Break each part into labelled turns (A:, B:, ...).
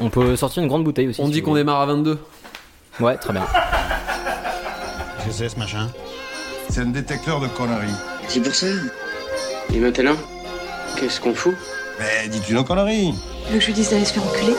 A: On peut sortir une grande bouteille aussi.
B: On
A: si
B: dit
A: vous
B: qu'on
A: voulez.
B: démarre à 22.
A: Ouais, très bien.
C: Qu'est-ce que c'est ce machin
D: C'est un détecteur de conneries.
E: C'est pour ça. Et maintenant, qu'est-ce qu'on fout
C: Ben,
D: Mais dites une connerie
F: Tu veux que je lui dise d'aller se faire enculer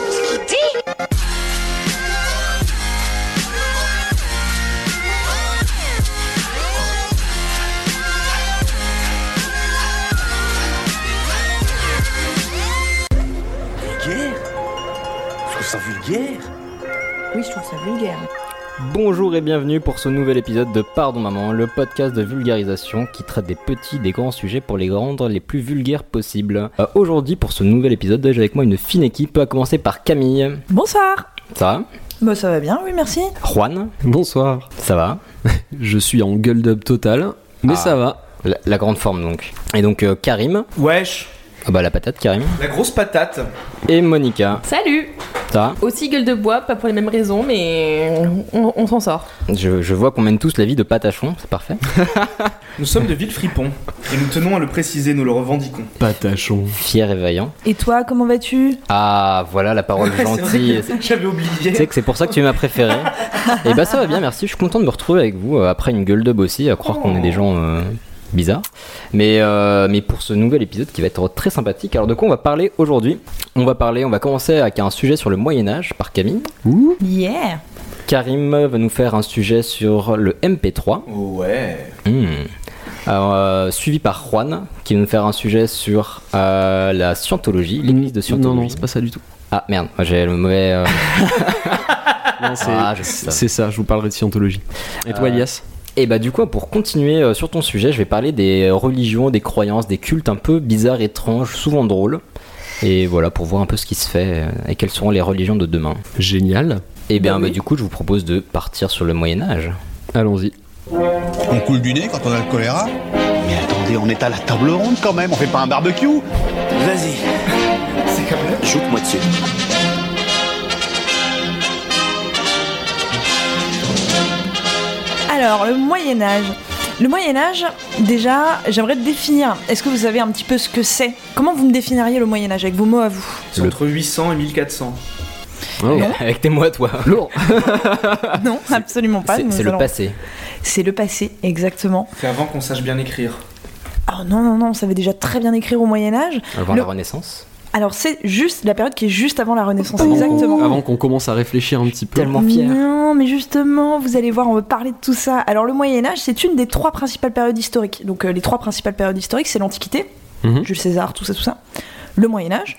F: Oui, je trouve ça vulgaire.
A: Bonjour et bienvenue pour ce nouvel épisode de Pardon Maman, le podcast de vulgarisation qui traite des petits, des grands sujets pour les rendre les plus vulgaires possibles. Euh, Aujourd'hui, pour ce nouvel épisode, j'ai avec moi une fine équipe, à commencer par Camille.
G: Bonsoir
A: Ça
G: Bah ça va bien, oui merci.
A: va Juan
B: Bonsoir.
A: Ça va
B: Je suis en gueule d'up total, mais
A: Ah.
B: ça va.
A: la, la grande forme donc. Et donc euh, Karim.
H: Wesh,
A: Ah bah la patate Karim.
H: la grosse patate.
A: Et Monica.
I: Salut
A: Ça va
I: Aussi gueule de bois, pas pour les mêmes raisons, mais on, on s'en sort.
A: je, je vois qu'on mène tous la vie de patachon, c'est parfait.
H: Nous sommes de Villefripon et nous tenons à le préciser, nous le revendiquons.
B: Patachon.
A: Fier et vaillant.
G: Et toi, comment vas-tu
A: Ah voilà la
B: Oh,
A: parole
H: C'est vrai
A: gentille.
H: que J'avais oublié.
A: Tu sais que c'est pour ça que tu es ma préférée. Et bah ça va bien, merci. Je suis content de me retrouver avec vous euh, après une gueule de aussi, à croire qu'on est des gens euh, bizarres. Mais, euh, mais pour ce nouvel épisode qui va être très sympathique. Alors de quoi on va parler aujourd'hui On va parler, on va commencer avec un sujet sur le Moyen Âge par Camille.
G: Yeah
A: Karim va nous faire un sujet sur le MP3.
H: Oh, Ouais.
A: Hmm. Alors, euh, suivi par Juan, qui va nous faire un sujet sur euh, la scientologie, l'église de
B: Non,
A: scientologie.
B: non, c'est pas ça du tout.
A: Ah merde, moi, j'ai le mauvais. euh,
B: Non, c'est
A: Ah, je sais ça.
B: c'est ça, je vous parlerai de scientologie. Et toi,
A: Euh,
B: Elias
A: Et bah du coup, pour continuer euh, sur ton sujet, je vais parler des religions, des croyances, des cultes un peu bizarres, étranges, souvent drôles. Et voilà, pour voir un peu ce qui se fait euh, et quelles seront les religions de demain.
B: Génial.
A: Et bien bah, du coup, je vous propose de partir sur le Moyen Âge.
B: Allons-y.
C: On coule du nez quand on a le choléra
J: Mais attendez, on est à la table ronde quand même, on fait pas un barbecue
H: Vas-y. C'est comme là.
J: Shoot-moi dessus.
G: Alors, le Moyen Âge. Le Moyen Âge, déjà, j'aimerais te définir. Est-ce que vous savez un petit peu ce que c'est Comment vous me définiriez le Moyen Âge avec vos mots à vous
H: C'est entre 800 et 1400.
A: Avec tes mots à toi. Oh. Lourd.
G: Non, absolument pas.
A: C'est
G: nous
A: c'est le
G: allons-
A: passé.
G: C'est le passé, exactement.
H: C'est avant qu'on sache bien écrire.
G: Oh non, non, non, on savait déjà très bien écrire au Moyen Âge.
A: Avant
G: Le-
A: la Renaissance.
G: Alors, c'est juste la période qui est juste Oh, avant la Renaissance,
B: Avant qu'on-
G: exactement.
B: Avant qu'on commence à réfléchir un petit peu.
A: Tellement fier.
G: Non, mais justement, vous allez voir, on va parler de tout ça. Alors, le Moyen Âge, c'est une des trois principales périodes historiques. Donc, euh, les trois principales périodes historiques, c'est l'Antiquité,
B: Mhm.
G: Jules César, tout ça, tout ça, le Moyen Âge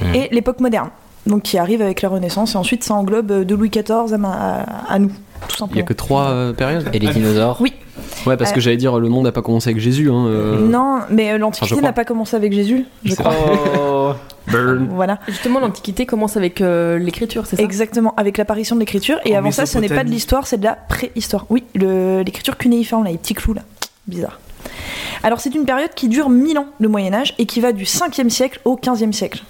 A: Mhm.
G: et l'époque moderne. Donc, qui arrive avec la Renaissance, et ensuite, ça englobe euh, de Louis XIV à, ma- à- à nous, tout
B: Il y a
G: simplement.
B: que trois euh, périodes.
A: Et les dinosaures.
G: Oui.
B: Ouais, parce que j'allais dire, le monde a pas commencé avec Jésus. Hein, euh.
G: Non, mais euh, l'Antiquité
B: crois.
G: n'a pas commencé avec Jésus, je
B: C'est
G: crois.
H: Oh.
B: Burn.
G: Voilà,
I: Justement, l'Antiquité commence avec euh, l'écriture, c'est ça
G: exactement, avec l'apparition de l'écriture. Et
H: En
G: avant ça, ce n'est pas de
H: Mésopotamie.
G: l'histoire, c'est de la préhistoire. Oui, le- l'écriture cunéiforme, là, les petits clous, là. Bizarre. Alors, c'est une période qui dure 1000 ans, le Moyen-Âge, et qui va du 5e siècle au 15e siècle.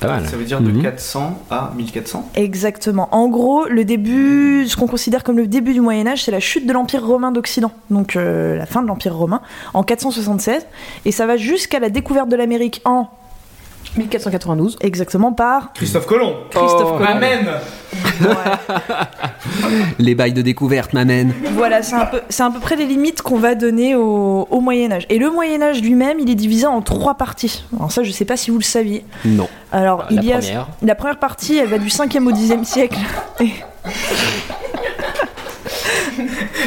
A: Pas mal.
H: Ça veut dire
B: Mhm.
H: de 400 à 1400.
G: Exactement. En gros, le début, ce qu'on considère comme le début du Moyen Âge, c'est la chute de l'Empire romain d'Occident, donc euh, la fin de l'Empire romain, en 476, et ça va jusqu'à la découverte de l'Amérique en
I: 1492.
G: exactement par
H: Christophe Colomb.
G: Christophe
H: Ah,
G: Colomb.
H: Amen.
G: Ouais.
B: Les bails de découverte, m'amènent.
G: voilà, c'est un peu, c'est à peu près les limites qu'on va donner au, au Moyen Âge. Et le Moyen Âge lui-même, il est divisé en trois parties. Alors ça, je sais pas si vous le saviez.
B: Non.
G: Alors
A: La
G: il y a
A: première.
G: la première partie, elle va du 5e au 10e siècle. Et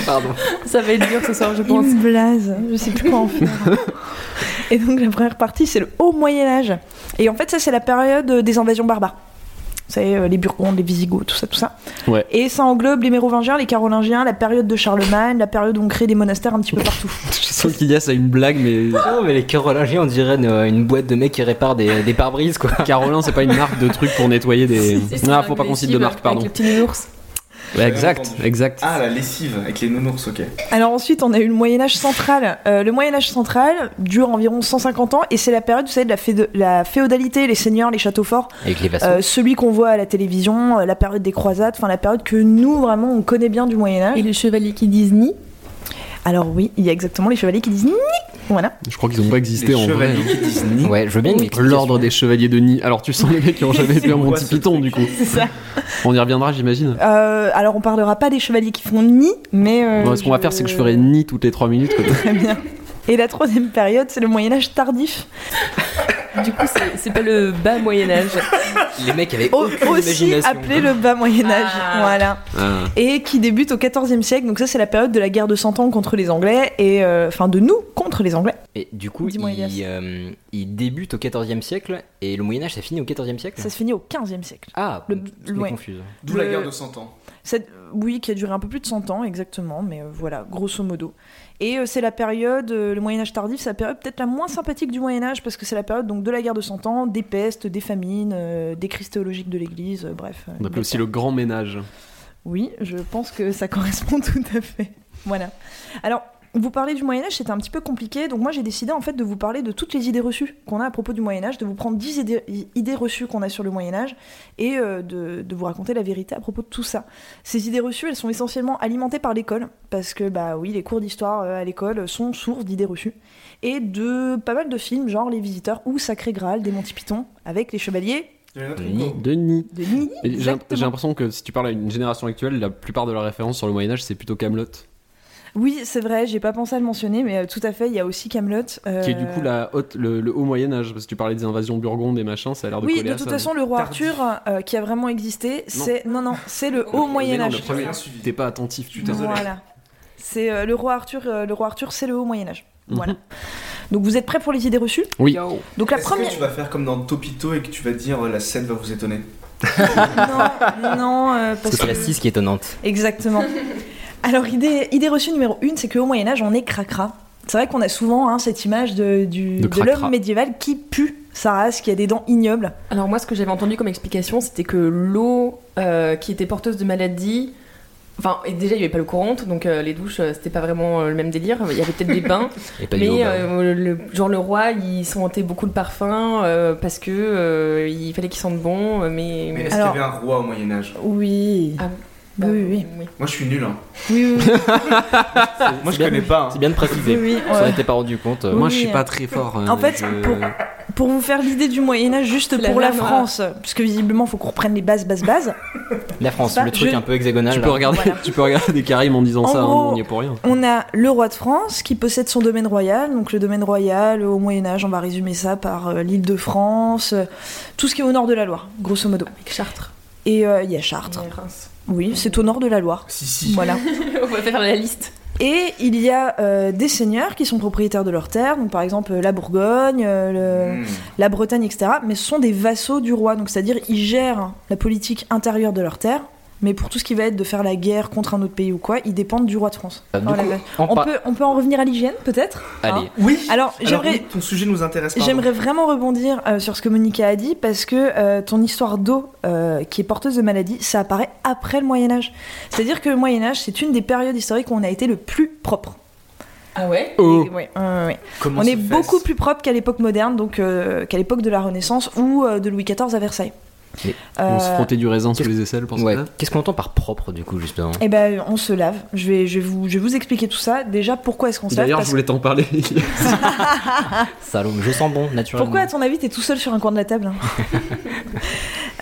A: Pardon.
I: Ça va être dur ce soir, je
G: Il
I: pense.
G: me blase, je sais plus quoi en faire. Et donc la première partie, c'est le Haut Moyen Âge. Et en fait, ça, c'est la période euh, des invasions barbares. Vous savez, euh, les Burgondes, les Visigoths, tout ça, tout ça.
B: Ouais.
G: Et ça englobe les Mérovingiens, les Carolingiens, la période de Charlemagne, la période où on crée des monastères un petit peu partout.
B: Je sens qu'Ilias a une blague, mais.
A: Non, mais les Carolingiens, on dirait une, une boîte de mecs qui répare des, des pare-brises quoi.
B: Carolin, c'est pas une marque de trucs pour nettoyer des.
I: C'est
B: Ah,
I: ça,
B: faut pas qu'on
I: les
B: cite de
I: cibles
B: marque, pardon.
I: Avec le petit nounours.
B: Ouais, exact, exact.
H: Ah, la lessive avec les nounours, ok.
G: Alors ensuite, on a eu le Moyen Âge central. Euh, le Moyen Âge central dure environ 150 ans et c'est la période, vous savez, de la, féde- la féodalité, les seigneurs, les châteaux forts,
A: Avec les vassaux.
G: euh, celui qu'on voit à la télévision, euh, la période des croisades, enfin la période que nous vraiment on connaît bien du Moyen Âge.
I: Et les chevaliers qui disent ni.
G: Alors oui, il y a exactement les chevaliers qui disent Ni Voilà.
B: Je crois qu'ils ont pas existé
H: Les
B: en vrai.
H: chevaliers
B: hein.
H: qui disent ni.
A: Ouais, je veux bien une explication.
B: L'ordre des chevaliers de Nid. Alors tu sens les mecs qui ont jamais vu un Monty
H: C'est
B: Python du coup.
G: C'est ça.
B: On y reviendra j'imagine.
G: Euh, alors on parlera pas des chevaliers qui font ni, mais. euh,
B: Non, ce qu'on va faire c'est que je ferai Nid toutes les 3 minutes. quoi.
G: Très bien. Et la troisième période, c'est le Moyen Âge tardif.
I: Du coup, c'est- c'est pas le bas Moyen-Âge.
A: Les mecs avaient
G: Au-
A: aucune
G: aussi
A: imagination.
G: appelé le bas Moyen Âge.
I: Ah.
G: Voilà.
B: Ah.
G: Et qui débute au XIVe siècle. Donc ça, c'est la période de la guerre de Cent Ans contre les Anglais et euh, enfin de nous contre les Anglais.
A: Et du coup,
G: Dis-moi,
A: il, euh, il débute au 14e siècle et le Moyen Âge ça finit au 14e siècle.
G: Ça se finit au XVe siècle.
A: Ah,
G: Le-
A: le... je
G: ouais.
A: me confuse.
H: D'où la
G: Le-
H: guerre de 100 ans.
G: Cette- euh, oui, qui a duré un peu plus de 100 ans exactement, mais euh, voilà, grosso modo. Et euh, c'est la période, euh, le Moyen Âge tardif, c'est la période peut-être la moins sympathique du Moyen Âge parce que c'est la période donc de la guerre de Cent Ans, des pestes, des famines, euh, des crises théologiques de l'Église, euh, bref. euh,
B: On appelle
G: des
B: aussi le grand ménage.
G: Oui, je pense que ça correspond tout à fait. Voilà. Alors, vous parlez du Moyen Âge, c'était un petit peu compliqué, donc moi j'ai décidé en fait de vous parler de toutes les idées reçues qu'on a à propos du Moyen Âge, de vous prendre 10 idées, i- idées reçues qu'on a sur le Moyen Âge et euh, de, de vous raconter la vérité à propos de tout ça. Ces idées reçues, elles sont essentiellement alimentées par l'école, parce que bah oui, les cours d'histoire euh, à l'école sont source d'idées reçues, et de pas mal de films genre Les Visiteurs ou Sacré Graal des Monty Python, avec les chevaliers
H: Il y en a un autre
A: Ni-
H: encore.
B: De Nid.
G: de Nini.
B: Et J'ai
G: Exactement.
B: j'ai l'impression que si tu parles à une génération actuelle, la plupart de leurs références sur le Moyen-Âge c'est plutôt Camelot,
G: Oui, c'est vrai, j'ai pas pensé à le mentionner, mais euh, tout à fait, il y a aussi Camelot.
B: qui est du
G: Euh.
B: coup la haute, le, le haut Moyen-Âge. Parce que tu parlais des invasions burgondes et machin, ça a l'air de
G: Oui,
B: coller
G: de
B: à
G: toute
B: ça.
G: façon, le roi
H: Tardif.
G: Arthur, euh, qui a vraiment existé, c'est non non, c'est le haut Moyen
B: Mais non,
G: Âge.
B: le premier,
H: Rien suivi.
B: T'es pas attentif, putain.
H: désolé.
G: Voilà. C'est euh, le roi Arthur, euh, le roi Arthur, c'est le haut Moyen Âge.
B: Mhm.
G: Voilà. Donc vous êtes prêts pour les idées reçues
B: Oui.
G: Donc la
H: Est-ce
G: première
H: que tu vas faire comme dans Topito et que tu vas dire euh, la scène va vous étonner
G: non, non euh, parce
A: Parce que c'est
G: que
A: la 6 qui est étonnante.
G: Exactement. Alors, idée, idée reçue numéro une, c'est qu'au Moyen-Âge, on est cracra. C'est vrai qu'on a souvent hein, cette image de, du-
B: De
G: de
B: cracra.
G: l'homme médiéval qui pue sa race, qui a des dents ignobles.
I: Alors moi, ce que j'avais entendu comme explication, c'était que l'eau euh, qui était porteuse de maladies, enfin, et déjà il n'y avait pas le courant, donc euh, les douches, euh, c'était pas vraiment euh, le même délire. Il y avait peut-être des bains,
A: Et pas du haut,
I: mais
A: bah.
I: euh, le, genre le roi, il sentait beaucoup le parfum euh, parce que euh, il fallait qu'il sente bon, euh, mais,
H: Mais est-ce
G: Alors-
H: qu'il y avait un roi au Moyen-Âge
G: Oui.
I: Ah,
G: oui, oui, oui.
H: Moi je suis nul. Hein.
G: Oui, oui,
H: Moi je
A: bien.
H: connais pas. hein.
A: Ah, C'est bien de
G: oui,
A: préciser.
G: oui,
A: Si on
G: ouais.
A: n'était pas rendu compte. euh,
B: Moi je
G: Oui.
B: suis pas très fort. hein,
G: En fait, pour- Pour vous faire l'idée du Moyen-Âge, juste
I: C'est la
G: pour la,
I: lame, hein.
G: France, parce que visiblement, faut qu'on reprenne les bases, bases, bases.
A: La France,
G: Ça,
A: le truc
G: je-
A: un peu hexagonal.
B: Tu
A: là.
B: peux, regarder, tu peux regarder des Caraïbes en disant
G: En
B: ça, hein,
G: gros,
B: on y est pour rien.
G: On a le roi de France qui possède son domaine royal. Donc le domaine royal, au Moyen-Âge, on va résumer ça par euh, l'île de France, euh, tout ce qui est au nord de la Loire, grosso modo.
I: Avec Chartres,
G: Et euh, il y a Chartres.
I: et Reims.
G: Oui, c'est au nord de la Loire.
H: Si, si.
G: Voilà.
I: On va faire la liste.
G: Et il y a euh, des seigneurs qui sont propriétaires de leurs terres, donc par exemple euh, la Bourgogne, euh, le-
H: Mmh.
G: la Bretagne, etc. Mais ce sont des vassaux du roi, donc c'est-à-dire ils gèrent la politique intérieure de leurs terres. Mais pour tout ce qui va être de faire la guerre contre un autre pays ou quoi, ils dépendent du roi de France.
A: Euh, du
G: Oh la
A: coup,
G: vache.
A: en
G: on,
A: par-
G: peut, on peut en revenir à l'hygiène, peut-être Hein
A: Allez.
H: Oui.
G: Alors,
H: Alors,
G: j'aimerais
H: oui, ton sujet nous intéresse. pardon.
G: J'aimerais vraiment rebondir euh, sur ce que Monica a dit parce que euh, ton histoire d'eau euh, qui est porteuse de maladie, ça apparaît après le Moyen Âge. C'est-à-dire que le Moyen Âge, c'est une des périodes historiques où on a été le plus propre.
I: Ah ouais
B: Oh.
G: Et ouais, ouais, ouais.
H: Comment
G: On
H: se
G: est
H: fait-ce
G: beaucoup plus propre qu'à l'époque moderne, donc euh, qu'à l'époque de la Renaissance ou euh, de Louis XIV à Versailles.
A: Mais
B: On se
G: Euh,
B: frottait du raisin sous les aisselles pour
A: Ouais.
B: ça.
A: Qu'est-ce qu'on entend par propre du coup justement
G: eh ben, on se lave. Je vais, je vais vous, je vais vous expliquer tout ça. Déjà, pourquoi est-ce qu'on se lave
B: D'ailleurs,
G: Parce
B: je voulais t'en parler.
A: Salon, je sens bon naturellement.
G: Pourquoi, à ton avis, t'es tout seul sur un coin de la table hein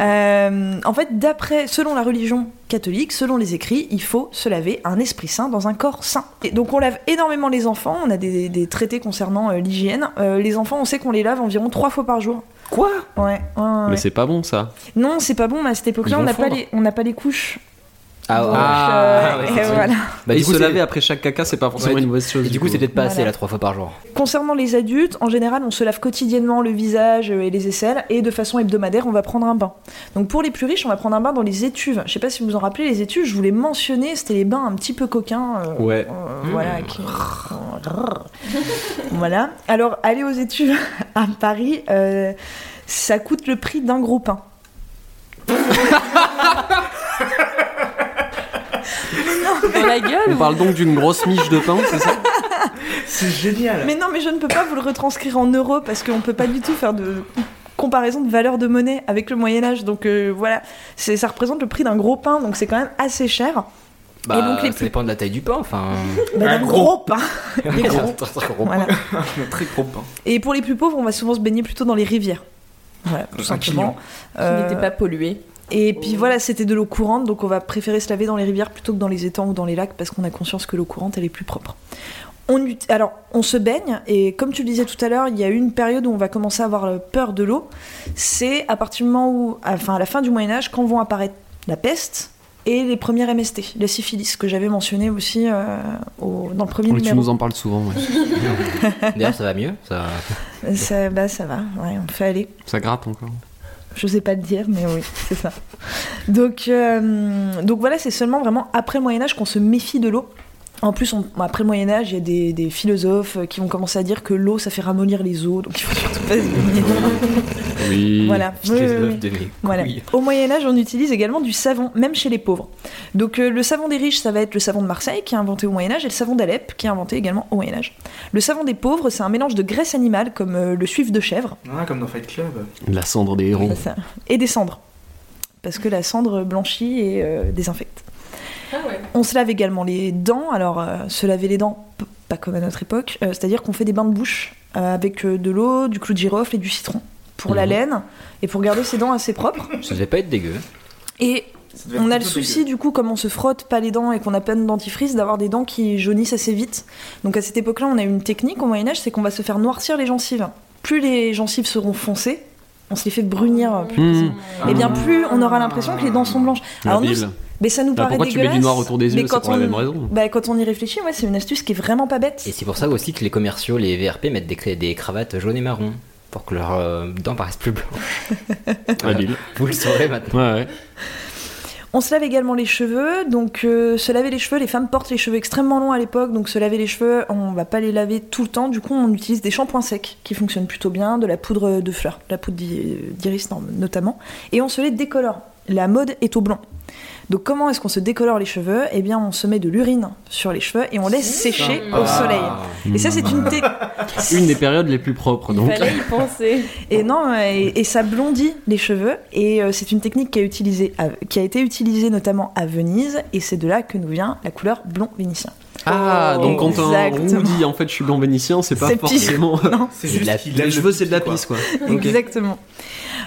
G: Euh, En fait, d'après, selon la religion catholique, selon les écrits, il faut se laver un esprit saint dans un corps saint. Et donc, on lave énormément les enfants. On a des, des traités concernant euh, l'hygiène. Euh, les enfants, on sait qu'on les lave environ trois fois par jour.
B: Quoi
G: Ouais. ouais, ouais.
B: Mais c'est pas bon ça.
G: Non, c'est pas bon. mais à cette époque-là,
A: Ils
G: on
A: vont
G: n'a pas
A: fondre.
G: les, on n'a pas les couches.
A: Ah, ouais.
G: Donc,
B: Ah,
G: euh,
B: ouais,
G: et
B: c'est vrai.
G: voilà.
A: Bah,
B: et
A: du coup,
B: se
A: c'est-
B: laver après chaque caca, c'est pas forcément
A: Ouais,
B: une mauvaise chose.
A: Et du coup, c'est peut-être pas assez
G: Voilà.
A: là trois fois par jour.
G: Concernant les adultes, en général, on se lave quotidiennement le visage euh, et les aisselles, et de façon hebdomadaire, on va prendre un bain. Donc pour les plus riches, on va prendre un bain dans les étuves. Je sais pas si vous vous en rappelez, les étuves, je vous les mentionnais, c'était les bains un petit peu coquins. euh,
B: Ouais.
G: euh,
A: Mmh.
G: Voilà. qui- voilà. Alors, aller aux étuves à Paris, euh, ça coûte le prix d'un gros pain.
I: Dans la gueule
B: On parle donc d'une grosse miche de pain, c'est ça
H: C'est génial.
G: Mais non, mais je ne peux pas vous le retranscrire en euros parce qu'on peut pas du tout faire de comparaison de valeur de monnaie avec le Moyen Âge. Donc euh, voilà, C'est- ça représente le prix d'un gros pain, donc c'est quand même assez cher.
A: Bah,
G: Et donc, les
A: ça
G: plus-
A: dépend de la taille du pain, enfin.
G: Bah,
H: Un
G: d'un
H: gros.
G: gros pain.
A: un gros- très gros pain.
G: Voilà.
H: Un très gros pain.
G: Et pour les plus pauvres, on va souvent se baigner plutôt dans les rivières. Voilà, tout
H: Un
G: simplement.
I: Qui
G: Euh,
I: n'était pas pollué.
G: Et puis voilà, c'était de l'eau courante, donc on va préférer se laver dans les rivières plutôt que dans les étangs ou dans les lacs parce qu'on a conscience que l'eau courante elle est plus propre. On, ut- alors, on se baigne et comme tu le disais tout à l'heure, il y a eu une période où on va commencer à avoir euh, peur de l'eau. C'est à partir du moment où, enfin à la fin du Moyen Âge, quand vont apparaître la peste et les premières MST, la syphilis que j'avais mentionné aussi euh, au- dans le premier
B: Oui, tu
G: numéro.
B: nous en parles souvent, ouais.
A: D'ailleurs, ça va mieux. Ça...
G: Ça, bah, ça va, ouais, on fait aller.
B: ça gratte encore.
G: Je sais pas le dire, mais oui, c'est ça. Donc, euh, donc voilà, c'est seulement vraiment après le Moyen Âge qu'on se méfie de l'eau. En plus, on- après le Moyen Âge, il y a des, des philosophes euh, qui vont commencer à dire que l'eau, ça fait ramollir les os, donc il faut surtout pas se baigner.
A: Oui.
G: Voilà.
A: Je les
G: Oui, oui,
A: lave
G: oui.
A: de mes
G: Voilà.
A: couilles.
G: Au Moyen Âge, on utilise également du savon, même chez les pauvres. Donc euh, le savon des riches, ça va être le savon de Marseille, qui est inventé au Moyen Âge, et le savon d'Alep, qui est inventé également au Moyen Âge. Le savon des pauvres, c'est un mélange de graisse animale, comme euh, le suif de chèvre,
H: Ah, comme dans Fight Club.
B: La cendre des hérons.
G: Ça, ça. et des cendres, parce que la cendre blanchit et euh, désinfecte.
I: Ah ouais.
G: On se lave également les dents. Alors, euh, se laver les dents, p- pas comme à notre époque. Euh, C'est-à-dire qu'on fait des bains de bouche euh, avec euh, de l'eau, du clou de girofle et du citron pour la
A: Mhm.
G: laine et pour garder ses dents assez propres.
A: Ça devait pas être dégueu.
G: Et
H: Ça devait être
G: on a le
H: plutôt
G: souci,
H: dégueu.
G: du coup, comme on se frotte pas les dents et qu'on a plein de dentifrice, d'avoir des dents qui jaunissent assez vite. Donc à cette époque-là, on a une technique au Moyen-Âge, c'est qu'on va se faire noircir les gencives. Plus les gencives seront foncées, on se les fait brunir. euh, Plus...
B: Hmm.
G: Et bien plus on aura l'impression que les dents sont blanches. Alors nous,
B: Nabil.
G: mais ça nous
B: Bah,
G: paraît
B: pourquoi tu mets
G: dégueulasse.
B: du noir autour des
G: mais
B: yeux C'est
G: quand
B: pour la
G: on-
B: même raison.
G: Bah, quand on y réfléchit, ouais, c'est une astuce qui est vraiment pas bête.
A: Et c'est pour ça aussi que les commerciaux, les VRP, mettent des, des cravates jaunes et marron. Pour que leurs euh, dents paraissent plus blanches.
B: Nabil.
A: Vous le saurez maintenant.
B: Ouais, ouais.
G: On se lave également les cheveux, donc euh, se laver les cheveux, les femmes portent les cheveux extrêmement longs à l'époque, donc se laver les cheveux, on va pas les laver tout le temps, du coup on utilise des shampoings secs qui fonctionnent plutôt bien, de la poudre de fleurs, de la poudre d'i- d'iris non, notamment, et on se les décolore. La mode est au blanc. Donc comment est-ce qu'on se décolore les cheveux Eh bien on se met de l'urine sur les cheveux et on laisse sécher au
H: Ah.
G: soleil. Et ça c'est une technique...
B: Mmh. Une des périodes les plus propres,
I: Il
B: donc.
I: fallait y penser.
G: Et non, euh, et, et ça blondit les cheveux. Et euh, c'est une technique qui a, utilisé à- qui a été utilisée notamment à Venise. Et c'est de là que nous vient la couleur blond vénitien.
B: Ah, donc quand un
G: Oh, Exactement.
B: roux dit en fait je suis blanc vénitien, c'est pas
G: C'est pire.
B: forcément.
H: C'est
A: de la-
H: juste qu'il aime
B: Les
H: le
B: cheveux, c'est de la
H: petit,
B: pisse, quoi.
G: Exactement.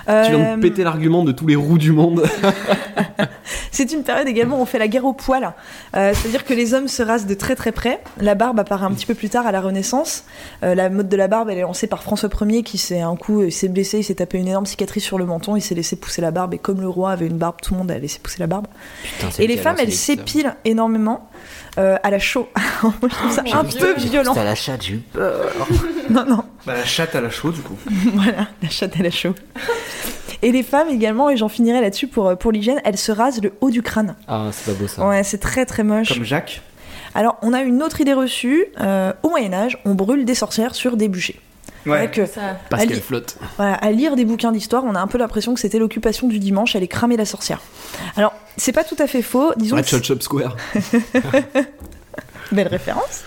B: Tu viens
G: Euh,
B: de péter l'argument de tous les roux du monde.
G: C'est une période également où on fait la guerre au poil. Euh, C'est-à-dire que les hommes se rasent de très très près. La barbe apparaît un petit peu plus tard à la Renaissance. Euh, la mode de la barbe, elle est lancée par François Ier qui s'est un coup, il s'est blessé, il s'est tapé une énorme cicatrice sur le menton, il s'est laissé pousser la barbe. Et comme le roi avait une barbe, tout le monde a laissé pousser la barbe.
A: Putain, c'est
G: Et
A: lui
G: les
A: qui a
G: femmes,
A: lancé
G: elles
A: les-
G: s'épilent énormément euh, à la chaux. Moi, je trouve ça
I: J'ai
G: un
I: vu ça,
G: peu
I: j'ai
G: violent.
A: C'était à la chatte, j'ai eu peur.
G: Non, non,
H: quoi. Bah, la chatte à la chaux, du coup.
G: voilà, la chatte à la chaux. Et les femmes également, et j'en finirai là-dessus pour, euh, pour l'hygiène, elles se rasent le haut du crâne.
A: Ah, c'est pas beau ça.
G: Ouais, c'est très très moche.
H: Comme Jacques.
G: Alors, on a une autre idée reçue. euh, au Moyen-Âge, on brûle des sorcières sur des bûchers. C'est vrai
H: Ouais.
G: que,
I: Ça.
B: Parce
G: Ali-
B: qu'elle flotte.
G: voilà, à lire des bouquins d'histoire, on a un peu l'impression que c'était l'occupation du dimanche, elle est cramée la sorcière. Alors, c'est pas tout à fait faux. Disons
B: Red
G: que
B: Shot Shop Square.
G: Belle référence.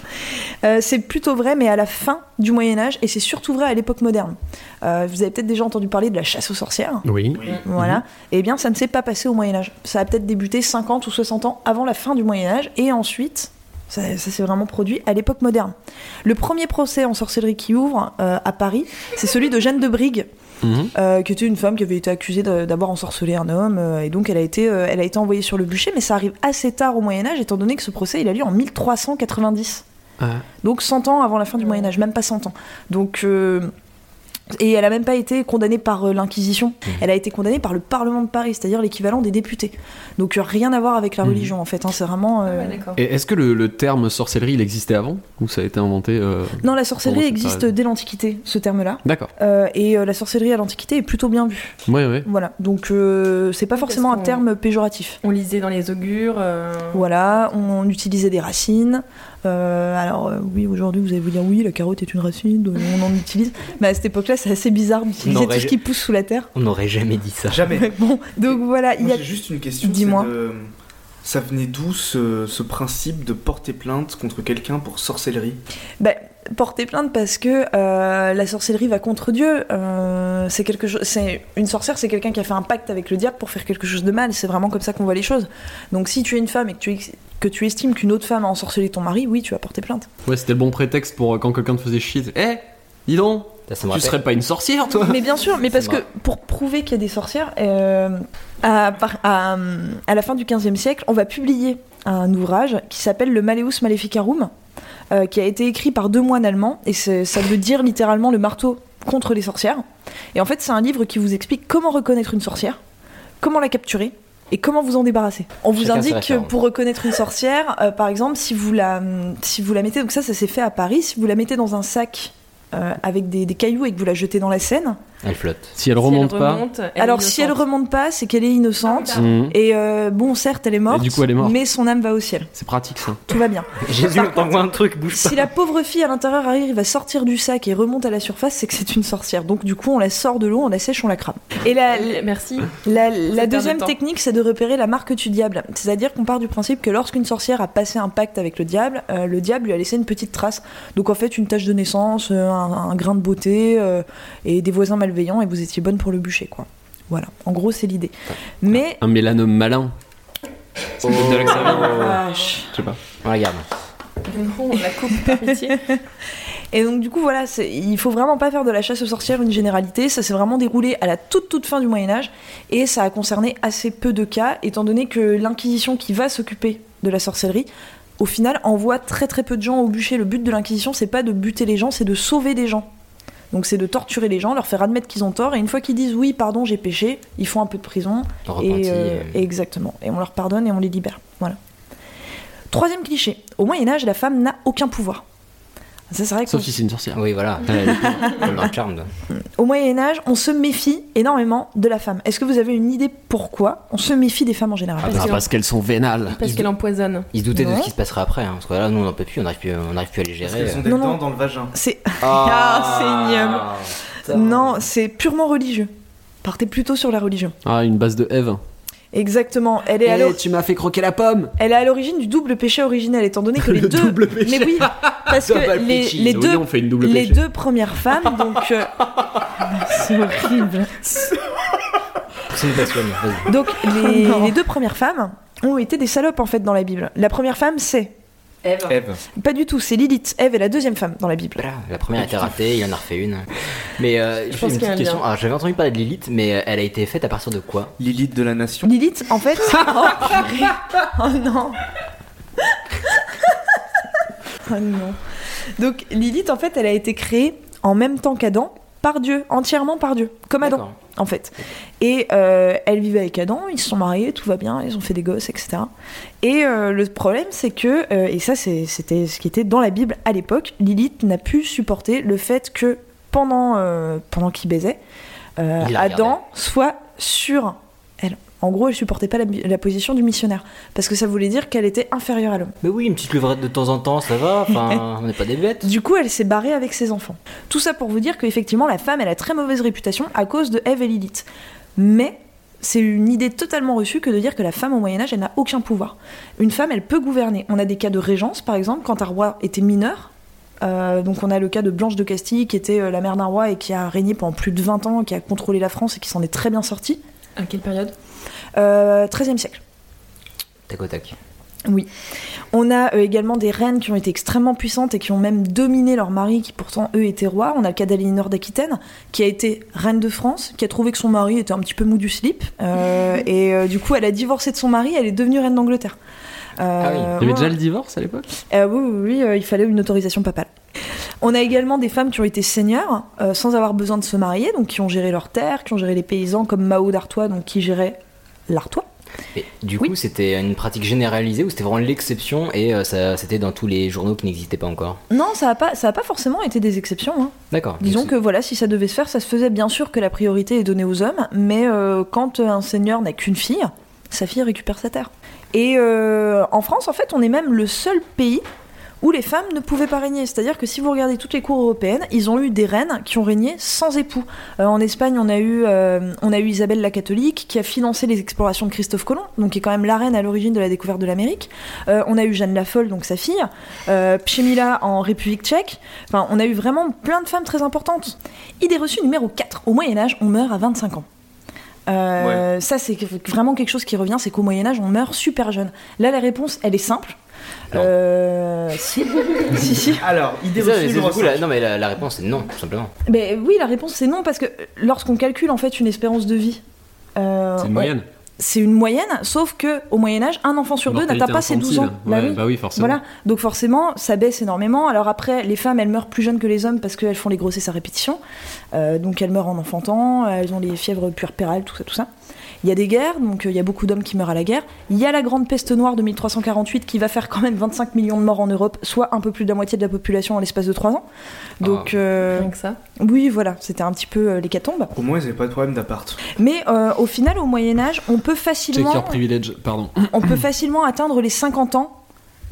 G: Euh, c'est plutôt vrai, mais à la fin du Moyen Âge, et c'est surtout vrai à l'époque moderne. Euh, vous avez peut-être déjà entendu parler de la chasse aux sorcières.
B: Oui.
G: Voilà. Eh bien, ça ne s'est pas passé au Moyen Âge. Ça a peut-être débuté 50 ou 60 ans avant la fin du Moyen Âge, et ensuite, ça, ça s'est vraiment produit à l'époque moderne. Le premier procès en sorcellerie qui ouvre euh, à Paris, c'est celui de Jeanne de Brigue,
B: Mhm.
G: euh, qui était une femme qui avait été accusée de- d'avoir ensorcelé un homme, euh, et donc elle a, été, euh, elle a été envoyée sur le bûcher, mais ça arrive assez tard au Moyen Âge, étant donné que ce procès, il a lieu en 1390.
B: Ouais.
G: Donc 100 ans avant la fin du Moyen Âge, même pas 100 ans. Donc... euh, et elle a même pas été condamnée par euh, l'Inquisition. Elle a été condamnée par le Parlement de Paris, c'est-à-dire l'équivalent des députés. Donc euh, rien à voir avec la religion, en fait. hein, c'est vraiment... euh,
I: Ah Ouais, d'accord.
B: Et est-ce que le, le terme sorcellerie il existait avant ou ça a été inventé euh,
G: Non, la sorcellerie
B: Pendant cette
G: existe
B: période.
G: dès l'Antiquité, ce terme-là.
B: D'accord.
G: Euh, et euh, la sorcellerie à l'Antiquité est plutôt bien vue.
B: Ouais, ouais.
G: Voilà. Donc euh, c'est pas
I: Oui, parce
G: forcément un
I: qu'on-
G: terme péjoratif.
I: On lisait dans les augures. euh,
G: Voilà, on utilisait des racines. Euh, alors euh, oui, aujourd'hui vous allez vous dire oui, la carotte est une racine, donc on en utilise. Mais à cette époque-là, c'est assez bizarre d'utiliser
A: Non,
G: tout ce qui pousse sous la terre.
A: On n'aurait jamais dit ça.
H: Jamais.
G: Bon, donc voilà, il y
H: Moi,
G: a
H: j'ai juste une question.
G: Dis-moi.
H: c'est de- euh, Ça venait d'où ce, ce principe de porter plainte contre quelqu'un pour sorcellerie
G: Ben, porter plainte parce que euh, la sorcellerie va contre Dieu. Euh, c'est quelque chose. C'est une sorcière, c'est quelqu'un qui a fait un pacte avec le diable pour faire quelque chose de mal. C'est vraiment comme ça qu'on voit les choses. Donc si tu es une femme et que tu ex- que tu estimes qu'une autre femme a ensorcelé ton mari, oui, tu vas porter plainte.
B: Ouais, c'était le bon prétexte pour euh, quand quelqu'un te faisait chier. Eh, dis donc,
A: Ça, ça
B: tu
A: me rappelle-
B: serais pas une sorcière, toi
G: Mais bien sûr, mais parce que
A: marrant.
G: pour prouver qu'il y a des sorcières, euh, à, par- à, à la fin du XVe siècle, on va publier un ouvrage qui s'appelle Le Maleus Maleficarum, euh, qui a été écrit par deux moines allemands, et c'est- ça veut dire littéralement le marteau contre les sorcières. Et en fait, c'est un livre qui vous explique comment reconnaître une sorcière, comment la capturer. Et comment vous en débarrasser On vous
A: Chacun ses
G: indique que
A: références.
G: pour reconnaître une sorcière, euh, par exemple, si vous la, si vous la mettez, donc ça, ça s'est fait à Paris, si vous la mettez dans un sac euh, avec des, des cailloux et que vous la jetez dans la Seine,
A: Elle flotte.
B: Si elle remonte pas.
G: alors si elle remonte pas, c'est qu'elle est innocente.
B: Mhm.
G: Et euh, bon, certes, elle est morte,
B: Et du coup, elle est morte.
G: mais son âme va au ciel.
B: C'est pratique ça.
G: Tout va bien.
A: Jésus, on t'envoie un truc, bouge pas.
G: Si la pauvre fille à l'intérieur arrive à sortir du sac et remonte à la surface, c'est que c'est une sorcière. Donc du coup, on la sort de l'eau, on la sèche, on la crame. Et la,
I: Merci.
G: la, la
I: C'est
G: deuxième
I: permettant.
G: technique, c'est de repérer la marque du diable. C'est-à-dire qu'on part du principe que lorsqu'une sorcière a passé un pacte avec le diable, euh, le diable lui a laissé une petite trace. Donc en fait, une tache de naissance, euh, un, un grain de beauté euh, et des voisins malveillants et vous étiez bonne pour le bûcher, quoi. Voilà, en gros, c'est l'idée. Mais.
B: Un mélanome malin. Oh. C'est peut-être de là que ça vient. Je sais pas.
A: On la garde.
I: Non, on la coupe par pitié.
G: Et donc, du coup, voilà, c'est- il faut vraiment pas faire de la chasse aux sorcières une généralité. Ça s'est vraiment déroulé à la toute, toute fin du Moyen-Âge et ça a concerné assez peu de cas, étant donné que l'Inquisition qui va s'occuper de la sorcellerie, au final, envoie très, très peu de gens au bûcher. Le but de l'Inquisition, c'est pas de buter les gens, c'est de sauver des gens. Donc, c'est de torturer les gens, leur faire admettre qu'ils ont tort, et une fois qu'ils disent oui, pardon, j'ai péché, ils font un peu de prison,
A: Repenti.
G: et, euh,
A: euh,
G: et exactement. Et on leur pardonne et on les libère. Voilà. Troisième cliché. Au Moyen Âge, la femme n'a aucun pouvoir. Ça, c'est vrai que
B: Sauf si c'est une sorcière.
A: Oui, voilà. On l'incarne.
G: au Moyen Âge, on se méfie énormément de la femme. Est-ce que vous avez une idée pourquoi on se méfie des femmes en
B: Ah,
G: général
I: Parce qu'elle-
B: qu'elles sont vénales.
I: Parce qu'elle empoisonne.
A: Ils se doutaient de
G: Ouais.
A: ce qui se passera après. hein, parce que là, nous, on n'en peut plus. On n'arrive plus, on n'arrive plus à les
H: Parce
A: gérer.
H: qu'elles ont des
G: Non, non.
H: dents dans le vagin.
G: C'est Ah,
A: c'est
B: euh,
G: non, c'est purement religieux. Partez plutôt sur la religion.
B: Ah, une base de Eve. Eh,
G: Exactement. Elle est, à l'o-
B: tu m'as fait croquer la pomme
G: elle est à l'origine du double péché originel, étant donné que les deux. Mais oui, parce que
B: Double
G: les,
B: péché.
G: les
B: Oui,
G: deux,
B: on fait une double
G: les
B: péché.
G: deux premières femmes, donc. euh, C'est horrible.
A: C'est une passion, vas-y.
G: Donc les,
F: Non.
G: les deux premières femmes ont été des salopes en fait dans la Bible. La première femme c'est
H: Eve.
G: pas du tout, c'est Lilith. Ève est la deuxième femme dans la Bible.
A: Voilà, la première a été ratée, il en a refait une. Mais euh, je
I: pense
A: une
I: qu'il
A: petite
I: y a un
A: question.
I: lien.
A: Alors, j'avais entendu parler de Lilith, mais euh, elle a été faite à partir de quoi
H: Lilith de la nation.
G: Lilith en fait. Oh, purée. Oh non. oh non. Donc Lilith en fait elle a été créée en même temps qu'Adam par Dieu, entièrement par Dieu, comme Adam.
A: D'accord.
G: en fait. Et euh, elle vivait avec Adam, ils se sont mariés, tout va bien, ils ont fait des gosses, etc. Et euh, le problème, c'est que, euh, et ça c'est- c'était ce qui était dans la Bible à l'époque, Lilith n'a pu supporter le fait que pendant, euh, pendant qu'il baisait, euh,
A: Il la regardait.
G: Adam soit sur elle. En gros, elle supportait pas la, la position du missionnaire, parce que ça voulait dire qu'elle était inférieure à l'homme.
A: Mais oui, une petite levrette de temps en temps, ça va. Enfin, on n'est pas des bêtes.
G: Du coup, elle s'est barrée avec ses enfants. Tout ça pour vous dire qu'effectivement, la femme, elle a très mauvaise réputation à cause de Ève et Lilith. Mais c'est une idée totalement reçue que de dire que la femme au Moyen-Âge, elle n'a aucun pouvoir. Une femme, elle peut gouverner. On a des cas de régence, par exemple, quand un roi était mineur. Euh, donc on a le cas de Blanche de Castille, qui était euh, la mère d'un roi et qui a régné pendant plus de 20 ans, qui a contrôlé la France et qui s'en est très bien sortie.
I: À quelle période
G: Euh, 13e siècle.
A: Tac au tac.
G: On a euh, également des reines qui ont été extrêmement puissantes et qui ont même dominé leurs maris, qui pourtant eux étaient rois. On a le cas d'Aliénor d'Aquitaine, qui a été reine de France, qui a trouvé que son mari était un petit peu mou du slip, euh, et euh, du coup elle a divorcé de son mari, elle est devenue reine d'Angleterre. Euh,
A: Ah oui.
B: Il y avait
G: ouais.
B: déjà le divorce à l'époque
G: Euh, oui, oui, oui, euh, il fallait une autorisation papale. On a également des femmes qui ont été seigneurs euh, sans avoir besoin de se marier, donc qui ont géré leurs terres, qui ont géré les paysans, comme Mao d'Artois, donc qui gérait l'Artois.
A: Mais du
G: Oui.
A: coup, c'était une pratique généralisée ou c'était vraiment l'exception et euh, ça, c'était dans tous les journaux qui n'existaient pas encore
G: Non, ça n'a pas, ça a pas forcément été des exceptions. hein.
A: D'accord.
G: Disons
A: Donc,
G: que voilà, si ça devait se faire, ça se faisait bien sûr que la priorité est donnée aux hommes, mais euh, quand un seigneur n'a qu'une fille, sa fille récupère sa terre. Et euh, en France, en fait, on est même le seul pays où les femmes ne pouvaient pas régner. C'est-à-dire que si vous regardez toutes les cours européennes, ils ont eu des reines qui ont régné sans époux. Euh, en Espagne, on a, eu, euh, on a eu Isabelle la catholique qui a financé les explorations de Christophe Colomb, donc qui est quand même la reine à l'origine de la découverte de l'Amérique. Euh, on a eu Jeanne la Folle, donc sa fille. Euh, Pchemila en République tchèque. Enfin, on a eu vraiment plein de femmes très importantes. Idée reçue numéro 4. Au Moyen-Âge, on meurt à 25 ans. Euh, Ça, c'est vraiment quelque chose qui revient, c'est qu'au Moyen-Âge, on meurt super jeune. Là, la réponse, elle est simple. Euh, si. si, si.
H: Alors, idée
A: C'est ça,
H: reçue
A: mais c'est
H: numéro
A: du coup, la-
H: cinq.
A: non, mais la, la réponse c'est non, tout simplement.
G: Ben oui, la réponse c'est non, parce que lorsqu'on calcule en fait une espérance de vie. euh,
B: C'est
G: on-
B: une moyenne.
G: C'est une moyenne, sauf que au Moyen Âge, un enfant sur deux n'atteint
B: Mortalité
G: pas ses 12 ans.
B: infantile.
G: Bah
B: Ouais,
G: oui.
B: Bah oui, forcément.
G: Voilà, donc forcément, ça baisse énormément. Alors après, les femmes, elles meurent plus jeunes que les hommes parce qu'elles font les grossesses à répétition. Euh, donc elles meurent en enfantant, euh, elles ont les fièvres puerpérales, tout ça, tout ça. Il y a des guerres, donc euh, il y a beaucoup d'hommes qui meurent à la guerre. Il y a la grande peste noire de 1348 qui va faire quand même 25 millions de morts en Europe, soit un peu plus de la moitié de la population en l'espace de 3 ans. Donc euh,
I: Rien que ça.
G: oui, voilà, c'était un petit peu euh, l'hécatombe.
H: Au moins, ils n'avaient pas de problème d'appart.
G: Mais euh, au final, au Moyen Âge, on peut facilement,
B: Checker privilege, pardon.
G: on peut facilement atteindre les 50 ans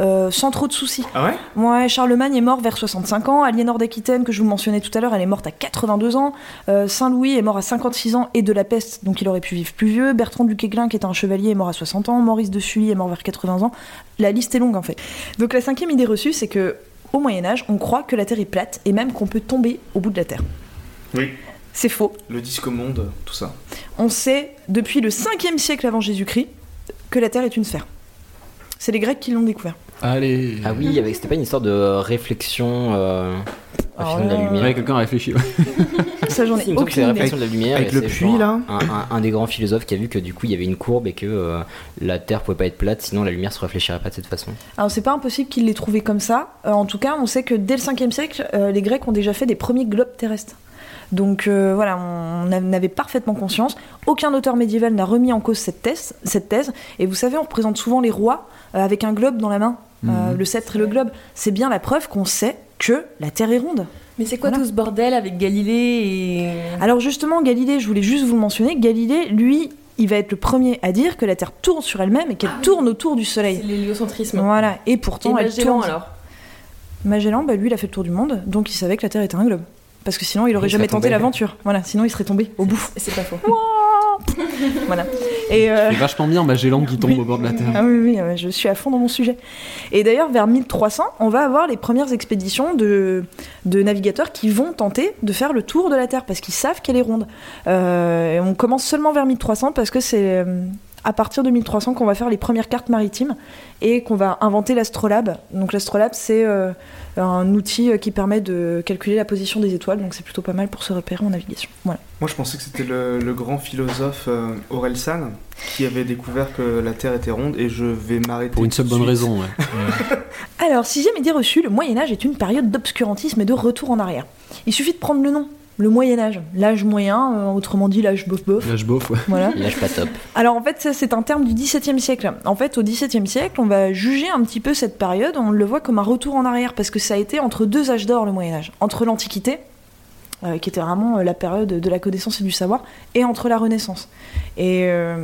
G: euh, sans trop de soucis.
H: Ah ouais
G: Ouais, Charlemagne est mort vers 65 ans, Aliénor d'Aquitaine, que je vous mentionnais tout à l'heure, elle est morte à 82 ans, Euh, Saint-Louis est mort à 56 ans et de la peste, donc il aurait pu vivre plus vieux, Bertrand du Guesclin, qui était un chevalier, est mort à 60 ans, Maurice de Sully est mort vers 80 ans, la liste est longue en fait. Donc la cinquième idée reçue, c'est que au Moyen-Âge, on croit que la Terre est plate et même qu'on peut tomber au bout de la Terre.
H: Oui.
G: C'est faux.
H: Le disque monde, tout ça.
G: On sait, depuis le 5e siècle avant Jésus-Christ, que la Terre est une sphère. C'est les Grecs qui l'ont découvert.
B: Allez.
A: Ah oui, avec c'était pas une histoire de euh, réflexion euh,
G: Ah
A: réflexion de la
G: ouais.
A: lumière.
B: Ouais, quelqu'un a réfléchi.
G: Ça, j'en
A: Si, il
G: ai
A: me semble que c'est
G: aucune
A: la
G: idée.
A: réflexion de la lumière.
H: Avec
A: et
H: le
A: c'est
H: puits,
A: genre
H: là
A: un, un- un des grands philosophes qui a vu que du coup il y avait une courbe et que euh, la Terre pouvait pas être plate, sinon la lumière se réfléchirait pas de cette façon.
G: Alors c'est pas impossible qu'ils l'aient trouvé comme ça. Euh, en tout cas, on sait que dès le 5e siècle, euh, les Grecs ont déjà fait des premiers globes terrestres. Donc euh, voilà, on a- on avait parfaitement conscience. Aucun auteur médiéval n'a remis en cause cette thèse, cette thèse. Et vous savez, on représente souvent les rois euh, avec un globe dans la main, Euh, le sceptre et le globe. C'est bien la preuve qu'on sait que la Terre est ronde.
I: Mais c'est quoi
G: Voilà. Ah,
I: tout ce bordel avec Galilée et.
G: Alors justement, Galilée, je voulais juste vous mentionner, Galilée, lui, il va être le premier à dire que la Terre tourne sur elle-même et qu'elle tourne autour du
I: Ah C'est
G: Soleil.
I: l'héliocentrisme.
G: Voilà, et
I: Et
G: pourtant elle
I: Magellan
G: tourne.
I: alors
G: Magellan, bah, lui, il a fait le tour du monde, donc il savait que la Terre était un globe. Parce que sinon, il aurait
A: Il
G: jamais
A: serait
G: tenté
A: tombé.
G: l'aventure. Voilà, sinon, il serait tombé au bout.
I: C'est pas faux.
G: Voilà. Et euh,
B: C'est vachement bien Magellan qui tombe au bord de la Terre.
G: ah oui, oui, oui, je suis à fond dans mon sujet. Et d'ailleurs, vers 1300, on va avoir les premières expéditions de, de navigateurs qui vont tenter de faire le tour de la Terre parce qu'ils savent qu'elle est ronde. Euh, et on commence seulement vers 1300 parce que c'est euh, à partir de 1300 qu'on va faire les premières cartes maritimes et qu'on va inventer l'astrolabe. Donc l'astrolabe, c'est euh, un outil euh, qui permet de calculer la position des étoiles, donc c'est plutôt pas mal pour se repérer en navigation. Voilà.
H: Moi, je pensais que c'était le, le grand philosophe euh, Aurel San qui avait découvert que la Terre était ronde et je vais m'arrêter.
B: Pour une seule
H: tout de
B: bonne
H: suite.
B: raison, ouais.
G: Alors, sixième idée reçue, le Moyen Âge est une période d'obscurantisme et de retour en arrière. Il suffit de prendre le nom, le Moyen Âge, l'âge moyen, euh, autrement dit l'âge bof bof.
B: L'âge beauf, ouais.
G: Voilà.
A: Lâche pas top.
G: Alors en fait, ça c'est un terme du XVIIe siècle. En fait, au XVIIe siècle, on va juger un petit peu cette période, on le voit comme un retour en arrière, parce que ça a été entre deux âges d'or, le Moyen Âge, entre l'Antiquité, euh, qui était vraiment euh, la période de la connaissance et du savoir, et entre la Renaissance. Et euh,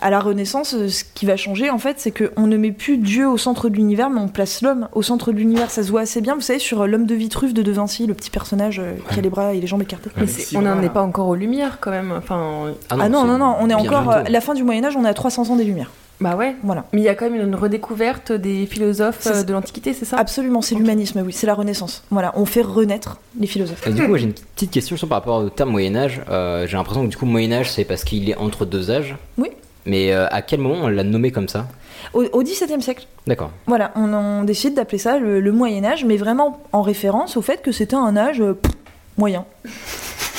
G: à la Renaissance, euh, ce qui va changer, en fait, c'est qu'on ne met plus Dieu au centre de l'univers, mais on place l'homme au centre de l'univers. Ça se voit assez bien, vous savez, sur euh, l'homme de Vitruve de De Vinci, le petit personnage euh, qui a les bras et les jambes écartés.
I: Mais c'est-
H: si,
I: on n'en
H: voilà.
I: est pas encore aux lumières quand même. Enfin,
G: Ah non,
A: c'est
G: non, non, on est
A: bien
G: encore... euh,
A: bientôt.
G: la fin du Moyen Âge, on est à 300 ans des Lumières.
I: bah ouais.
G: Voilà.
I: Mais il y a quand même une redécouverte des philosophes
G: C'est- Ah,
I: euh, de l'Antiquité, c'est ça
G: Absolument, c'est l'humanisme, oui, c'est la Renaissance. Voilà, on fait renaître les philosophes.
A: Et du coup, moi, j'ai une petite question je sens, par rapport au terme Moyen Âge. Euh, j'ai l'impression que du coup, Moyen Âge, c'est parce qu'il est entre deux âges.
G: Oui.
A: Mais euh, à quel moment on l'a nommé comme ça
G: Au, au XVIIe siècle,
A: D'accord.
G: voilà, on, on décide d'appeler ça le, le Moyen Âge, mais vraiment en référence au fait que c'était un âge euh, pff, moyen.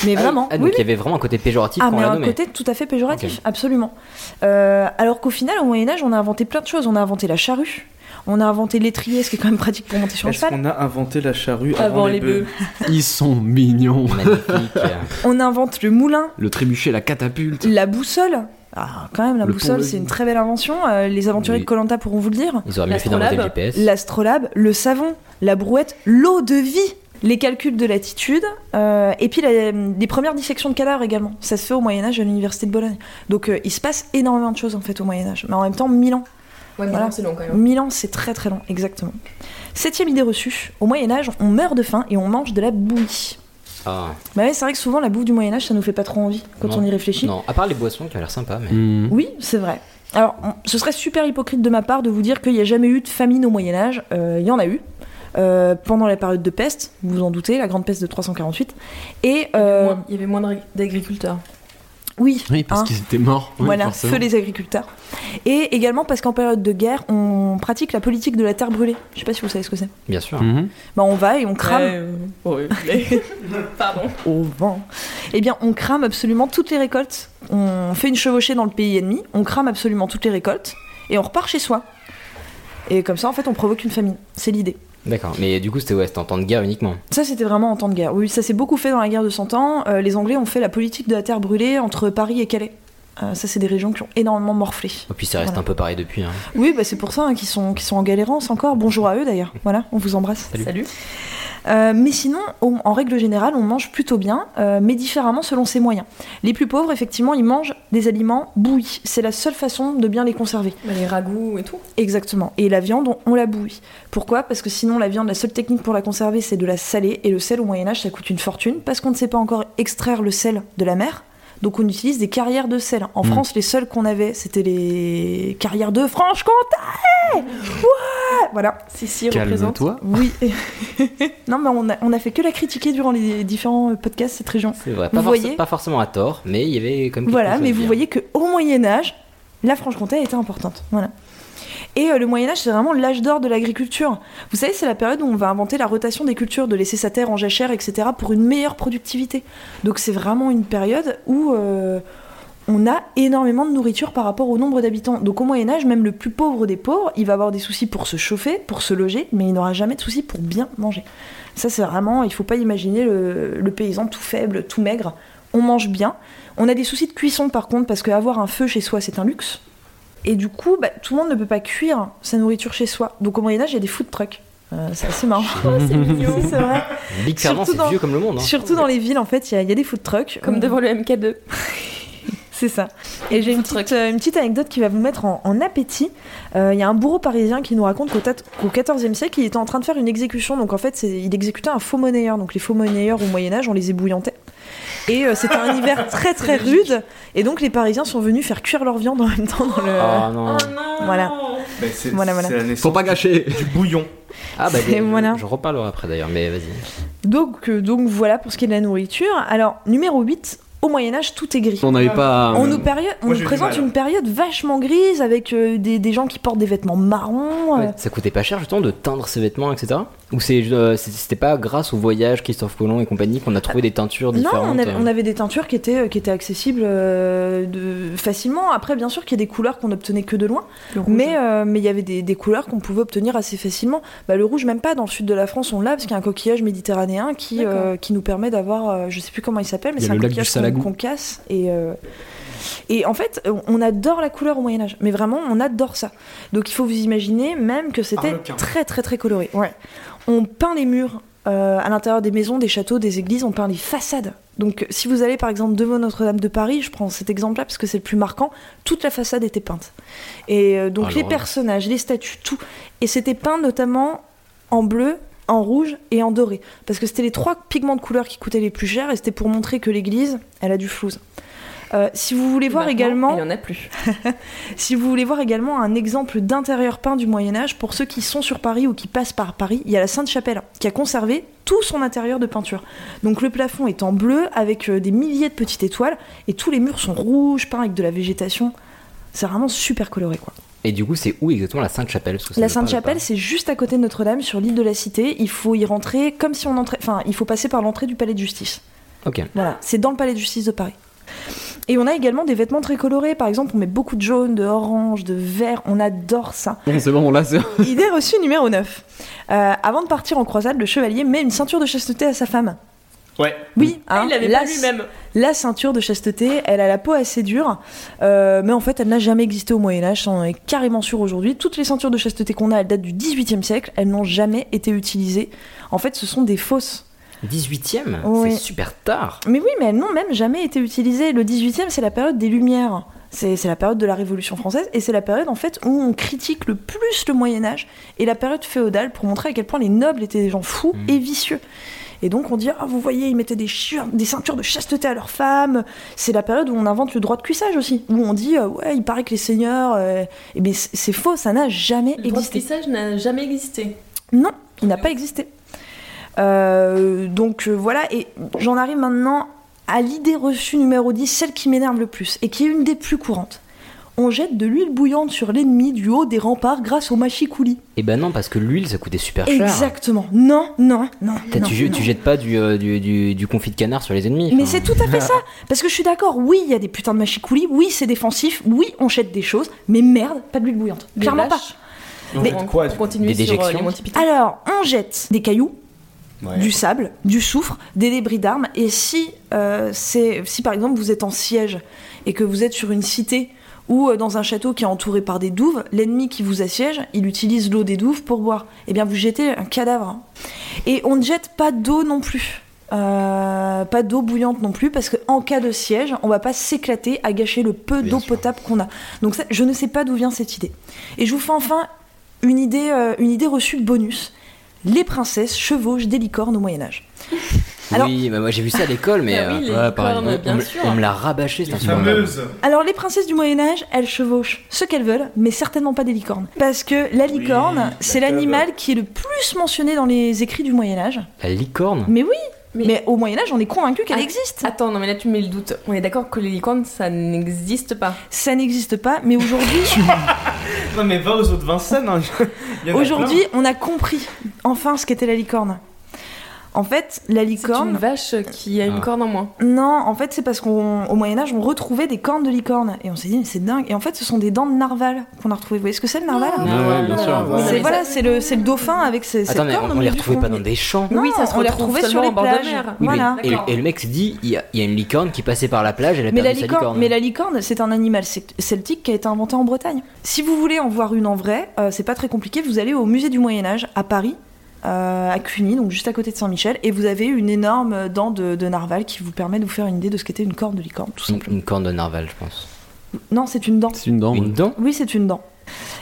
G: Mais vraiment,
A: Ah, donc
G: oui,
A: il y
G: oui.
A: avait vraiment un côté péjoratif
G: Ah,
A: quand on
G: mais
A: l'a
G: un
A: nommé.
G: côté tout à fait péjoratif, absolument. Euh, alors qu'au final, au Moyen Âge, on a inventé plein de choses. On a inventé la charrue, on a inventé l'étrier, ce qui est quand même pratique pour monter sur un
H: Est-ce
G: cheval.
H: qu'on a inventé la charrue avant, les bœufs
B: Ils sont mignons.
A: Magnifique.
G: On invente le moulin,
B: Le trébuchet, la catapulte.
G: la boussole. Ah, quand même, la
B: Le
G: boussole,
B: pont-levis.
G: c'est une très belle invention. Euh, les aventuriers
A: Oui.
G: de Colanta pourront vous le dire.
A: Ils auraient mieux fait d'inventer le GPS.
G: l'astrolabe, le savon, la brouette, l'eau de vie, les calculs de latitude, euh, et puis la- les premières dissections de cadavres également. Ça se fait au Moyen Âge à l'université de Bologne. Donc euh, il se passe énormément de choses en fait au Moyen Âge, mais en même temps mille ans.
I: Ouais, mais
G: Voilà.
I: non, c'est long quand même.
G: Milan, c'est très très long, exactement. Septième idée reçue. Au Moyen-Âge, on meurt de faim et on mange de la bouillie.
A: Ah,
G: Bah ouais, c'est vrai que souvent, la bouffe du Moyen-Âge, ça nous fait pas trop envie quand
A: Non.
G: on y réfléchit.
A: non, à part les boissons qui ont l'air sympa, mais.
B: Mmh.
G: Oui, c'est vrai. Alors, on- ce serait super hypocrite de ma part de vous dire qu'il n'y a jamais eu de famine au Moyen Âge. Euh, Il y en a eu. Euh, pendant la période de peste, vous vous en doutez, la grande peste de 348. Et euh,
I: Moins- Il y avait moins d'agri- d'agriculteurs.
G: oui,
B: Oui, parce
G: hein,
B: qu'ils étaient morts. Oui,
G: voilà,
B: forcément.
G: feu les agriculteurs. Et également parce qu'en période de guerre, on pratique la politique de la terre brûlée. Je sais pas si vous savez ce que c'est.
A: Bien sûr.
B: Mhm.
G: Bah, on va et on crame.
I: euh, Pardon.
G: au vent, eh bien on crame absolument toutes les récoltes. On fait une chevauchée dans le pays ennemi, on crame absolument toutes les récoltes et on repart chez soi. Et comme ça, en fait, on provoque une famine. C'est l'idée.
A: D'accord. Mais du coup, c'était ouais, c'était en temps de guerre uniquement.
G: Ça, c'était vraiment en temps de guerre. Oui, ça s'est beaucoup fait dans la guerre de Cent Ans. Euh, les Anglais ont fait la politique de la terre brûlée entre Paris et Calais. Euh, ça, c'est des régions qui ont énormément morflé.
A: Et puis, ça reste
G: Voilà.
A: un peu pareil depuis. hein.
G: Oui, bah, c'est pour ça hein, qu'ils sont, qu'ils sont en galérance encore. Bonjour à eux d'ailleurs. Voilà, on vous embrasse.
I: Salut.
G: Euh, mais sinon, on- en règle générale, on mange plutôt bien, euh, mais différemment selon ses moyens. Les plus pauvres, effectivement, ils mangent des aliments bouillis. C'est la seule façon de bien les conserver.
I: Bah, les ragoûts et tout.
G: Exactement. Et la viande, on, on la bouillit. Pourquoi Parce que sinon, la viande, la seule technique pour la conserver, c'est de la saler. Et le sel, au Moyen-Âge, ça coûte une fortune parce qu'on ne sait pas encore extraire le sel de la mer. Donc, on utilise des carrières de sel. En France, les seules qu'on avait, c'était les carrières de Franche-Comté Ouais Voilà.
I: Sissi représente.
B: Calme-toi.
G: Oui. non, mais on a, on a fait que la critiquer durant les différents podcasts cette région.
A: C'est vrai. Pas,
G: Vous
A: forc-
G: voyez
A: pas forcément à tort, mais il y avait comme.
G: Voilà, mais vous voyez que au Moyen Âge, la Franche-Comté était importante. Voilà. Et euh, le Moyen Âge, c'est vraiment l'âge d'or de l'agriculture. Vous savez, c'est la période où on va inventer la rotation des cultures, de laisser sa terre en jachère, etc., pour une meilleure productivité. Donc c'est vraiment une période où euh, on a énormément de nourriture par rapport au nombre d'habitants. Donc au Moyen Âge, même le plus pauvre des pauvres, il va avoir des soucis pour se chauffer, pour se loger, mais il n'aura jamais de soucis pour bien manger. Ça, c'est vraiment, il faut pas imaginer le, le paysan tout faible, tout maigre. On mange bien. On a des soucis de cuisson par contre, parce qu'avoir un feu chez soi, c'est un luxe. Et du coup, bah, tout le monde ne peut pas cuire sa nourriture chez soi. Donc au Moyen-Âge, il y a des food trucks. Euh, c'est assez marrant.
I: Oh,
G: c'est mignon, c'est vrai.
A: Big Fernand,
G: surtout
A: c'est
G: dans-
A: vieux comme le monde. hein.
G: Surtout dans les villes, en fait, il y, a- il y a des food trucks. Euh,
I: Comme
G: devant
I: devant le MK2.
G: c'est ça. Et j'ai une, petite, euh, une petite anecdote qui va vous mettre en, en appétit. Euh, Il y a un bourreau parisien qui nous raconte qu'au tat- qu'au XIVe siècle, il était en train de faire une exécution. Donc en fait, c'est- il exécutait un faux monnayeur. Donc les faux monnayeurs au Moyen-Âge, on les ébouillantait. Et euh, c'était un hiver très très rude. Et donc les Parisiens sont venus faire cuire leur viande en même temps dans le.
A: Ah non.
I: non
G: Voilà.
H: Bah, c'est
G: Voilà, voilà.
H: c'est la naissance
B: Faut pas gâcher.
H: du bouillon.
A: Ah bah,
G: C'est-
A: je-
G: voilà.
A: je reparlerai après d'ailleurs, mais vas-y.
G: Donc, euh, donc voilà pour ce qui est de la nourriture. Alors, numéro 8, au Moyen-Âge, tout est gris.
B: On n'avait pas. euh,
G: On nous, période- on nous
H: Moi, j'ai eu du
G: présente
H: mal.
G: une période vachement grise avec euh, des, des gens qui portent des vêtements marrons. euh,
A: Ouais, Ça coûtait pas cher justement de teindre ses vêtements, etc. Ou c'est, euh, c'est- c'était pas grâce au voyage Christophe Colomb et compagnie qu'on a trouvé des teintures
G: Ah. Non,
A: différentes
G: on avait,
A: euh.
G: on avait des teintures qui étaient, qui étaient accessibles euh, de, facilement. Après, bien sûr qu'il y a des couleurs qu'on obtenait que de loin, mais euh, mais il y avait des, des couleurs qu'on pouvait obtenir assez facilement. Bah, le rouge, même pas, dans le sud de la France, on l'a parce qu'il y a un coquillage méditerranéen qui,
I: D'accord.
G: euh, qui nous permet d'avoir, euh, je sais plus comment il s'appelle, mais
B: Il y a
G: c'est un
B: le lac du
G: coquillage qu'on
B: Salagou.
G: qu'on casse. Et, euh, et en fait, on- on adore la couleur au Moyen-Âge, mais vraiment, on adore ça. Donc il faut vous imaginer même que c'était
H: Arlequin.
G: très très très coloré. Ouais. On peint les murs euh, à l'intérieur des maisons, des châteaux, des églises, on peint les façades. Donc si vous allez par exemple devant Notre-Dame de Paris, je prends cet exemple-là parce que c'est le plus marquant, toute la façade était peinte. Et euh, donc
A: Ah,
G: les
A: l'horreur.
G: personnages, les statues, tout. Et c'était peint notamment en bleu, en rouge et en doré. Parce que c'était les trois pigments de couleur qui coûtaient les plus cher et c'était pour montrer que l'église, elle a du flouze. Euh, si vous voulez
I: Bah,
G: voir également...
I: Il y en a plus.
G: Si vous voulez voir également un exemple d'intérieur peint du Moyen Âge, pour ceux qui sont sur Paris ou qui passent par Paris, il y a la Sainte-Chapelle qui a conservé tout son intérieur de peinture. Donc le plafond est en bleu avec euh, des milliers de petites étoiles et tous les murs sont rouges peints avec de la végétation. C'est vraiment super coloré quoi.
A: Et du coup, c'est où exactement la Sainte-Chapelle parce que ça
G: La
A: me parle
G: Sainte-Chapelle,
A: pas.
G: c'est juste à côté de Notre-Dame, sur l'île de la Cité. Il faut y rentrer comme si on entrait. Enfin, il faut passer par l'entrée du palais de justice.
A: Ok.
G: Voilà, c'est dans le palais de justice de Paris. Et on a également des vêtements très colorés. Par exemple, on met beaucoup de jaune, de orange, de vert. On adore ça.
B: Bon, c'est bon, là, c'est.
G: Idée reçue numéro 9. avant de partir en croisade, le chevalier met une ceinture de chasteté à sa femme.
H: Ouais.
G: Oui, hein,
I: Ah, il l'avait
G: la,
I: pas lui-même.
G: la ceinture de chasteté, elle a la peau assez dure, euh, mais en fait, elle n'a jamais existé au Moyen-Âge, on en est carrément sûr aujourd'hui. Toutes les ceintures de chasteté qu'on a, elles datent du 18e siècle, elles n'ont jamais été utilisées. En fait, ce sont des fausses.
A: 18ème
G: Ouais.
A: C'est super tard
G: Mais oui, mais elles n'ont même jamais été utilisées. Le 18e, c'est la période des Lumières. C'est c'est la période de la Révolution française et c'est la période en fait où on critique le plus le Moyen Âge et la période féodale pour montrer à quel point les nobles étaient des gens fous et vicieux. Et donc on dit ah vous voyez ils mettaient des, chiures- des ceintures de chasteté à leurs femmes. C'est la période où on invente le droit de cuissage aussi où on dit euh, ouais il paraît que les seigneurs euh, eh ben, c'est c'est faux ça n'a jamais
I: Le droit de
G: existé.
I: tissage n'a jamais existé.
G: Non, il n'a pas existé. Euh, donc euh, voilà, et j'en arrive maintenant à l'idée reçue numéro 10, celle qui m'énerve le plus, et qui est une des plus courantes. On jette de l'huile bouillante sur l'ennemi du haut des remparts grâce au machicoulis.
A: Et ben non, parce que l'huile ça coûtait super cher.
G: Exactement. Non, non, non.
A: T'as-
G: non,
A: tu,
G: non.
A: tu jettes pas du, euh, du, du- du confit de canard sur les ennemis.
G: Mais
A: enfin.
G: c'est tout à fait ça Parce que je suis d'accord, oui, il y a des putains de machicoulis, oui, c'est défensif, oui, on jette des choses, mais merde, pas de l'huile bouillante.
I: Des
G: Clairement pas.
I: lâches.
G: Mais-
I: On-
H: Donc, quoi,
I: on
H: du coup
I: continue
A: Des
I: sur euh,
A: déjections.
I: les Monty Python.
G: Alors, on jette des cailloux, du sable, du soufre, des débris d'armes. Et si, euh, c'est- si par exemple vous êtes en siège et que vous êtes sur une cité ou euh, dans un château qui est entouré par des douves, l'ennemi qui vous assiège, il utilise l'eau des douves pour boire. Eh bien, vous jetez un cadavre. hein. Et on ne jette pas d'eau non plus. Euh, pas d'eau bouillante non plus parce qu'en cas de siège, on va pas s'éclater à gâcher le peu
C: Bien
G: d'eau
C: sûr.
G: potable qu'on a. Donc ça, je ne sais pas d'où vient cette idée. Et je vous fais enfin une idée, euh, une idée reçue bonus. Les princesses chevauchent des licornes au Moyen Âge. Alors-
A: Oui, bah, moi j'ai vu ça à l'école, mais
I: Ah oui,
A: euh,
I: les
A: ouais, pareil,
I: licornes,
A: on- on
I: bien
A: me-
I: sûr.
A: on me l'a rabâché, c'est
H: Les
A: insupportable.
H: fameuses.
G: Alors les princesses du Moyen Âge, elles chevauchent ce qu'elles veulent, mais certainement pas des licornes. Parce que la licorne,
H: la
G: c'est
H: teub.
G: l'animal qui est le plus mentionné dans les écrits du Moyen Âge.
A: La licorne
G: Mais oui,
I: Mais-
G: mais, au Moyen Âge, on est convaincu qu'elle
I: Ah,
G: existe.
I: Attends, non mais là tu mets le doute. On est d'accord que les licornes ça n'existe pas.
G: Ça n'existe pas, mais aujourd'hui,
H: Non, mais va aux autres Vincennes. hein. Il y en a plein.
G: aujourd'hui, on a compris enfin ce qu'était la licorne. En fait, la
I: C'est une
G: licorne,
I: vache qui a une
A: Ah.
I: corne en moins.
G: Non, en fait, c'est parce qu'au Moyen-Âge, on retrouvait des cornes de licorne. Et on s'est dit, mais c'est dingue. Et en fait, ce sont des dents de narval qu'on a retrouvées. Vous voyez ce que c'est le narval
I: Ah,
B: Ouais, ouais, bien sûr.
H: Ouais.
G: C'est
I: mais
G: voilà,
I: ça-
G: c'est le, c'est le dauphin avec ses, ses
A: Attends, mais
G: cornes.
A: on,
G: au
A: on les
G: milieu du
A: retrouvait
G: front.
A: pas dans des champs.
G: Non,
I: Oui, ça se
G: on les
I: retrouve
G: retrouvait sur
I: seulement
G: les
I: en bord de
G: plages.
I: mer. Oui,
A: Oui, mais-
G: Voilà.
A: et,
I: D'accord.
A: et le mec se dit, il y, a il y a une licorne qui passait par la plage, elle a
G: Mais la,
A: perdu sa
G: licorne,
A: licorne.
G: mais la licorne, c'est un animal celt- celtique qui a été inventé en Bretagne. Si vous voulez en voir une en vrai, euh, c'est pas très compliqué. Vous allez au musée du Moyen Âge à Paris, euh, à Cluny, donc juste à côté de Saint-Michel, et vous avez une énorme euh, dent de, de narval qui vous permet de vous faire une idée de ce qu'était une corne de licorne, tout
A: Une,
G: simplement.
A: une corne de narval, je pense.
G: Non, c'est une dent.
B: C'est une dent.
A: Une dent
G: Oui, c'est une dent.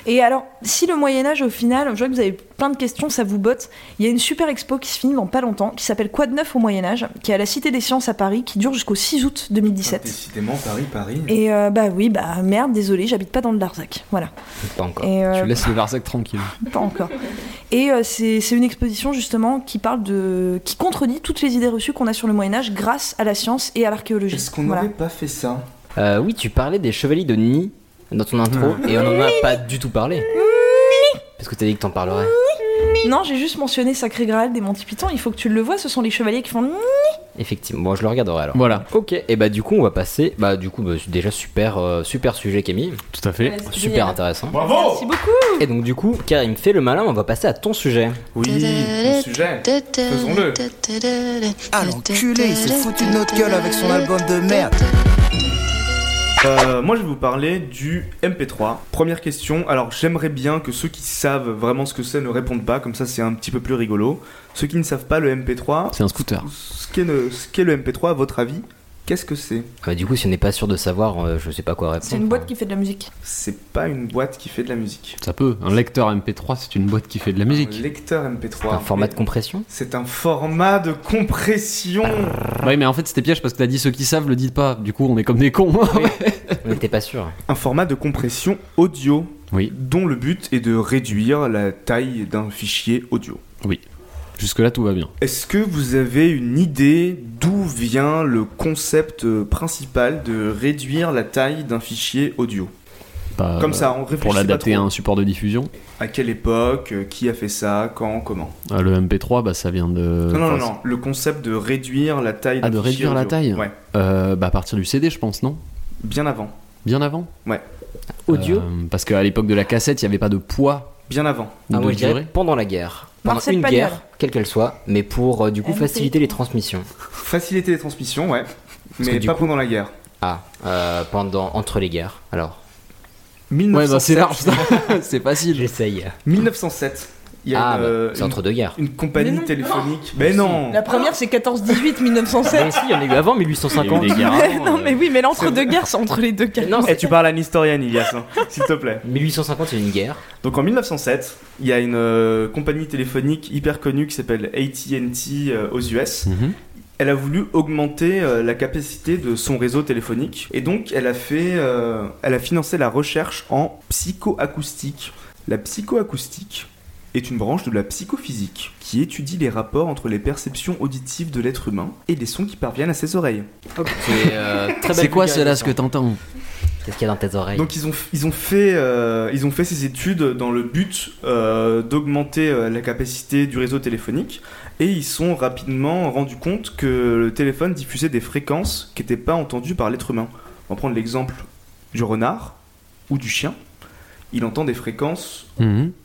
G: Et alors, si le Moyen Âge, au final, je vois que vous avez plein de questions, ça vous botte, il y a une super expo qui se finit dans pas longtemps, qui s'appelle Quoi de neuf au Moyen Âge, qui est à la Cité des Sciences à Paris, qui dure jusqu'au 6 août 2017.
H: Décidément, Paris, Paris.
G: Et euh, bah oui, bah merde, désolé, j'habite pas dans le Larzac. Voilà,
A: Pas encore.
G: et euh,
B: Tu laisses le Varsac tranquille.
G: pas encore. Et euh, c'est c'est une exposition justement qui parle de, qui contredit toutes les idées reçues qu'on a sur le Moyen Âge grâce à la science et à l'archéologie.
H: Est-ce qu'on
G: Voilà.
H: n'aurait pas fait ça
A: Euh, oui, tu parlais des chevaliers de Nid dans ton intro, et on en a pas du tout parlé. Parce que t'as dit que t'en parlerais.
G: Non, j'ai juste mentionné Sacré Graal des Monty Python. Il faut que tu le vois, ce sont les chevaliers qui font. mmh,
A: Effectivement, bon, je le regarderai alors.
B: Voilà,
A: Ok, et bah du coup on va passer, bah du coup bah, déjà super euh, super sujet Camille,
B: tout à fait.
I: Ouais, c'est
A: super
I: génial.
A: intéressant.
G: Merci beaucoup.
A: Et donc du coup Karim fait le malin, on va passer à ton sujet.
H: Oui, le sujet. Faisons-le.
K: Ah l'enculé, il s'est foutu de notre gueule avec son album de merde.
H: Euh, moi, je vais vous parler du MP3. Première question. Alors, j'aimerais bien que ceux qui savent vraiment ce que c'est ne répondent pas, comme ça, c'est un petit peu plus rigolo. Ceux qui ne savent pas le MP3,
B: C'est un scooter.
H: ce qu'est le, ce qu'est le MP3, à votre avis, qu'est-ce que c'est
A: Bah du coup si on n'est pas sûr de savoir, euh, je sais pas quoi répondre.
G: C'est une boîte qui fait de la musique.
H: C'est pas une boîte qui fait de la musique.
B: Ça peut. Un lecteur MP3, c'est une boîte qui fait de la
H: Un
B: musique.
H: lecteur MP3.
A: un format
H: Mais
A: de compression.
H: C'est un format de compression.
B: Ah Oui, mais en fait, c'était piège parce que t'as dit ceux qui savent le dites pas. Du coup, on est comme des cons.
A: On n'était pas sûr.
H: Un format de compression audio.
B: Oui.
H: Dont le but est de réduire la taille d'un fichier audio.
B: Jusque-là, tout va bien.
H: Est-ce que vous avez une idée d'où vient le concept euh, principal de réduire la taille d'un fichier audio
B: Bah,
H: Comme ça, on
B: Pour
H: réfléchit pas
B: l'adapter à
H: trop.
B: un support de diffusion.
H: À quelle époque euh, Qui a fait ça Quand Comment
B: Ah, le MP3, bah, ça vient de.
H: Non, non, non,
B: enfin,
H: non, Le concept de réduire la taille.
B: Ah,
H: d'un
B: de
H: fichier
B: réduire la
H: audio.
B: taille
H: Ouais.
B: Euh, bah, à partir du CD, je pense, non
H: Bien avant.
B: Bien avant
A: Audio.
B: Euh, Parce qu'à l'époque de la cassette, il n'y avait pas de poids
H: Bien avant.
B: ou
A: ah,
B: de
A: moi je dirais
B: durée.
A: pendant la guerre. Pendant
G: Marcel
A: une
G: Pagnol.
A: guerre, quelle qu'elle soit, mais pour euh, du coup
G: MP3.
A: faciliter les transmissions.
H: Faciliter les transmissions, ouais.
B: que
H: Mais
B: du
H: pas
B: coup-
H: pendant la guerre.
A: Ah, euh, pendant entre les guerres. Alors,
H: 1907,
B: Ouais, bah c'est large ça. c'est facile.
A: j'essaye.
H: 1907. il y a
A: Ah,
H: une,
A: bah,
H: euh,
A: c'est
H: une-
A: entre deux guerres.
H: une compagnie
G: Mais non.
H: téléphonique. Mais non
G: La première, c'est 14-18 1907.
A: si, il y en a eu avant 1850.
H: Il y a eu des guerres avant,
G: Ah non, mais oui, mais l'entre-deux-guerres, c'est entre les deux guerres.
H: Non, et Eh, tu parles à une historienne, Ilias, hein, s'il te plaît.
A: euh. 1850, il y a une guerre.
H: Donc en 1907, il y a une euh, compagnie téléphonique hyper connue qui s'appelle ATT euh, aux US.
B: Mhm.
H: Elle a voulu augmenter euh, la capacité de son réseau téléphonique et donc elle a fait, euh, elle a financé la recherche en psychoacoustique. La psychoacoustique est une branche de la psychophysique qui étudie les rapports entre les perceptions auditives de l'être humain et les sons qui parviennent à ses oreilles.
A: C'est euh, très
B: C'est
A: belle
B: quoi cela ce que
A: vulgarisation.
B: t'entends
A: Qu'est-ce qu'il y a dans tes oreilles
H: Donc ils ont, ils ont fait, euh, ils ont fait ces études dans le but euh, d'augmenter euh, la capacité du réseau téléphonique et ils sont rapidement rendus compte que le téléphone diffusait des fréquences qui n'étaient pas entendues par l'être humain. On va prendre l'exemple du renard ou du chien. Il entend des fréquences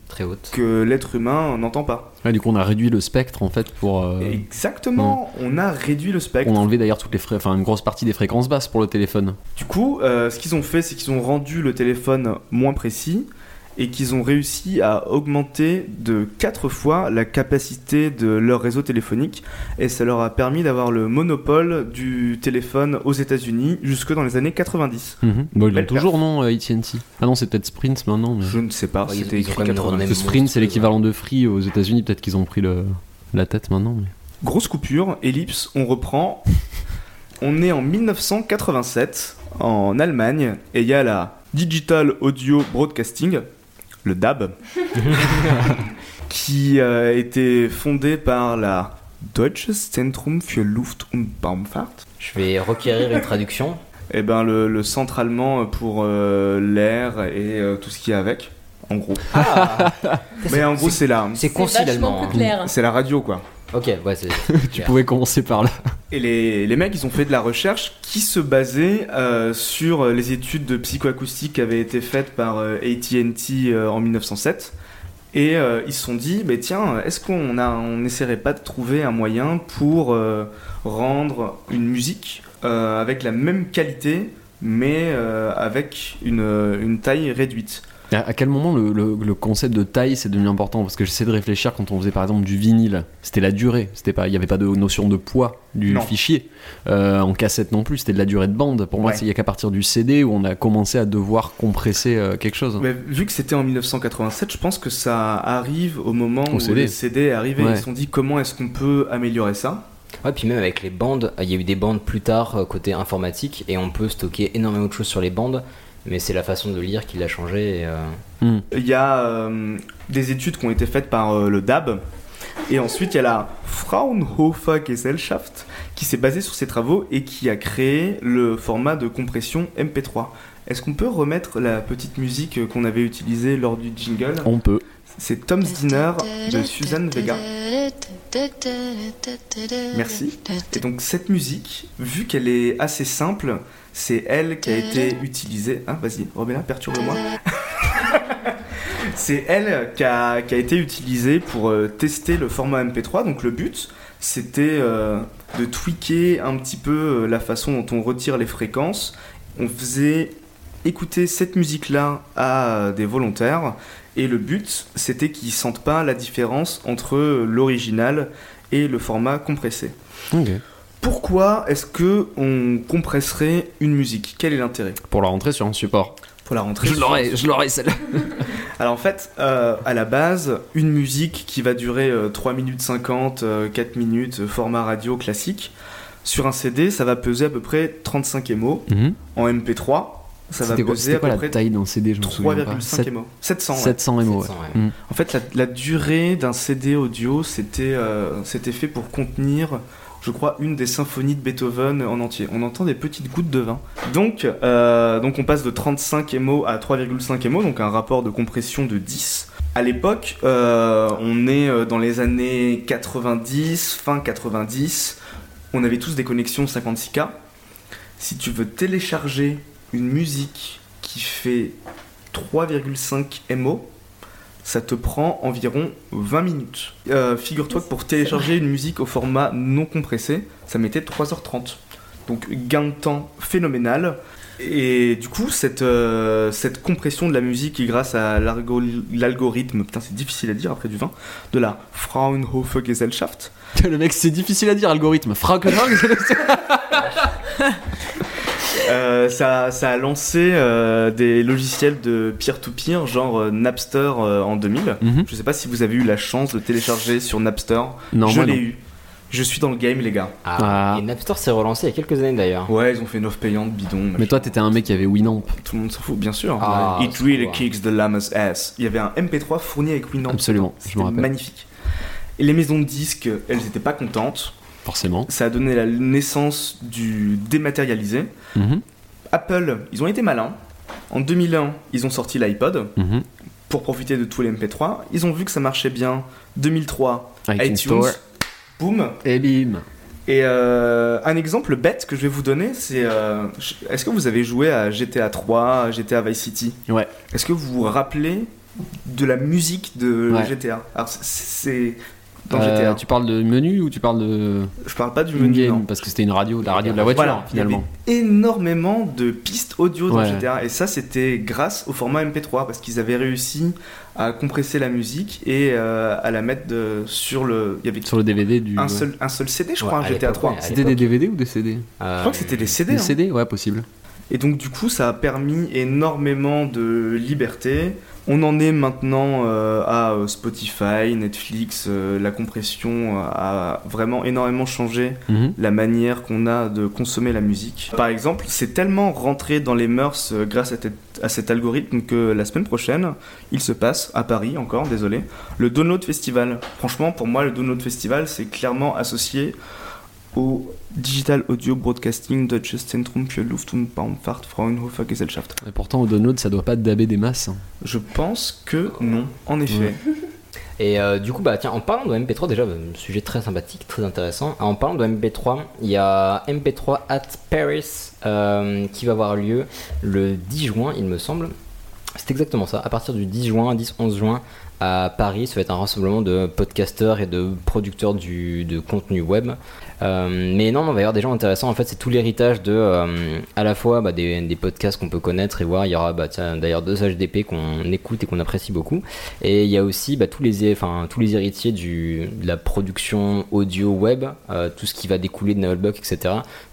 A: Très haute.
H: que l'être humain n'entend pas.
B: Ouais, du coup, on a réduit le spectre en fait pour. euh,
H: Exactement, on a réduit le spectre.
B: On a enlevé d'ailleurs toutes les fré- enfin une grosse partie des fréquences basses pour le téléphone.
H: Du coup, euh, ce qu'ils ont fait, c'est qu'ils ont rendu le téléphone moins précis et qu'ils ont réussi à augmenter de 4 fois la capacité de leur réseau téléphonique et ça leur a permis d'avoir le monopole du téléphone aux États-Unis jusque dans les années 90.
B: Bon, ils l'ont
H: Mhm. Belle
B: toujours, non, euh, ATT Ah non, c'est peut-être Sprint maintenant. Mais...
H: Je ne sais pas,
A: Ils-
H: c'était
A: ils ont
H: écrit
A: quand même une
H: 90.
A: renommée
B: Parce que Sprint, c'est l'équivalent de Free aux États-Unis. Peut-être qu'ils ont pris le... la tête maintenant. mais-
H: Grosse coupure, ellipse, on reprend. On est en 1987 en Allemagne et il y a la Digital Audio Broadcasting, le DAB, qui euh, a été fondée par la Deutsches Zentrum für Luft- und Raumfahrt.
A: Je vais requérir une traduction.
H: Et ben le, le centre allemand pour euh, l'air et euh, tout ce qui est avec, en gros. Ah, Mais en gros c'est là.
A: C'est concis l'allemand. hein.
I: clair.
L: Mm.
H: C'est la radio quoi.
A: Ok, ouais, c'est.
B: Tu pouvais commencer par là.
H: Et les, les mecs, ils ont fait de la recherche qui se basait euh, sur les études de psychoacoustique qui avaient été faites par euh, ATT euh, en 1907. Et euh, ils se sont dit, bah, tiens, est-ce qu'on a- on n'essaierait pas de trouver un moyen pour euh, rendre une musique euh, avec la même qualité, mais euh, avec une, euh, une taille réduite
B: À, à quel moment le, le- le concept de taille c'est devenu important Parce que j'essaie de réfléchir quand on faisait par exemple du vinyle, c'était la durée, c'était pas, il n'y avait pas de notion de poids du
H: Non.
B: fichier. Euh, en cassette non plus, c'était de la durée de bande. Pour moi,
H: Ouais.
B: c'est- il n'y a qu'à partir du CD où on a commencé à devoir compresser euh, quelque chose.
H: Mais vu que c'était en 1987, je pense que ça arrive au moment
B: Au
H: où
B: CD.
H: les CD est arrivé.
B: Ouais.
H: Ils se sont dit, comment est-ce qu'on peut améliorer ça
A: Ouais, puis même avec les bandes, il y a eu des bandes plus tard euh, côté informatique et on peut stocker énormément de choses sur les bandes, mais c'est la façon de lire qui l'a changé. et, euh,
H: Il y a euh, des études qui ont été faites par euh, le DAB. Et ensuite, il y a la Fraunhofer Gesellschaft qui s'est basée sur ces travaux et qui a créé le format de compression MP3. Est-ce qu'on peut remettre la petite musique euh, qu'on avait utilisée lors du jingle
B: On peut.
H: C'est Tom's Dinner de Suzanne Vega. Merci. Et donc cette musique, vu qu'elle est assez simple, c'est elle qui a été utilisée. Ah, vas-y, remets-la, perturbe-moi. c'est elle qui a, qui a été utilisée pour euh, tester le format MP3. Donc le but, c'était euh, de tweaker un petit peu euh, la façon dont on retire les fréquences. On faisait écouter cette musique-là à euh, des volontaires. Et le but, c'était qu'ils sentent pas la différence entre euh, l'original et le format compressé. Pourquoi est-ce que on compresserait une musique Quel est l'intérêt
B: Pour la rentrer sur un support.
H: Pour la rentrée sur-
B: je l'aurais celle-là.
H: Alors en fait, euh, à la base, une musique qui va durer euh, 3 minutes 50, euh, 4 minutes, euh, format radio classique, sur un CD, ça va peser à peu près 35 MO.
B: Mhm.
H: En MP3, ça va
B: C'était quoi,
H: peser
B: c'était
H: à
B: quoi
H: peu
B: la
H: près
B: taille d'un CD Je me souviens pas.
H: 3,5
B: Sept-
H: MO. 700, ouais.
B: 700 MO. ouais.
A: 700, ouais.
B: Mm.
H: En fait, la, la durée d'un CD audio, c'était euh, c'était fait pour contenir, je crois, une des symphonies de Beethoven en entier. On entend des petites gouttes de vin. Donc, euh, donc on passe de 35 MO à 3,5 MO, donc un rapport de compression de 10. À l'époque, euh, on est euh, dans les années 90, fin 90. On avait tous des connexions 56K. Si tu veux télécharger une musique qui fait 3,5 MO, ça te prend environ 20 minutes. Euh, Figure-toi que pour télécharger une musique au format non compressé, ça mettait 3h30. Donc gain de temps phénoménal. Et du coup, cette, euh, cette compression de la musique est grâce à l'argo- l'algorithme, putain, c'est difficile à dire après du vin, de la Fraunhofer Gesellschaft.
B: Le mec, c'est difficile à dire, algorithme. Fraunhofer Gesellschaft.
H: Euh, ça, ça a lancé euh, des logiciels de peer-to-peer, genre euh, Napster euh, en 2000.
B: Mhm.
H: Je sais pas si vous avez eu la chance de télécharger sur Napster.
B: Non,
H: je
B: moi,
H: l'ai
B: non.
H: eu. Je suis dans le game, les gars.
A: Ah, Et Napster s'est relancé il y a quelques années d'ailleurs.
H: Ouais, ils ont fait une offre payante bidon.
B: Mais toi, t'étais un mec qui avait Winamp.
H: Tout le monde s'en fout, bien sûr.
B: Ah,
H: It
B: c'est
H: really
B: cool.
H: kicks the llama's ass. Il y avait un MP3 fourni avec Winamp.
B: Absolument, je me
H: C'était
B: rappelle.
H: Magnifique. Et les maisons de disques, elles étaient pas contentes.
B: Forcément.
H: Ça a donné la naissance du dématérialisé.
B: Mhm.
H: Apple, ils ont été malins. En 2001, ils ont sorti l'iPod
B: Mhm.
H: pour profiter de tous les MP3. Ils ont vu que ça marchait bien. 2003,
B: iTunes
H: iTunes,
B: Store.
H: boum.
B: Et bim.
H: Et euh, un exemple bête que je vais vous donner, c'est euh, je- est-ce que vous avez joué à GTA 3, GTA Vice City
B: Ouais.
H: Est-ce que vous vous rappelez de la musique de
B: Ouais.
H: GTA Alors c'est- c'est dans
B: Euh,
H: GTA.
B: Tu parles de menu ou tu parles de.
H: Je parle pas du
B: In-game,
H: menu. non.
B: parce que c'était une radio, la radio de la voiture
H: Voilà, il y avait
B: finalement.
H: énormément de pistes audio dans
B: Ouais.
H: GTA et ça c'était grâce au format MP3 parce qu'ils avaient réussi à compresser la musique et euh, à la mettre de- sur le il y avait
B: Sur le DVD du.
H: un
B: ouais.
H: seul un seul CD je
A: Ouais,
H: crois
A: à
H: un GTA
A: l'époque,
H: 3
A: ouais, à
B: C'était des
A: l'époque.
B: DVD ou des CD
H: je crois que c'était des CD
B: Des
H: hein.
B: CD, ouais, possible.
H: et donc du coup ça a permis énormément de liberté on en est maintenant euh, à euh, Spotify Netflix euh, la compression a vraiment énormément changé
B: Mhm.
H: la manière qu'on a de consommer la musique. Par exemple, c'est tellement rentré dans les mœurs euh, grâce à, tête- à cet algorithme que la semaine prochaine, il se passe à Paris encore, désolé, le Download Festival. Franchement, pour moi, le Download Festival, c'est clairement associé au Digital Audio Broadcasting Deutsches Zentrum für Luft- und Raumfahrt Fraunhofer Gesellschaft.
B: Et pourtant, au download, ça doit pas daber des masses. hein.
H: Je pense que non, en effet.
A: Et euh, du coup, bah tiens, en parlant de MP3, déjà, bah, sujet très sympathique, très intéressant. Ah, En parlant de MP3, il y a MP3 at Paris euh, qui va avoir lieu le 10 juin, il me semble. C'est exactement ça. À partir du 10 juin, 10-11 juin, à Paris, ça va être un rassemblement de podcasteurs et de producteurs du, de contenu web. Euh, mais non, non, il va y avoir des gens intéressants. En fait, c'est tout l'héritage de, euh, à la fois bah, des, des podcasts qu'on peut connaître et voir. Il y aura bah, tiens, d'ailleurs deux HDP qu'on écoute et qu'on apprécie beaucoup. Et il y a aussi bah, tous, les, enfin, tous les héritiers du, de la production audio web, euh, tout ce qui va découler de Navelbuck, etc.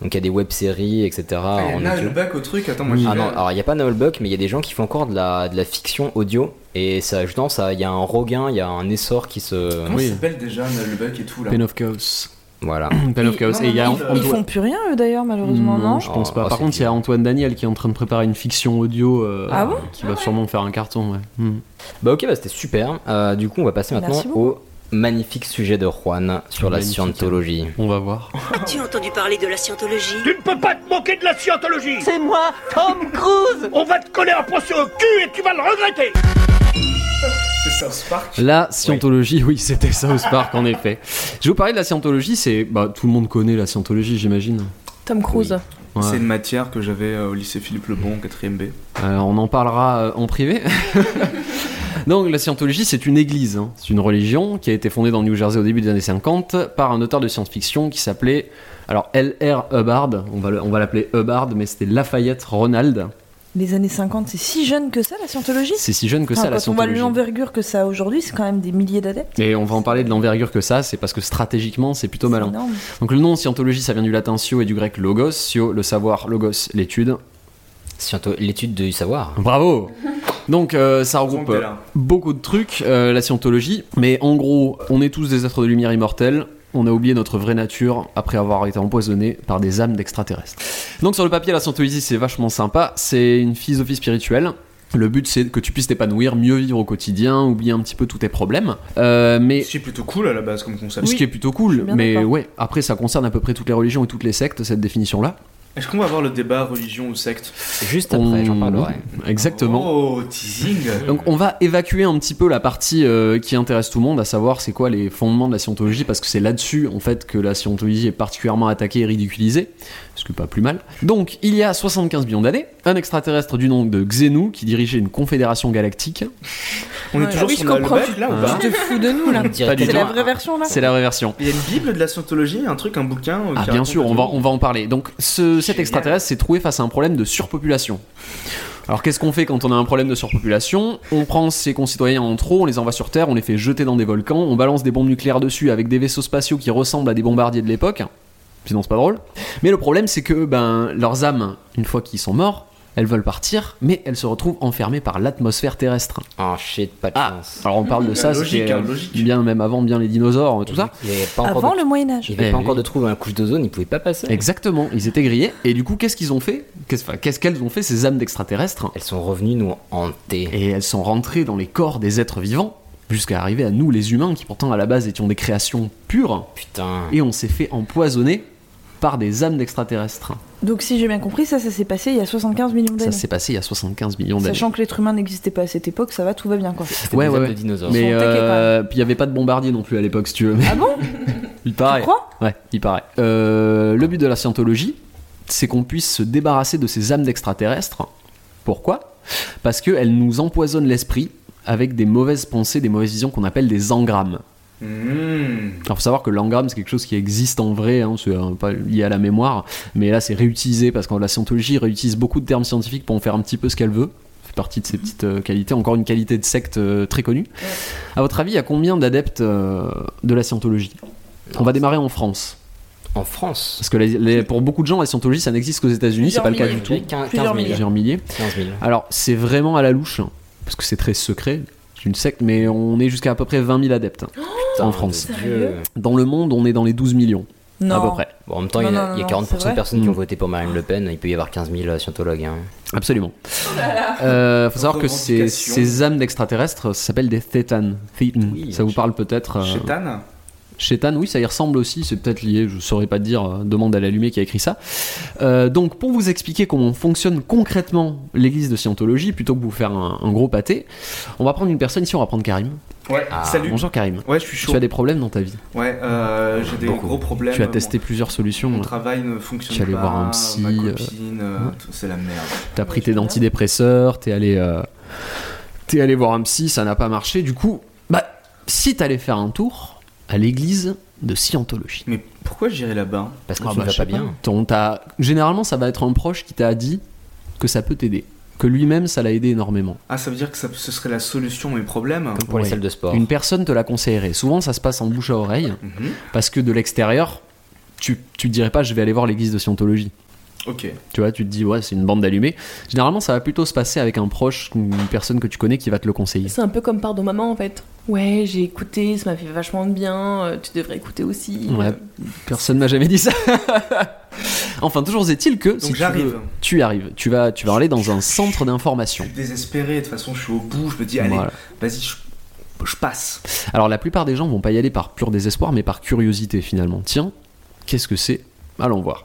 A: Donc il y a des web-séries, etc. Ah,
H: Ah,
A: en audio.
H: bac au truc, attends,
A: Ah non, alors il n'y a pas Noel Buck, mais il y a des gens qui font encore de la, de la fiction audio. Et ça, justement, ça, il y a un regain, il y a un essor qui se.
B: Oui.
H: s'appelle déjà le bac et tout
B: Pen of Chaos.
A: Voilà.
B: Pen of Chaos.
G: non,
B: Et il y a
G: non, ils, ils
B: Antoine-
G: font plus rien eux d'ailleurs malheureusement non,
B: je pense
A: Oh,
B: pas.
A: oh,
B: Par
A: c'est
B: contre, il y a Antoine Daniel qui est en train de préparer une fiction audio euh,
G: Ah bon
B: qui va sûrement faire un carton. Ouais. Hmm.
A: Bah ok, bah, c'était super. Euh, du coup, on va passer maintenant
G: Merci beaucoup.
A: au magnifique sujet de Juan sur la
B: Magnifique.
A: scientologie.
B: On va voir.
M: As-tu entendu parler de la scientologie
L: Tu ne peux pas te moquer de la scientologie
M: C'est moi, Tom Cruise
L: On va te coller un poing sur le cul et tu vas le regretter
H: C'est ça, Spark.
B: La scientologie, oui, c'était South Park en effet. Je vais vous parler de la scientologie. C'est bah, tout le monde connaît la scientologie, j'imagine.
I: Tom Cruise.
B: Ouais.
H: C'est une matière que j'avais euh, au lycée Philippe Lebon, 4ème B.
B: Euh, on en parlera euh, en privé. Donc la scientologie, c'est une église, hein. c'est une religion qui a été fondée dans le New Jersey au début des années 50 par un auteur de science-fiction qui s'appelait alors L.R. Hubbard, on va le- on va l'appeler Hubbard, mais c'était Lafayette Ronald.
G: Les années 50, c'est si jeune que ça la scientologie
B: C'est si jeune que
G: Enfin,
B: ça la
G: Ah, Quand on voit
B: scientologie.
G: l'envergure que ça a aujourd'hui, c'est quand même des milliers d'adeptes.
B: Et on va en parler de l'envergure que ça, c'est parce que stratégiquement, c'est plutôt
G: C'est
B: malin.
G: énorme.
B: Donc le nom scientologie, ça vient du latin scio et du grec logos, scio le savoir, logos l'étude.
A: Sciento- L'étude du savoir.
B: Bravo Donc euh, ça
H: Heureusement
B: regroupe
H: que t'es là.
B: beaucoup de trucs, euh, la scientologie, mais en gros, on est tous des êtres de lumière immortels. On a oublié notre vraie nature après avoir été empoisonné par des âmes d'extraterrestres. Donc sur le papier, la scientologie, c'est vachement sympa. C'est une philosophie spirituelle. Le but, c'est que tu puisses t'épanouir, mieux vivre au quotidien, oublier un petit peu tous tes problèmes. Euh, mais
H: Ce qui est plutôt cool à la base comme concept.
B: ce qui est plutôt cool.
G: bien
B: Mais
G: d'accord.
B: ouais, après, ça concerne à peu près toutes les religions et toutes les sectes, cette définition-là.
H: Est-ce qu'on va avoir le débat religion ou secte
A: Juste après,
B: On-
A: j'en parlerai.
B: Exactement.
H: Oh, teasing
B: Donc on va évacuer un petit peu la partie euh, qui intéresse tout le monde, à savoir c'est quoi les fondements de la scientologie, parce que c'est là-dessus en fait que la scientologie est particulièrement attaquée et ridiculisée, ce que pas plus mal. Donc il y a 75 millions d'années, un extraterrestre du nom de Xenu qui dirigeait une confédération galactique
H: On est
G: Ouais.
H: toujours
G: Ah oui,
H: sur
G: je
H: le-
G: comprends.
H: le bac, là ou
G: Tu
H: pas
G: te fous de nous, là.
H: Pas
G: C'est
H: du
G: la
H: tout.
G: vraie version, là
B: C'est la vraie version.
H: Il y a une bible de la scientologie, un truc, un bouquin. euh,
B: Ah,
H: qui
B: bien
H: raconte
B: sûr,
H: la
B: on va,
H: théorie.
B: on va en parler. Donc, ce, cet extraterrestre s'est trouvé face à un problème de surpopulation. Alors, qu'est-ce qu'on fait quand on a un problème de surpopulation On prend ses concitoyens en trop, on les envoie sur Terre, on les fait jeter dans des volcans, on balance des bombes nucléaires dessus avec des vaisseaux spatiaux qui ressemblent à des bombardiers de l'époque. Sinon, c'est pas drôle. Mais le problème, c'est que ben, leurs âmes, une fois qu'ils sont morts, elles veulent partir, mais elles se retrouvent enfermées par l'atmosphère terrestre.
A: Ah, shit, pas de chance.
B: Alors, on parle de ça,
A: Logique,
B: c'était
A: hein,
B: euh, bien même avant, bien les dinosaures, tout ça.
A: Il y avait pas encore de- Il n'y avait
B: Eh
A: pas
B: oui.
A: encore de trou dans la couche d'ozone, ils pouvaient pas passer.
B: Exactement, ils étaient grillés. Et du coup, qu'est-ce qu'ils ont fait Qu'est-ce enfin, qu'est-ce qu'elles ont fait, ces âmes d'extraterrestres
A: Elles sont revenues nous hanter.
B: Et elles sont rentrées dans les corps des êtres vivants, jusqu'à arriver à nous, les humains, qui pourtant à la base étions des créations pures.
A: Putain.
B: Et on s'est fait empoisonner par des âmes d'extraterrestres.
G: Donc, si j'ai bien compris, ça, ça s'est passé il y a 75 millions
B: Ça
G: d'années.
B: s'est passé il y a 75 millions d'années.
G: Ben Sachant que l'être humain n'existait pas à cette époque, ça va, tout va bien, quoi.
B: Ouais, ouais, ouais.
G: Ils
B: Mais
G: sont taqués, quand même.
B: euh, puis il n'y avait pas de bombardier non plus à l'époque, si tu veux.
G: Ah bon
B: Il paraît.
G: crois
B: ouais, il paraît. Euh, le but de la scientologie, c'est qu'on puisse se débarrasser de ces âmes d'extraterrestres. Pourquoi Parce qu'elles nous empoisonnent l'esprit avec des mauvaises pensées, des mauvaises visions qu'on appelle des engrammes.
H: Mmh.
B: Alors faut savoir que l'engramme c'est quelque chose qui existe en vrai, hein, c'est euh, pas lié à la mémoire, mais là c'est réutilisé parce que la scientologie réutilise beaucoup de termes scientifiques pour en faire un petit peu ce qu'elle veut. Ça fait partie de ses petites euh, qualités, encore une qualité de secte euh, très connue. À votre avis, il y a combien d'adeptes euh, de la scientologie On va démarrer en France.
A: En France
B: Parce que les- les- pour beaucoup de gens, la scientologie ça n'existe qu'aux États-Unis, c'est pas le cas du tout.
A: Plusieurs milliers.
B: Plusieurs milliers.
A: 15 000.
B: Alors, c'est vraiment à la louche, hein, parce que c'est très secret, c'est une secte, mais on est jusqu'à à peu près 20 000 adeptes hein, en France.
A: Dieu.
B: Dans le monde, on est dans les 12 millions. À peu près.
A: Bon, en même temps,
B: Non,
A: il y en
B: non,
A: a, il y a
B: non,
A: 40%
B: c'est Ah. vrai.
A: de personnes qui ont voté pour Marine Le Pen. Il peut y avoir 15 000 scientologues. hein.
B: Absolument. Euh, faut savoir que ces,
A: Revendication.
B: ces âmes d'extraterrestres s'appellent des thétanes. Thétan. ça vous parle peut-être euh,
H: Chétane
B: Chétane, oui, ça y ressemble aussi, c'est peut-être lié, je saurais pas te dire, euh, demande à l'allumé qui a écrit ça. Euh, donc, pour vous expliquer comment fonctionne concrètement l'église de Scientologie, plutôt que vous faire un, un gros pâté, on va prendre une personne ici, on va prendre Karim.
H: Ouais, salut.
B: Ah, Bonjour Karim.
H: Ouais, je suis chaud.
B: Tu as des problèmes dans ta vie
H: Ouais, euh, j'ai des gros problèmes.
B: Tu as testé plusieurs solutions. euh,
H: Mon
B: là.
H: travail ne fonctionne
B: Tu es allé
H: pas,
B: voir un psy.
H: ma
B: euh,
H: copine, euh, tout- c'est la merde.
B: T'as pris tes antidépresseurs, t'es allé, euh, t'es allé voir un psy, ça n'a pas marché. Du coup, bah, si t'allais faire un tour à l'église de Scientologie.
H: Mais pourquoi j'irais là-bas
A: Parce
B: Ah,
A: que tu
B: bah,
A: ne vas bah, pas bien.
B: Généralement, ça va être un proche qui t'a dit que ça peut t'aider, que lui-même ça l'a aidé énormément.
H: Ah, ça veut dire que ça- ce serait la solution à mes problèmes
B: Oui.
A: Bah.
B: Une personne te la conseillerait. Souvent, ça se passe en bouche à oreille,
H: Mhm.
B: parce que de l'extérieur, tu, tu te dirais pas, je vais aller voir l'église de Scientologie.
H: Ok.
B: Tu vois, tu te dis, ouais, c'est une bande d'allumés. Généralement, ça va plutôt se passer avec un proche, une personne que tu connais qui va te le conseiller.
I: C'est un peu comme Pardon Maman en fait. Ouais, j'ai écouté, ça m'a fait vachement de bien, euh, tu devrais écouter aussi.
B: Ouais, personne m'a jamais dit ça. enfin, toujours est-il que si tu
H: j'arrive.
B: veux- Tu, y arrives. Tu vas, tu vas aller dans un centre d'information.
H: Désespéré, de toute façon, je suis au bout, je me dis, allez,
B: Voilà.
H: vas-y, je, je passe.
B: Alors, la plupart des gens vont pas y aller par pur désespoir, mais par curiosité finalement. Tiens, qu'est-ce que c'est Allons voir.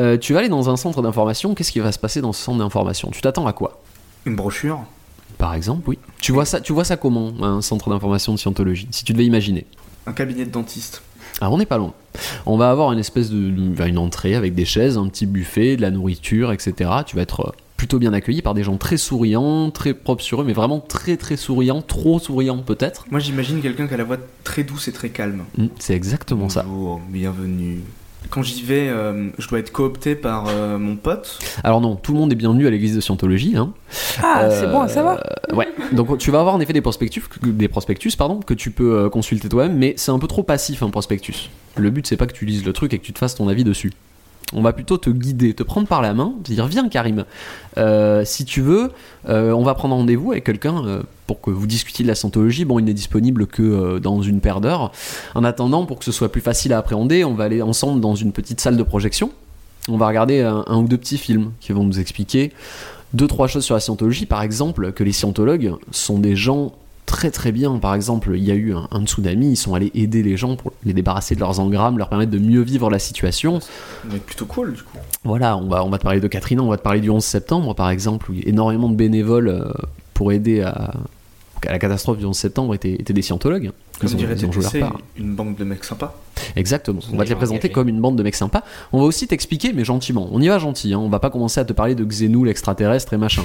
B: Euh, tu vas aller dans un centre d'information. Qu'est-ce qui va se passer dans ce centre d'information Tu t'attends à quoi
H: Une brochure
B: Par exemple, oui. Tu vois ça, tu vois ça comment un centre d'information de scientologie Si tu devais imaginer.
H: Un cabinet de dentiste.
B: Alors Ah, on n'est pas loin. On va avoir une espèce de, de- enfin, une entrée avec des chaises, un petit buffet, de la nourriture, etc. Tu vas être euh, plutôt bien accueilli par des gens très souriants, très propres sur eux, mais vraiment très très souriants, trop souriants peut-être.
H: Moi, j'imagine quelqu'un qui a la voix très douce et très calme.
B: Mm, C'est exactement ça.
H: Bonjour, bienvenue. Quand j'y vais, euh, je dois être coopté par euh, mon pote.
B: Alors non, tout le monde est bienvenu à l'église de Scientologie. hein.
G: Ah, c'est bon à savoir.
B: euh, Ouais. Donc tu vas avoir en effet des prospectus, des prospectus pardon, que tu peux euh, consulter toi-même, mais c'est un peu trop passif un prospectus. Le but c'est pas que tu lises le truc et que tu te fasses ton avis dessus. On va plutôt te guider, te prendre par la main, te dire viens Karim, euh, si tu veux, euh, on va prendre rendez-vous avec quelqu'un euh, pour que vous discutiez de la scientologie. Bon, il n'est disponible que euh, dans une paire d'heures. En attendant, pour que ce soit plus facile à appréhender, on va aller ensemble dans une petite salle de projection. On va regarder un, un ou deux petits films qui vont nous expliquer deux, trois choses sur la scientologie. Par exemple, que les scientologues sont des gens très très bien. Par exemple, il y a eu un, un tsunami, ils sont allés aider les gens pour les débarrasser de leurs engrammes, leur permettre de mieux vivre la situation.
H: Mais plutôt cool, du coup.
B: Voilà, on va, on va te parler de Katrina, on va te parler du 11 septembre par exemple, où énormément de bénévoles euh, pour aider à, à la catastrophe du 11 septembre étaient, étaient des scientologues.
H: Comme dirait
B: joué leur
H: TTC,
B: part.
H: une banque de mecs sympas.
B: Exactement, on va te
H: gens
B: les présenter
H: engagés.
B: comme une bande de mecs sympas. On va aussi t'expliquer, mais gentiment. On y va gentil, hein. on va pas commencer à te parler de Xenu, l'extraterrestre et machin.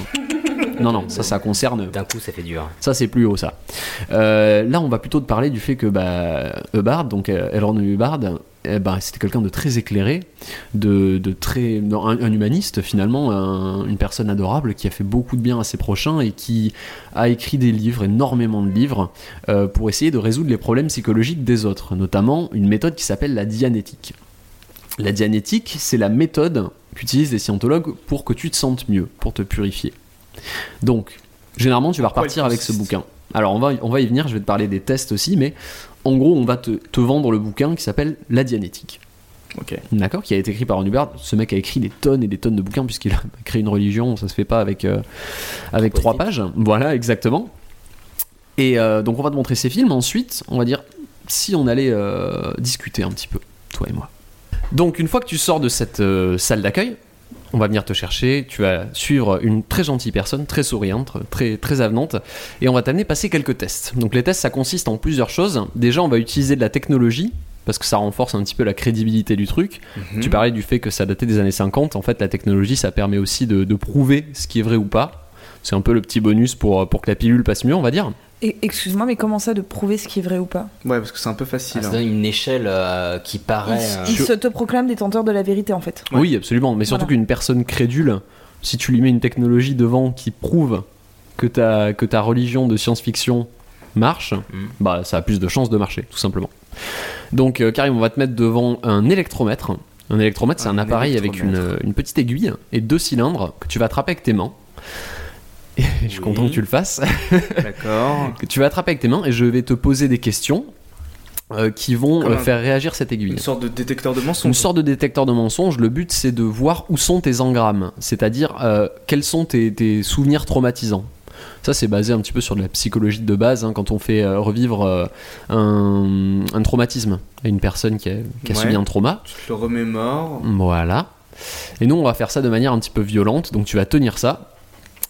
B: Non, non, ça, ça concerne.
A: D'un coup, ça fait dur.
B: Ça, c'est plus haut, ça. Euh, là, on va plutôt te parler du fait que bah, Hubbard, donc euh, Elron Hubbard, eh ben, c'était quelqu'un de très éclairé, de, de très non, un, un humaniste finalement, un- une personne adorable qui a fait beaucoup de bien à ses prochains et qui a écrit des livres, énormément de livres, euh, pour essayer de résoudre les problèmes psychologiques des autres, notamment une méthode qui s'appelle la dianétique. La dianétique, c'est la méthode qu'utilisent les scientologues pour que tu te sentes mieux, pour te purifier. Donc, généralement, tu vas repartir avec ce bouquin. Alors, on va, on va y venir, je vais te parler des tests aussi, mais en gros, on va te, te vendre le bouquin qui s'appelle La Dianétique. D'accord, qui a été écrit par Ron Hubbard. Ce mec a écrit des tonnes et des tonnes de bouquins puisqu'il a créé une religion, ça se fait pas avec, euh, avec trois pages. Voilà, exactement. Et euh, donc on va te montrer ces films. Ensuite, on va dire si on allait euh, discuter un petit peu, toi et moi. Donc une fois que tu sors de cette euh, salle d'accueil, on va venir te chercher, tu vas suivre une très gentille personne, très souriante, très, très avenante, et on va t'amener passer quelques tests. Donc les tests, ça consiste en plusieurs choses. Déjà, on va utiliser de la technologie, parce que ça renforce un petit peu la crédibilité du truc.
H: Mhm.
B: Tu parlais du fait que ça datait des années 50, en fait la technologie, ça permet aussi de, de prouver ce qui est vrai ou pas. C'est un peu le petit bonus pour, pour que la pilule passe mieux, on va dire.
G: Et- Excuse-moi, mais comment ça de prouver ce qui est vrai ou pas
H: Ouais, parce que c'est un peu facile.
B: Ah,
H: hein.
A: ça donne une échelle euh, qui
G: Ils
A: paraît. euh,
G: ils se te proclament détenteur de la vérité en fait.
B: Oui, absolument. Mais surtout
G: Voilà.
B: qu'une personne crédule, si tu lui mets une technologie devant qui prouve que ta, que ta religion de science-fiction marche, bah ça a plus de chances de marcher, tout simplement. Donc, euh, Karim, on va te mettre devant un électromètre. Un électromètre, c'est un, appareil avec une, euh, une petite aiguille et deux cylindres que tu vas attraper avec tes mains. Et je suis content que tu le fasses.
H: D'accord.
B: que tu vas attraper avec tes mains et je vais te poser des questions euh, qui vont
H: Comme
B: euh,
H: un-
B: faire réagir cette aiguille.
H: Une sorte de détecteur de
B: Une
H: mensonges.
B: sorte de détecteur de mensonges, le but c'est de voir où sont tes engrammes, c'est-à-dire euh, quels sont tes, tes souvenirs traumatisants. Ça c'est basé un petit peu sur de la psychologie de base, hein, quand on fait euh, revivre euh, un, un traumatisme à une personne qui a, qui a
H: Ouais.
B: subi un trauma.
H: Tu te le remémores.
B: Voilà. Et nous on va faire ça de manière un petit peu violente, donc tu vas tenir ça.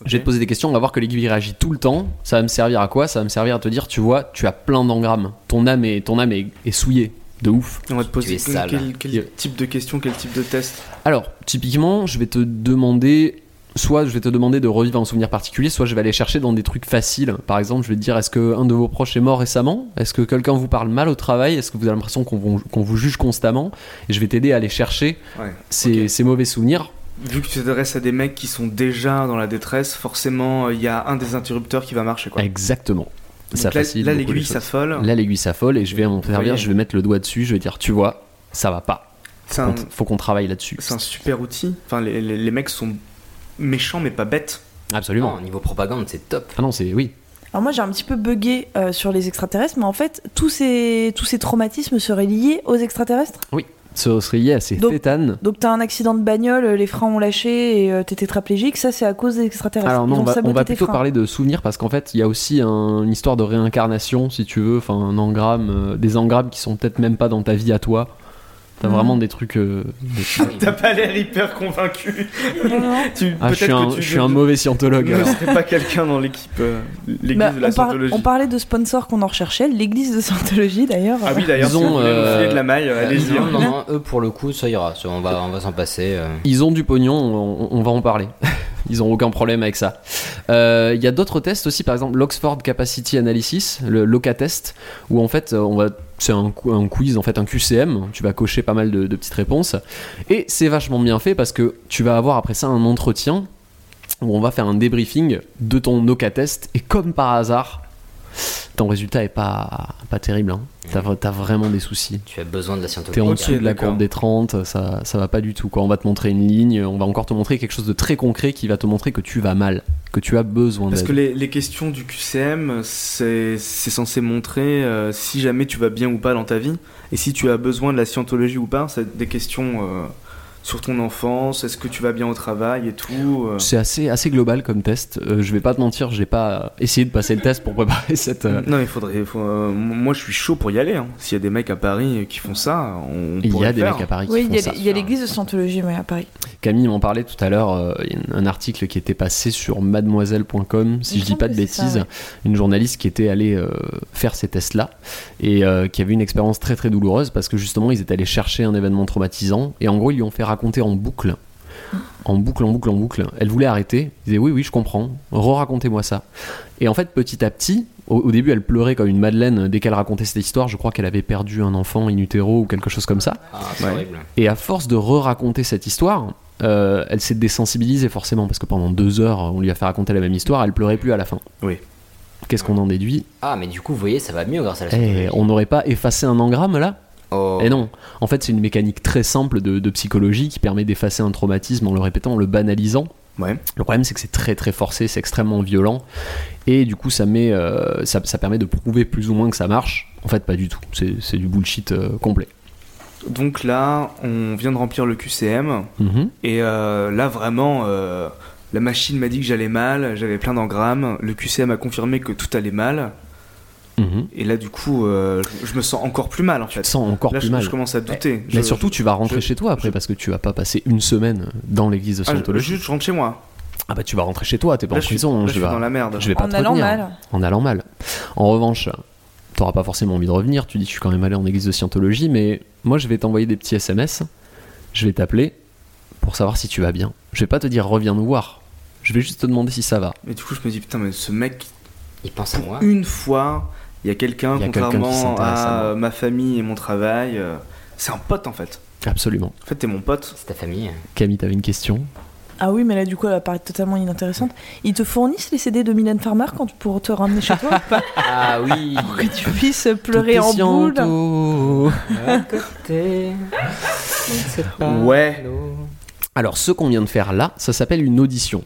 B: Je vais te poser des questions, on va voir que l'aiguille réagit tout le temps. Ça va me servir à quoi Ça va me servir à te dire, tu vois, tu as plein d'engrammes. Ton âme est, ton âme est, est souillée, de ouf.
H: On va te poser
B: sale.
H: quel, quel type de question, quel type de test
B: Alors, typiquement, je vais te demander. Soit je vais te demander de revivre un souvenir particulier, soit je vais aller chercher dans des trucs faciles. Par exemple, je vais te dire est-ce que un de vos proches est mort récemment Est-ce que quelqu'un vous parle mal au travail Est-ce que vous avez l'impression qu'on vous, qu'on vous juge constamment Et je vais t'aider à aller chercher
H: Ouais.
B: ces, ces mauvais souvenirs.
H: Vu que tu t'adresses à des mecs qui sont déjà dans la détresse, forcément, il y a un des interrupteurs qui va marcher. Quoi.
B: Exactement.
H: Donc
B: ça
H: là-
B: facilite
H: là,
B: beaucoup les
H: l'aiguille
B: choses.
H: s'affole.
B: Là, l'aiguille s'affole et je vais m'en servir,
H: voyez.
B: je vais mettre le doigt dessus, je vais dire tu vois, ça va pas.
H: C'est
B: Faut
H: un-
B: qu'on- faut qu'on travaille là-dessus.
H: C'est un super outil. Enfin, les, les- les mecs sont méchants mais pas bêtes.
B: Absolument.
A: Non, niveau propagande, c'est top.
B: Ah non, c'est oui.
G: Alors moi j'ai un petit peu bugué euh, sur les extraterrestres, mais en fait tous ces, tous ces traumatismes seraient liés aux extraterrestres.
B: Oui. Ce serait lié à ces
G: Donc-
B: tétanes.
G: Donc t'as un accident de bagnole, les freins ont lâché et euh, t'es tétraplégique, ça c'est à cause des extraterrestres.
B: Alors non,
G: Ils ont
B: on va, on
G: saboté
B: va
G: tes
B: plutôt
G: freins.
B: parler de souvenirs parce qu'en fait, il y a aussi un- une histoire de réincarnation, si tu veux, enfin un engramme, euh, des engrammes qui sont peut-être même pas dans ta vie à toi. T'as
G: Mm.
H: Mhm.
B: vraiment des trucs. euh, des-
H: T'as pas l'air hyper convaincu. tu,
B: Ah, je suis
H: peut-être
B: un,
H: que tu
B: je suis un mauvais scientologue.
H: ne
B: alors.
H: serais pas quelqu'un dans l'équipe, euh, l'église
G: Bah,
H: de la
G: on, par-
H: Scientologie.
G: on parlait de sponsors qu'on en recherchait, l'église de Scientologie d'ailleurs.
H: Ah oui, d'ailleurs,
B: Ils
H: si
B: ont,
H: vous voulez nous
B: euh,
H: filer de la maille,
A: Euh,
H: allez-y.
A: non,
H: hein.
A: non, non, eux pour le coup, ça ira. ça, on va, on va s'en passer. euh.
B: Ils ont du pognon, on, on va en parler. Ils ont aucun problème avec ça. Euh, Il y a d'autres tests aussi, par exemple l'Oxford Capacity Analysis, le LOCA test, où en fait euh, on va c'est un, cou- un quiz, en fait un QCM, tu vas cocher pas mal de, de petites réponses. Et c'est vachement bien fait parce que tu vas avoir après ça un entretien où on va faire un débriefing de ton LOCA test. Et comme par hasard, ton résultat est pas, pas terrible. Hein. T'as t'as vraiment des soucis.
A: Tu as besoin de la scientologie.
B: T'es en dessous
A: Ok,
B: de la
A: d'accord.
B: courbe des 30, ça, ça va pas du tout. Quoi. On va te montrer une ligne, on va encore te montrer quelque chose de très concret qui va te montrer que tu vas mal, que tu as besoin
H: Parce
B: d'aide.
H: que les, les questions du QCM, c'est c'est censé montrer euh, si jamais tu vas bien ou pas dans ta vie, et si tu as besoin de la scientologie ou pas. C'est des questions euh, sur ton enfance, est-ce que tu vas bien au travail et tout. euh.
B: C'est assez, assez global comme test. Euh, je vais pas te mentir, j'ai pas euh, essayé de passer le test pour préparer cette. euh,
H: Non, il faudrait. faut, euh, moi, je suis chaud pour y aller. hein. S'il y a des mecs à Paris qui font ça, on
B: Il y
H: pourrait
B: a
H: le
B: des
H: faire.
B: mecs à Paris qui
G: Oui, il y a
B: font ça.
G: les- il y a l'église de Scientologie ouais, à Paris.
B: Camille m'en parlait tout à l'heure, euh, il y a un article qui était passé sur mademoiselle.com, si je dis pas de
G: c'est ça,
B: bêtises,
G: ouais.
B: une journaliste qui était allée euh, faire ces tests-là et euh, qui avait une expérience très très douloureuse parce que justement ils étaient allés chercher un événement traumatisant et en gros ils lui ont fait raconter en boucle en boucle, en boucle, en boucle. Elle voulait arrêter. Elle disait oui, oui, je comprends. Re-racontez-moi ça. Et en fait, petit à petit, au, au début, elle pleurait comme une madeleine dès qu'elle racontait cette histoire. Je crois qu'elle avait perdu un enfant in utero ou quelque chose comme ça.
A: Ah, c'est horrible.
B: Et à force de re-raconter cette histoire, euh, elle s'est désensibilisée forcément parce que pendant deux heures, on lui a fait raconter la même histoire. Elle pleurait plus à la fin.
H: Oui.
B: Qu'est-ce qu'on en déduit
A: Ah, mais du coup, vous voyez, ça va mieux grâce à la
B: Eh,
A: scientologie.
B: on n'aurait pas effacé un engramme là
A: Oh.
B: Et non, en fait c'est une mécanique très simple de, de psychologie qui permet d'effacer un traumatisme en le répétant, en le banalisant. Le problème c'est que c'est très très forcé, c'est extrêmement violent et du coup ça, met, euh, ça, ça permet de prouver plus ou moins que ça marche. En fait pas du tout, c'est c'est du bullshit euh, complet.
H: Donc là, on vient de remplir le QCM.
B: Mhm.
H: Et euh, là, vraiment, euh, la machine m'a dit que j'allais mal, j'avais plein d'engrammes. Le QCM a confirmé que tout allait mal.
B: Mhm.
H: Et là, du coup, euh, je, je me sens encore plus mal en fait.
B: Sans encore
H: là,
B: plus
H: je,
B: mal.
H: je commence à douter.
B: Mais
H: Je-
B: surtout
H: je-
B: tu vas rentrer
H: je-
B: chez toi après parce que tu vas pas passer une semaine dans l'église de
H: Ah, je-
B: Scientologie.
H: juste, je rentre chez moi.
B: Ah bah tu vas rentrer chez toi, t'es pas
H: Là,
B: en
H: je suis-
B: prison,
H: là,
B: je,
H: je suis
B: vais-
H: dans la merde.
B: je vais pas hein.
H: En
B: te
H: allant
B: retenir.
H: mal.
B: En allant mal. En revanche, t'auras pas forcément envie de revenir, tu dis je suis quand même allé en église de Scientologie, mais moi je vais t'envoyer des petits SMS, je vais t'appeler pour savoir si tu vas bien. Je vais pas te dire reviens nous voir, je vais juste te demander si ça va.
H: Mais du coup, je me dis putain, mais ce mec,
A: il pense à moi.
H: Une fois, il y a quelqu'un,
B: Il y a quelqu'un qui
H: contrairement
B: s'intéresse à
H: à,
B: moi.
H: ma famille et mon travail. euh, c'est un pote en fait.
B: Absolument.
H: En fait, t'es mon pote.
A: C'est ta famille.
B: Camille, t'avais une question
G: Ah oui, mais là, du coup, elle va paraître totalement inintéressante. Ils te fournissent les CD de Mylène Farmer quand tu- pour te ramener chez toi
A: Ah oui.
G: Pour que tu puisses pleurer
A: Tout est
G: en boule.
B: sciento.
H: Ouais.
B: Alors, ce qu'on vient de faire là, ça s'appelle une audition.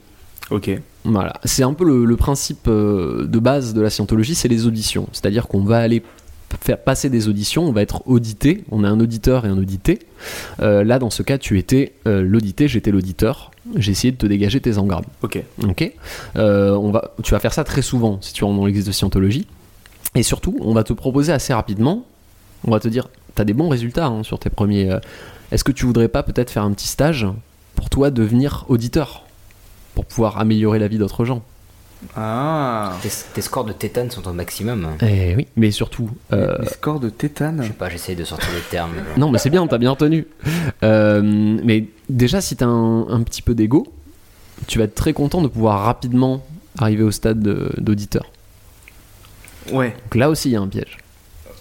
H: Ok.
B: Voilà, c'est un peu le, le principe euh, de base de la scientologie, c'est les auditions. C'est-à-dire qu'on va aller p- faire passer des auditions, on va être audité, on a un auditeur et un audité. Euh, là, dans ce cas, tu étais euh, l'audité, j'étais l'auditeur. J'ai essayé de te dégager tes engrammes.
H: Ok.
B: Ok. Euh, on va, tu vas faire ça très souvent si tu rentres dans l'église de scientologie. Et surtout, on va te proposer assez rapidement. On va te dire, t'as des bons résultats hein, sur tes premiers. euh, Est-ce que tu voudrais pas peut-être faire un petit stage pour toi devenir auditeur pour pouvoir améliorer la vie d'autres gens
H: Ah.
A: Tes, tes scores de tétane sont au maximum.
B: Eh oui, mais surtout. euh,
H: Les scores de tétane.
A: Je sais pas, j'essaye de sortir le terme.
B: Non, mais c'est bien, t'as bien retenu. Euh, mais déjà, si t'as un, un petit peu d'ego, tu vas être très content de pouvoir rapidement arriver au stade de- d'auditeur.
H: Ouais.
B: Donc là aussi, il y a un piège.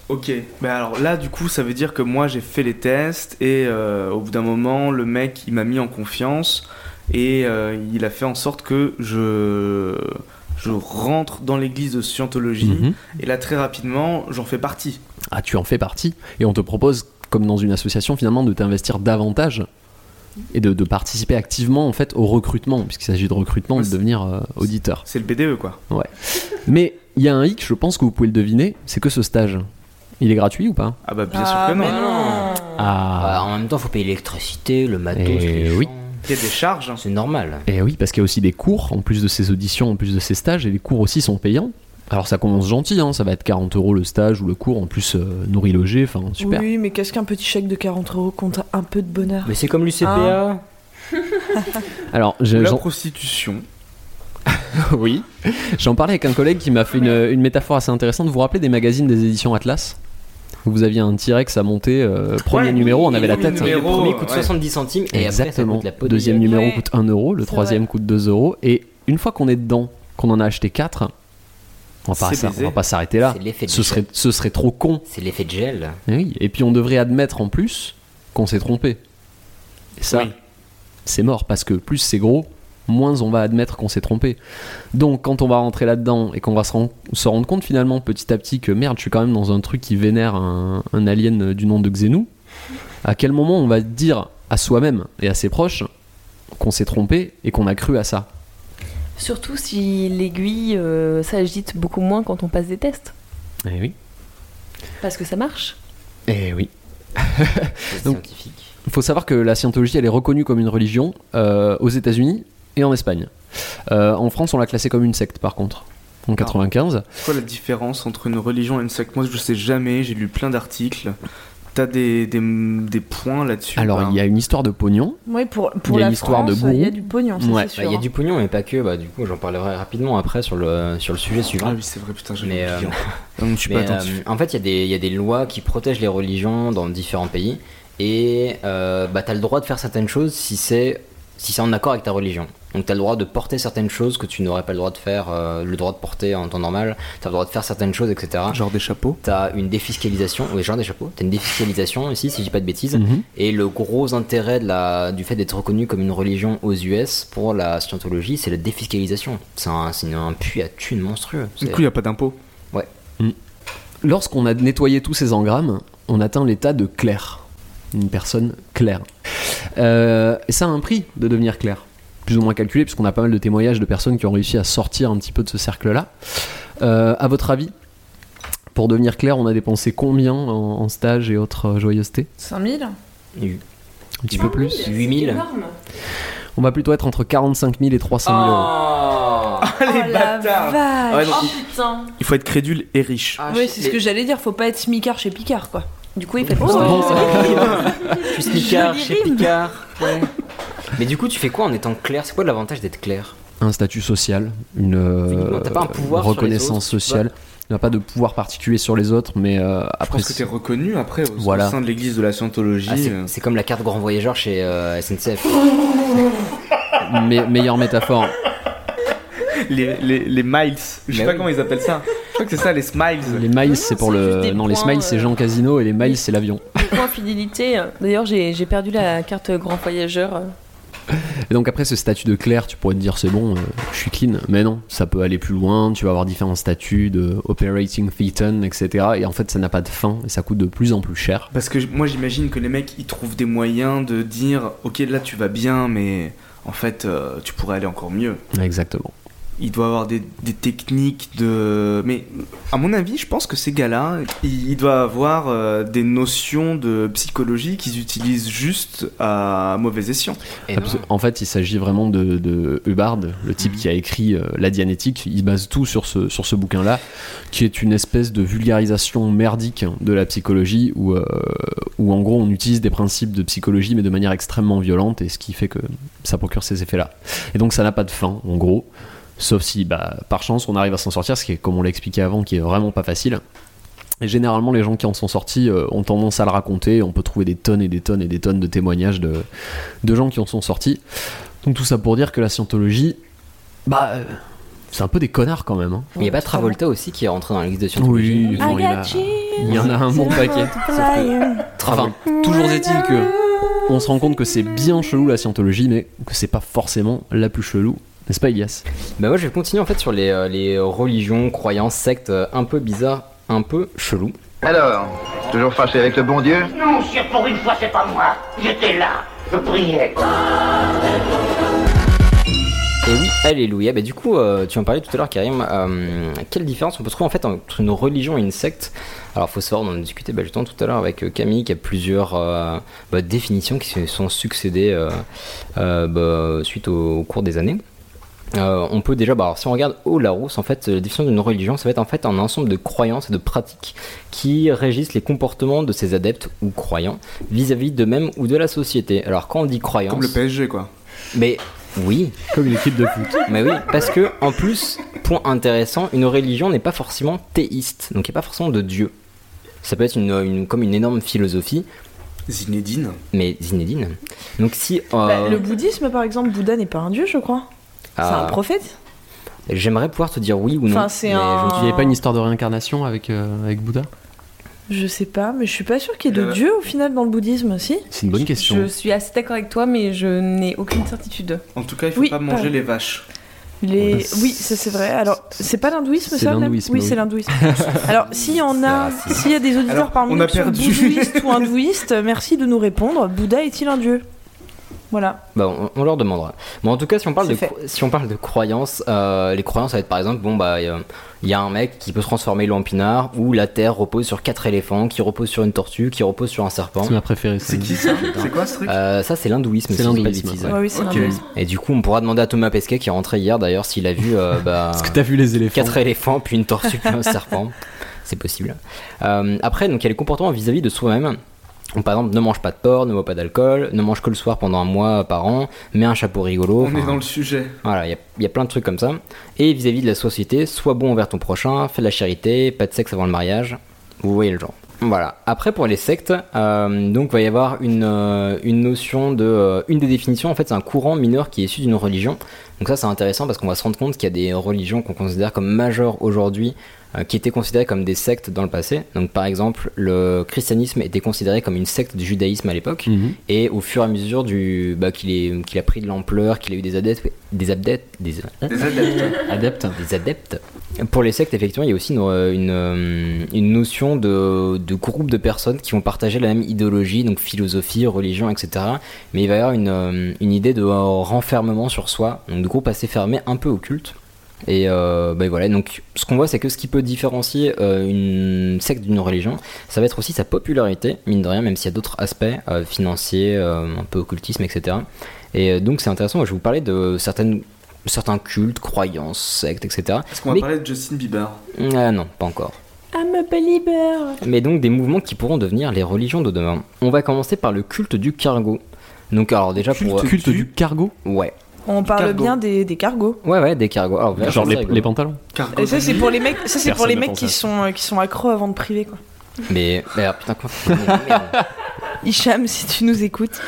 H: Ok. Mais alors là, du coup, ça veut dire que moi, j'ai fait les tests et euh, au bout d'un moment, le mec, il m'a mis en confiance et euh, il a fait en sorte que je je rentre dans l'église de Scientologie
B: Mhm.
H: et là, très rapidement, j'en fais partie.
B: Ah, tu en fais partie. Et on te propose, comme dans une association, finalement, de t'investir davantage et de, de participer activement en fait au recrutement, puisqu'il s'agit de recrutement, de devenir euh, auditeur.
H: C'est le BDE, quoi.
B: Ouais. Mais il y a un hic, je pense que vous pouvez le deviner, c'est que ce stage, il est gratuit ou pas
H: Ah bah bien
G: Ah,
H: sûr que
G: mais
H: non.
G: non.
B: Ah.
A: Bah, en même temps, faut payer l'électricité, le matos,
B: Eh
A: les
B: oui.
A: gens.
H: Il y a des charges. hein.
A: C'est normal.
B: Et Eh oui, parce qu'il y a aussi des cours, en plus de ces auditions, en plus de ces stages, et les cours aussi sont payants. Alors ça commence gentil, hein, ça va être 40 euros le stage ou le cours, en plus euh, nourri logé, enfin super.
G: Oui, mais qu'est-ce qu'un petit chèque de 40 euros compte un peu de bonheur
A: Mais c'est comme l'UCPA.
H: Ah.
B: Alors je-
H: La
B: j'en-
H: prostitution.
B: oui, j'en parlais avec un collègue qui m'a fait une, une métaphore assez intéressante. Vous vous rappelez des magazines des éditions Atlas où vous aviez un T-Rex à monter, euh, premier
H: Ouais,
B: numéro, on avait la
A: Et
B: tête.
A: Le
H: numéro,
A: premier coûte
H: ouais.
A: 70 centimes et
B: Exactement.
A: après ça coûte la peau de
B: Deuxième
A: Yannick.
B: numéro
I: Ouais.
B: coûte 1 euro, le
I: C'est
B: troisième coûte 2 euros. Et une fois qu'on est dedans, qu'on en a acheté 4, on va pas
H: C'est
B: s'ar- on
H: baisé.
B: va pas s'arrêter là.
A: C'est l'effet de
B: Ce serait,
A: gel.
B: ce serait trop con.
A: C'est l'effet de gel.
B: Eh oui, Et puis on devrait admettre en plus qu'on s'est trompé. Et ça,
H: Oui.
B: c'est mort parce que plus c'est gros, moins on va admettre qu'on s'est trompé. Donc quand on va rentrer là-dedans et qu'on va se, ren- se rendre compte finalement petit à petit que merde, je suis quand même dans un truc qui vénère un, un alien euh, du nom de Xenu, à quel moment on va dire à soi-même et à ses proches qu'on s'est trompé et qu'on a cru à ça
I: Surtout si l'aiguille euh, s'agite beaucoup moins quand on passe des tests.
B: Eh oui.
I: Parce que ça marche.
B: Eh oui.
A: C'est
B: Donc-
A: scientifique.
B: Il faut savoir que la scientologie, elle est reconnue comme une religion euh, aux États-Unis et en Espagne. Euh, en France, on l'a classée comme une secte, par contre, en 95.
H: C'est quoi la différence entre une religion et une secte Moi, je sais jamais, j'ai lu plein d'articles. T'as des, des, des points là-dessus hein.
B: Alors,
H: ou pas
B: il y a une histoire de pognon.
G: Oui, pour, pour
B: Il y a
G: la
B: une histoire
G: France,
B: de gourou.
G: il y a du pognon, ça,
B: Ouais,
G: c'est
A: Bah,
G: sûr.
A: Il y a du pognon, mais pas que. Bah, du coup, j'en parlerai rapidement après sur le, sur le sujet suivant.
H: Ah oui, c'est vrai, putain,
A: Mais,
H: j'avais oublié.
A: euh,
H: Ah, donc, je suis pas
A: Mais, euh,
H: attentif.
A: en fait, il y, a des- il y a des lois qui protègent les religions dans différents pays. Et euh, bah, tu as le droit de faire certaines choses si c'est si c'est en accord avec ta religion. Donc t'as le droit de porter certaines choses que tu n'aurais pas le droit de faire, euh, le droit de porter en temps normal, t'as le droit de faire certaines choses, etc.
N: Genre des chapeaux
A: T'as une défiscalisation, oui genre des chapeaux, t'as une défiscalisation ici si je dis pas de bêtises,
N: Mhm.
A: et le gros intérêt de la, du fait d'être reconnu comme une religion aux US pour la scientologie c'est la défiscalisation. C'est un, c'est une- un puits à thunes monstrueux.
B: Du
A: C'est-
B: coup, il y a
H: pas d'impôt
A: Ouais.
B: Lorsqu'on a nettoyé tous ces engrammes, on atteint l'état de clair. Une personne claire. Euh, et ça a un prix de devenir clair. Plus ou moins calculé, puisqu'on a pas mal de témoignages de personnes qui ont réussi à sortir un petit peu de ce cercle-là. Euh, à votre avis, pour devenir clair, on a dépensé combien en, en stage et autres euh, joyeusetés
F: 5000
B: Un petit peu
A: Ah
B: plus 8000
F: énorme.
B: On va plutôt être entre 45 000 et 300 000
A: Ah.
B: euros.
F: Oh.
G: Oh,
F: les bâtards
H: Ah Ouais, donc, Ah,
F: Oh
H: il-
F: putain
H: Il faut être crédule et riche.
A: Ah,
F: Ah, Oui, c'est ce que j'allais dire, faut pas être smicard chez Picard quoi. Du coup, il fait
A: Oh, Je suis Picard,
F: Jolie
A: chez
F: rime.
A: Picard. Mais du coup, tu fais quoi en étant clair C'est quoi l'avantage d'être clair
B: un statut social, une euh,
A: T'as pas un pouvoir sur les
B: reconnaissance
A: autres, tu
B: sociale. On n'a pas de pouvoir particulier sur les autres, mais euh, après.
H: pense que t'es reconnu après au- au sein de l'église de la Scientologie. euh,
A: Ah, c'est-
B: euh.
A: c'est comme la carte grand voyageur chez euh, SNCF.
B: Me- meilleure métaphore.
H: Les, les, les miles, je sais
B: Mais
H: pas
B: oui.
H: comment ils appellent ça. Je crois que c'est ça, les smiles.
B: Les miles, c'est pour le. Non, les
F: points,
B: smiles,
A: euh.
B: c'est Jean Casino et les miles, c'est l'avion.
F: Des points fidélité.
I: euh.
F: D'ailleurs, j'ai j'ai perdu la carte grand voyageur.
B: Et donc après ce statut de clerc, tu pourrais te dire c'est bon, euh, je suis clean. Mais non, ça peut aller plus loin, tu vas avoir différents statuts de operating thetan, etc. Et en fait, ça n'a pas de fin et ça coûte de plus en plus cher.
H: Parce que j- moi j'imagine que les mecs ils trouvent des moyens de dire ok là tu vas bien mais en fait euh, tu pourrais aller encore mieux.
B: Exactement.
H: Il doit avoir des, des techniques de... Mais à mon avis je pense que ces gars-là ils, ils doivent avoir euh, des notions de psychologie qu'ils utilisent juste à mauvais escient.
B: Absol- En fait, il s'agit vraiment de, de Hubbard, le type qui a écrit euh, La Dianétique. Il base tout sur ce, sur ce bouquin-là, qui est une espèce de vulgarisation merdique de la psychologie, où, euh, où en gros on utilise des principes de psychologie, mais de manière extrêmement violente, et ce qui fait que ça procure ces effets-là. Et donc ça n'a pas de fin, en gros. Sauf si, bah, par chance, on arrive à s'en sortir, ce qui est, comme on l'a expliqué avant, qui est vraiment pas facile. Et généralement, les gens qui en sont sortis euh, ont tendance à le raconter. On peut trouver des tonnes et des tonnes et des tonnes de témoignages de, de gens qui en sont sortis. Donc tout ça pour dire que la scientologie, bah, euh, c'est un peu des connards quand même. hein.
A: Il y a pas Travolta aussi qui est rentré dans la liste de scientologie.
B: Oui, bon, il, a- il y en a un
A: Ah,
B: bon paquet. Enfin, toujours est-il que on se rend compte que c'est bien chelou la scientologie, mais que c'est pas forcément la plus chelou, n'est-ce pas Elias
A: Bah moi je vais continuer en fait sur les, euh, les religions, croyances, sectes euh, un peu bizarres, un peu chelou.
O: Alors, toujours fâché avec le bon Dieu
L: Non, sire, pour une fois, c'est pas moi. J'étais là. Je priais.
A: Et oui, alléluia. Bah du coup, euh, tu en parlais tout à l'heure Karim, euh, quelle différence on peut trouver en fait entre une religion et une secte Alors faut savoir, on en discutait bah, justement tout à l'heure avec euh, Camille qui a plusieurs euh, bah, définitions qui se sont succédées euh, euh, bah, suite au- au cours des années. Euh, on peut déjà, bah, alors, si on regarde au Larousse, en fait, euh, la définition d'une religion, ça va être en fait un ensemble de croyances et de pratiques qui régissent les comportements de ses adeptes ou croyants vis-à-vis d'eux-mêmes ou de la société. Alors quand on dit croyance,
H: Comme le PSG quoi.
A: mais oui.
B: Comme une équipe de foot.
A: Mais oui, parce que en plus, point intéressant, une religion n'est pas forcément théiste, donc il n'y a pas forcément de Dieu. Ça peut être une, une- comme une énorme philosophie.
H: Zinedine.
A: Mais Zinedine. Donc si. euh,
G: Bah, le bouddhisme, par exemple, Bouddha n'est pas un dieu, je crois. C'est
A: Ah.
G: un prophète.
A: J'aimerais pouvoir te dire oui ou non.
G: Enfin, c'est
A: mais
G: un-
A: je ne
B: Il n'y avait pas une histoire de réincarnation avec, euh, avec Bouddha
G: Je sais pas, mais je suis pas sûre qu'il y ait de dieu au final dans le bouddhisme, si
B: C'est une bonne question.
I: Je suis assez d'accord avec toi, mais je n'ai aucune certitude.
H: En tout cas il faut
G: Oui,
H: pas manger
G: pareil.
H: les vaches.
G: Les... Oui, ça c'est vrai. Alors, c'est pas l'hindouisme,
H: C'est
G: ça même
H: l'hindouisme,
G: Oui,
H: oui.
G: c'est l'hindouisme. Alors, s'il y en a, s'il y a des auditeurs
H: Alors,
G: parmi
H: on
G: nous
H: a
G: qui sont
H: perdu.
G: bouddhistes ou hindouistes, merci de nous répondre. Bouddha est-il un dieu Voilà.
A: Bah, on, on leur demandera. Mais en tout cas, si on parle
G: C'est
A: de
G: fait.
A: cro- si on parle de croyances, euh, les croyances, ça va être par exemple, bon bah, il y a un mec qui peut se transformer l'eau en pinard, ou la terre repose sur quatre éléphants, qui repose sur une tortue, qui repose sur un serpent.
B: C'est ma préférée. C'est
H: qui ça C'est quoi ce truc
A: Euh, ça, c'est l'hindouisme.
B: C'est
A: si je dis pas de
B: l'hindouisme,
A: bêtises.
B: ouais. Ouais, oui, c'est Ok. l'hindouisme.
A: Et du coup, on pourra demander à Thomas Pesquet qui est rentré hier d'ailleurs s'il a vu. euh, bah,
B: Est-ce que t'as vu les éléphants
A: Quatre éléphants, puis une tortue, puis un serpent. C'est possible. Euh, après, donc il y a les comportements vis-à-vis de soi-même. Donc, par exemple, ne mange pas de porc, ne bois pas d'alcool, ne mange que le soir pendant un mois par an, mets un chapeau rigolo.
H: On est
A: enfin,
H: dans le sujet.
A: Voilà, il y a- il y, a plein de trucs comme ça. Et vis-à-vis de la société, sois bon envers ton prochain, fais de la charité, pas de sexe avant le mariage. Vous voyez le genre. Voilà. Après, pour les sectes, euh, donc va y avoir une, euh, une notion de. euh, une des définitions, en fait, c'est un courant mineur qui est issu d'une religion. Donc, ça, c'est intéressant parce qu'on va se rendre compte qu'il y a des religions qu'on considère comme majeures aujourd'hui euh, qui étaient considérées comme des sectes dans le passé. Donc, par exemple, le christianisme était considéré comme une secte du judaïsme à l'époque.
B: Mhm.
A: Et au fur et à mesure du, bah, qu'il, est, qu'il a pris de l'ampleur, qu'il a eu des adeptes, des adeptes, des, hein,
B: Des adeptes.
A: adeptes, des adeptes. Pour les sectes, effectivement, il y a aussi une, euh, une, euh, une notion de, de groupe de personnes qui vont partager la même idéologie, donc philosophie, religion, etc. Mais il va y avoir une, euh, une idée de euh, renfermement sur soi, donc de groupe assez fermé, un peu occulte. Et euh, bah, voilà, donc ce qu'on voit, c'est que ce qui peut différencier euh, une secte d'une religion, ça va être aussi sa popularité, mine de rien, même s'il y a d'autres aspects euh, financiers, euh, un peu occultisme, etc. Et euh, donc c'est intéressant, moi, je vais vous parler de certaines, certains cultes, croyances, sectes, etc.
H: Est-ce qu'on va
A: Mais-
H: parler de Justin Bieber
A: Ah non, pas encore.
F: I'm a believer.
A: Mais donc des mouvements qui pourront devenir les religions de demain. On va commencer par le culte du cargo. Donc alors déjà pour...
B: Culte Culte du- du
A: cargo Ouais.
G: On parle
A: cargo.
G: bien des, des cargos.
A: Ouais, ouais, des cargos. Alors, voilà,
B: Genre
A: c'est
B: les-
A: rigolo.
B: les pantalons.
G: Et ça, c'est pour les mecs, ça, c'est pour
A: Personne
G: les
A: ne
G: mecs
A: pense
G: qui
A: à ça.
G: sont, euh, qui sont accros à vendre privé, quoi.
A: Mais... mais alors, putain, comment-
G: Hicham, si tu nous écoutes.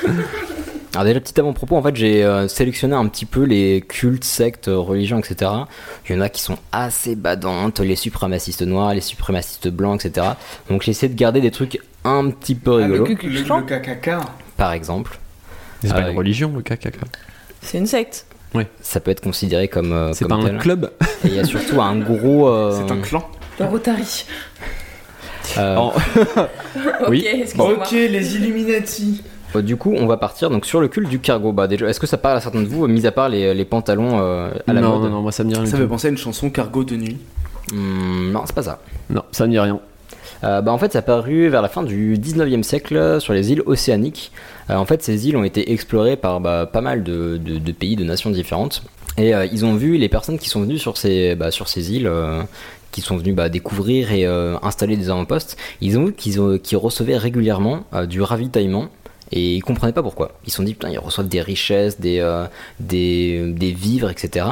A: Alors déjà, petit avant-propos, en fait, j'ai euh, sélectionné un petit peu les cultes, sectes, euh, religions, etc. Il y en a qui sont assez badantes, les suprémacistes noirs, les suprémacistes blancs, etc. Donc j'ai essayé de garder des trucs un petit
B: Ah,
A: peu rigolos,
H: KKK.
A: par exemple.
B: C'est pas
A: Euh,
B: une religion, le KKK.
G: C'est une secte.
A: Ça peut être considéré comme. euh,
B: C'est
A: comme
B: pas un
A: tel.
B: club.
A: Et il y a surtout un gros. euh,
H: C'est un clan.
I: Le Rotary.
A: euh,
B: Oh.
I: ok,
A: Oui.
I: excusez-moi.
H: les Illuminati.
A: Bah, du coup, on va partir donc sur le culte du cargo. Bah, déjà, est-ce que ça parle à certains de vous, euh, mis à part les, les pantalons euh, à la
B: Ah, Non,
A: mode
B: non, non, moi ça me dit rien.
H: Ça
B: du
H: fait
B: tout.
H: penser à une chanson Cargo de nuit.
A: Hmm, non, c'est pas ça.
B: Non, ça me dit rien.
A: Euh, bah, en fait, ça a paru vers la fin du 19e siècle euh, sur les îles océaniques. Euh, en fait, ces îles ont été explorées par bah, pas mal de, de- de pays, de nations différentes. Et euh, ils ont vu les personnes qui sont venues sur ces, bah, sur ces îles, euh, qui sont venues bah, découvrir et euh, installer des avant-postes. Ils ont vu qu'ils ont- qu'ils recevaient régulièrement euh, du ravitaillement. Et ils comprenaient pas pourquoi. Ils se sont dit, putain, ils reçoivent des richesses, des, euh, des, des vivres, etc.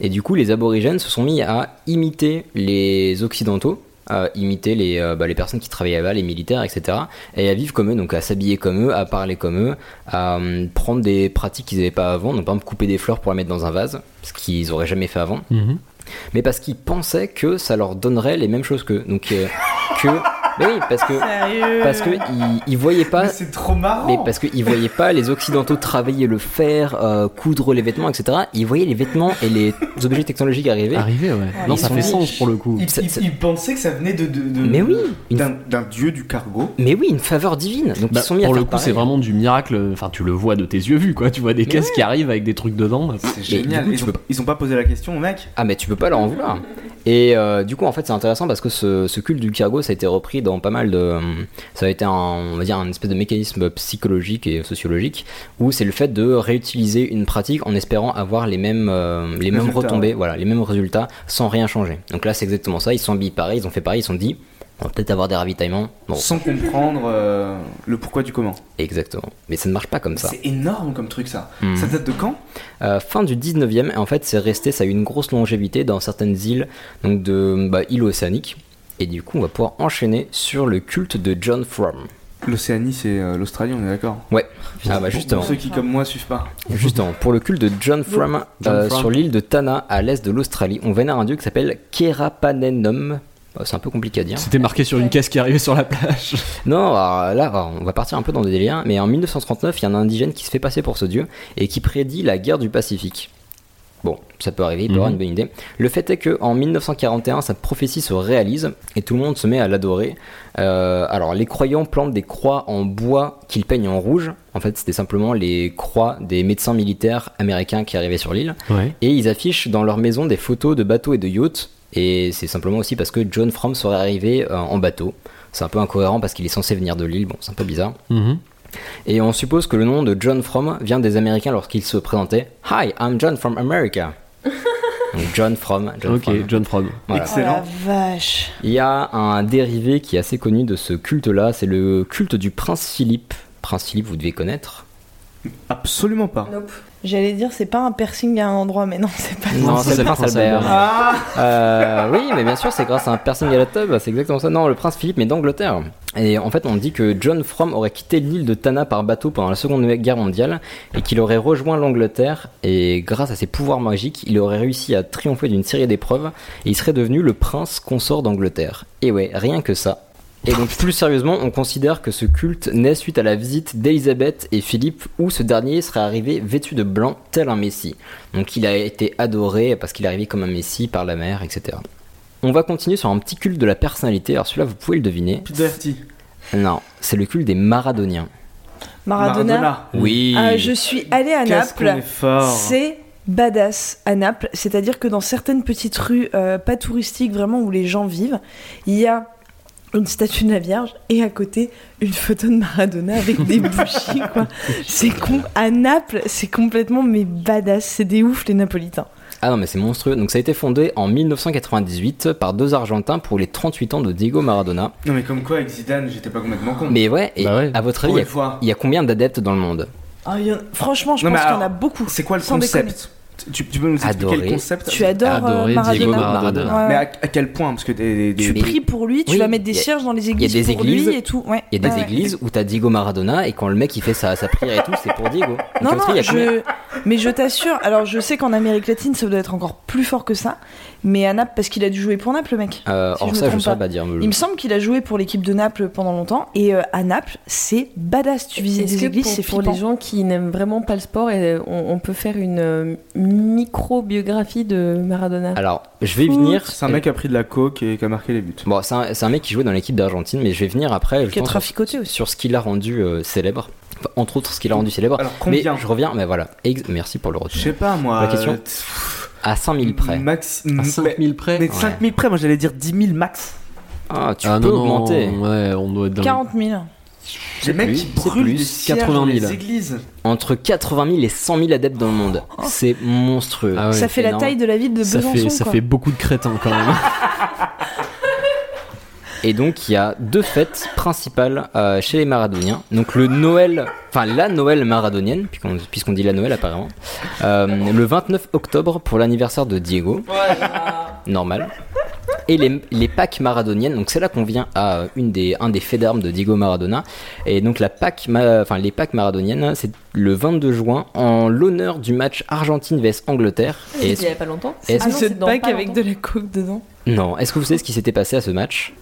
A: Et du coup, les aborigènes se sont mis à imiter les occidentaux, à imiter les, euh, bah, les personnes qui travaillaient là-bas, les militaires, etc. Et à vivre comme eux, donc à s'habiller comme eux, à parler comme eux, à euh, prendre des pratiques qu'ils n'avaient pas avant, donc par exemple couper des fleurs pour les mettre dans un vase, ce qu'ils auraient jamais fait avant
B: Mhm.
A: mais parce qu'ils pensaient que ça leur donnerait les mêmes choses qu'eux. Donc, euh, que. Mais oui, parce que.
H: Sérieux
A: parce que ils, ils voyaient pas.
H: C'est trop marrant.
A: Mais parce qu'ils voyaient pas les Occidentaux travailler le fer, euh, coudre les vêtements, etc. Ils voyaient les vêtements et les objets technologiques arriver.
B: Arrivé, ouais. Non,
A: Ils
B: ça
A: sont
B: fait
A: riches.
B: sens pour le coup.
H: Ils
A: Ça- ça-
H: il pensaient que ça venait de, de- de-
A: Mais oui,
H: d'un d'un dieu du cargo.
A: Mais oui, une faveur divine. Donc
B: Bah,
A: ils sont mis à
B: pour le
A: faire
B: coup, c'est
A: pareil.
B: vraiment du miracle. Enfin, tu le vois de tes yeux vus, quoi. Tu vois des caisses qui arrivent avec des trucs dedans. bah,
H: C'est
A: Mais du
H: génial.
A: coup,
H: ils,
A: tu
H: ont,
A: peux
H: ils ont pas posé la question, mec.
A: Ah mais tu peux pas leur en vouloir. Et euh, du coup en fait c'est intéressant parce que ce, ce culte du cargo ça a été repris dans pas mal de... euh, Ça a été un, on va dire un espèce de mécanisme psychologique et sociologique où c'est le fait de réutiliser une pratique en espérant avoir les mêmes, euh, les mêmes
H: Résultats,
A: retombées,
H: ouais.
A: voilà, les mêmes résultats sans rien changer. Donc là c'est exactement ça, ils se sont habillés pareil, ils ont fait pareil, ils se sont dit on va peut-être avoir des ravitaillements. Bon,
H: Sans comprendre euh, le pourquoi du comment.
A: exactement. Mais ça ne marche pas comme ça.
H: C'est énorme comme truc ça.
A: Hmm.
H: Ça date de quand
A: Euh, fin du 19e, et en fait, c'est resté, ça a eu une grosse longévité dans certaines îles, donc de bah, îles océaniques. Et du coup, on va pouvoir enchaîner sur le culte de John Frum.
H: L'Océanie, c'est euh, l'Australie, on est d'accord
A: Ouais, ah bah
H: Pour-
A: justement,
H: Pour ceux qui, comme moi, suivent pas.
A: justement, pour le culte de John Frum,
B: John
A: euh,
B: Frum.
A: sur l'île de Tana, à l'est de l'Australie, on vénère un dieu qui s'appelle Kerapanenum. Bah, C'est un peu compliqué à dire.
B: C'était marqué sur une caisse qui arrivait sur la plage.
A: Non, alors là, alors, on va partir un peu dans des délires, mais en 1939, il y a un indigène qui se fait passer pour ce dieu et qui prédit la guerre du Pacifique. Bon, ça peut arriver, il peut
B: Mhm.
A: avoir une bonne idée. Le fait est que en 1941, sa prophétie se réalise et tout le monde se met à l'adorer. Euh, alors, les croyants plantent des croix en bois qu'ils peignent en rouge. En fait, c'était simplement les croix des médecins militaires américains qui arrivaient sur l'île.
B: Ouais.
A: Et ils affichent dans leur maison des photos de bateaux et de yachts. Et c'est simplement aussi parce que John Fromm serait arrivé euh, en bateau. C'est un peu incohérent parce qu'il est censé venir de l'île. Bon, c'est un peu bizarre.
B: Mhm.
A: Et on suppose que le nom de John Fromm vient des Américains lorsqu'ils se présentaient. Hi, I'm John from America. Donc John Fromm. John
B: Ok,
A: Fromm.
B: John Fromm.
A: Voilà.
G: Oh la
H: Excellent.
G: vache.
A: Il y a un dérivé qui est assez connu de ce culte-là. C'est le culte du prince Philippe. Prince Philippe, vous devez connaître.
H: Absolument pas.
G: Nope. J'allais dire, c'est pas un piercing à un endroit, mais non, c'est pas
A: Non, c'est le prince Albert.
G: Ah
A: Euh, oui, mais bien sûr, c'est grâce à un piercing à la tube, c'est exactement ça. Non, le prince Philippe, mais d'Angleterre. Et en fait, on dit que John Fromm aurait quitté l'île de Tana par bateau pendant la Seconde Guerre mondiale et qu'il aurait rejoint l'Angleterre. Et grâce à ses pouvoirs magiques, il aurait réussi à triompher d'une série d'épreuves et il serait devenu le prince consort d'Angleterre. Et ouais, rien que ça. Et donc plus sérieusement, on considère que ce culte naît suite à la visite d'Elisabeth et Philippe où ce dernier serait arrivé vêtu de blanc tel un messie. Donc il a été adoré parce qu'il est arrivé comme un messie par la mer, etc. On va continuer sur un petit culte de la personnalité, alors celui-là vous pouvez le deviner.
H: Puderti.
A: Non, c'est le culte des Maradoniens.
G: Maradona.
H: Maradona.
A: Oui.
G: Ah, je suis allée à
H: Qu'est-ce qu'on
G: Naples.
H: est fort.
G: C'est badass à Naples. C'est-à-dire que dans certaines petites rues euh, pas touristiques, vraiment où les gens vivent, il y a une statue de la Vierge et à côté une photo de Maradona avec des bougies quoi. C'est con à Naples, c'est complètement mais badass, c'est des oufs les napolitains.
A: Ah non mais c'est monstrueux. Donc ça a été fondé en 1998 par deux Argentins pour les 38 ans de Diego Maradona.
H: Non mais comme quoi avec Zidane, j'étais pas complètement con.
A: Mais Bah ouais, et à votre avis,
H: Pour
A: il y a-
H: une fois.
A: il y a combien d'adeptes dans le monde
G: Ah, il y en- Franchement, je
H: Non, mais
G: pense qu'il y en
H: alors,
G: a beaucoup.
H: C'est quoi le
G: Sans
H: concept tu, tu peux nous expliquer
A: Adorer.
H: le concept
G: Tu adores, euh, Adorer Maradona. Diego Maradona. Ouais.
H: Mais à, à quel point Parce que des, des-
G: déconner. Tu
H: des-
G: pries pour lui, tu
A: Oui,
G: vas mettre des
A: il y a-
G: cierges dans les
A: Il y a
G: églises,
A: des
G: pour
A: églises,
G: lui et tout. Ouais.
A: Il y a des
G: Ouais, ouais.
A: églises où t'as Diego Maradona et quand le mec il fait sa, sa prière et tout, c'est pour Diego. Donc,
G: Non,
A: comme ça, il
G: non,
A: y a
G: je...
A: combien-
G: mais je t'assure, alors je sais qu'en Amérique latine ça doit être encore plus fort que ça, mais à Naples, parce qu'il a dû jouer pour Naples le mec.
A: Euh,
G: si
A: alors
G: je me
A: ça, je
G: trompe
A: saurais
G: pas.
A: pas dire.
G: Il me semble qu'il a joué pour l'équipe de Naples pendant longtemps, et euh, à Naples c'est badass, tu visites
I: Est-ce
G: des
I: que
G: églises,
I: pour-
G: c'est
I: pour,
G: flippant.
I: les gens qui n'aiment vraiment pas le sport, et on, on peut faire une euh, micro-biographie de Maradona
A: Alors, je vais venir.
H: C'est un mec qui a pris de la coke et qui a marqué les buts.
A: Bon, c'est un, c'est un mec qui jouait dans l'équipe d'Argentine, mais je vais venir après
G: Qui a
A: justement,
G: traficoté
A: sur,
G: aussi.
A: sur ce qui l'a rendu euh, célèbre. Enfin, entre autres, ce qui l'a rendu célèbre.
H: Alors, combien
A: mais je reviens, mais voilà. Ex- Merci pour le retour.
H: Je sais pas moi.
A: La question
H: euh, t-
A: À 5000 près.
H: Max.
B: À
H: mais-
B: 5000 près
H: Mais
B: Ouais.
H: 5000 près, moi j'allais dire 10 000 max.
A: Ah, tu
B: Ah
A: peux
B: non, non,
A: augmenter.
B: Ouais, on doit être dans
G: 40 000.
H: Les mecs
A: plus,
H: qui
A: c'est
H: brûlent
A: plus.
H: des cierges
B: 80
H: dans
B: 000.
H: les églises.
A: Entre 80 000 et 100 000 adeptes dans le monde. C'est monstrueux.
B: Ah ouais.
G: Oh. ça fait la
A: énorme.
G: taille de la ville de
B: Ça,
G: Besançon.
B: fait, ça
G: quoi.
B: fait beaucoup de crétins quand même.
A: Et donc il y a deux fêtes principales euh, chez les Maradoniens. Donc le Noël, enfin la Noël maradonienne, puisqu'on puisqu'on dit la Noël apparemment. Euh, le 29 octobre pour l'anniversaire de Diego. Normal. Et les, les Pâques maradoniennes, donc c'est là qu'on vient à euh, une des, un des faits d'armes de Diego Maradona. Et donc la Pâques, ma- enfin, les Pâques maradoniennes, c'est le 22 juin en l'honneur du match Argentine vs Angleterre. Et
I: C'était il y a pas longtemps.
A: est-ce-
I: Ah non,
G: Une
I: c'est
G: cette
I: dans
G: bague
I: pas
G: avec de
I: longtemps.
G: la coke dedans.
A: non, est-ce que vous savez ce qui s'était passé à ce match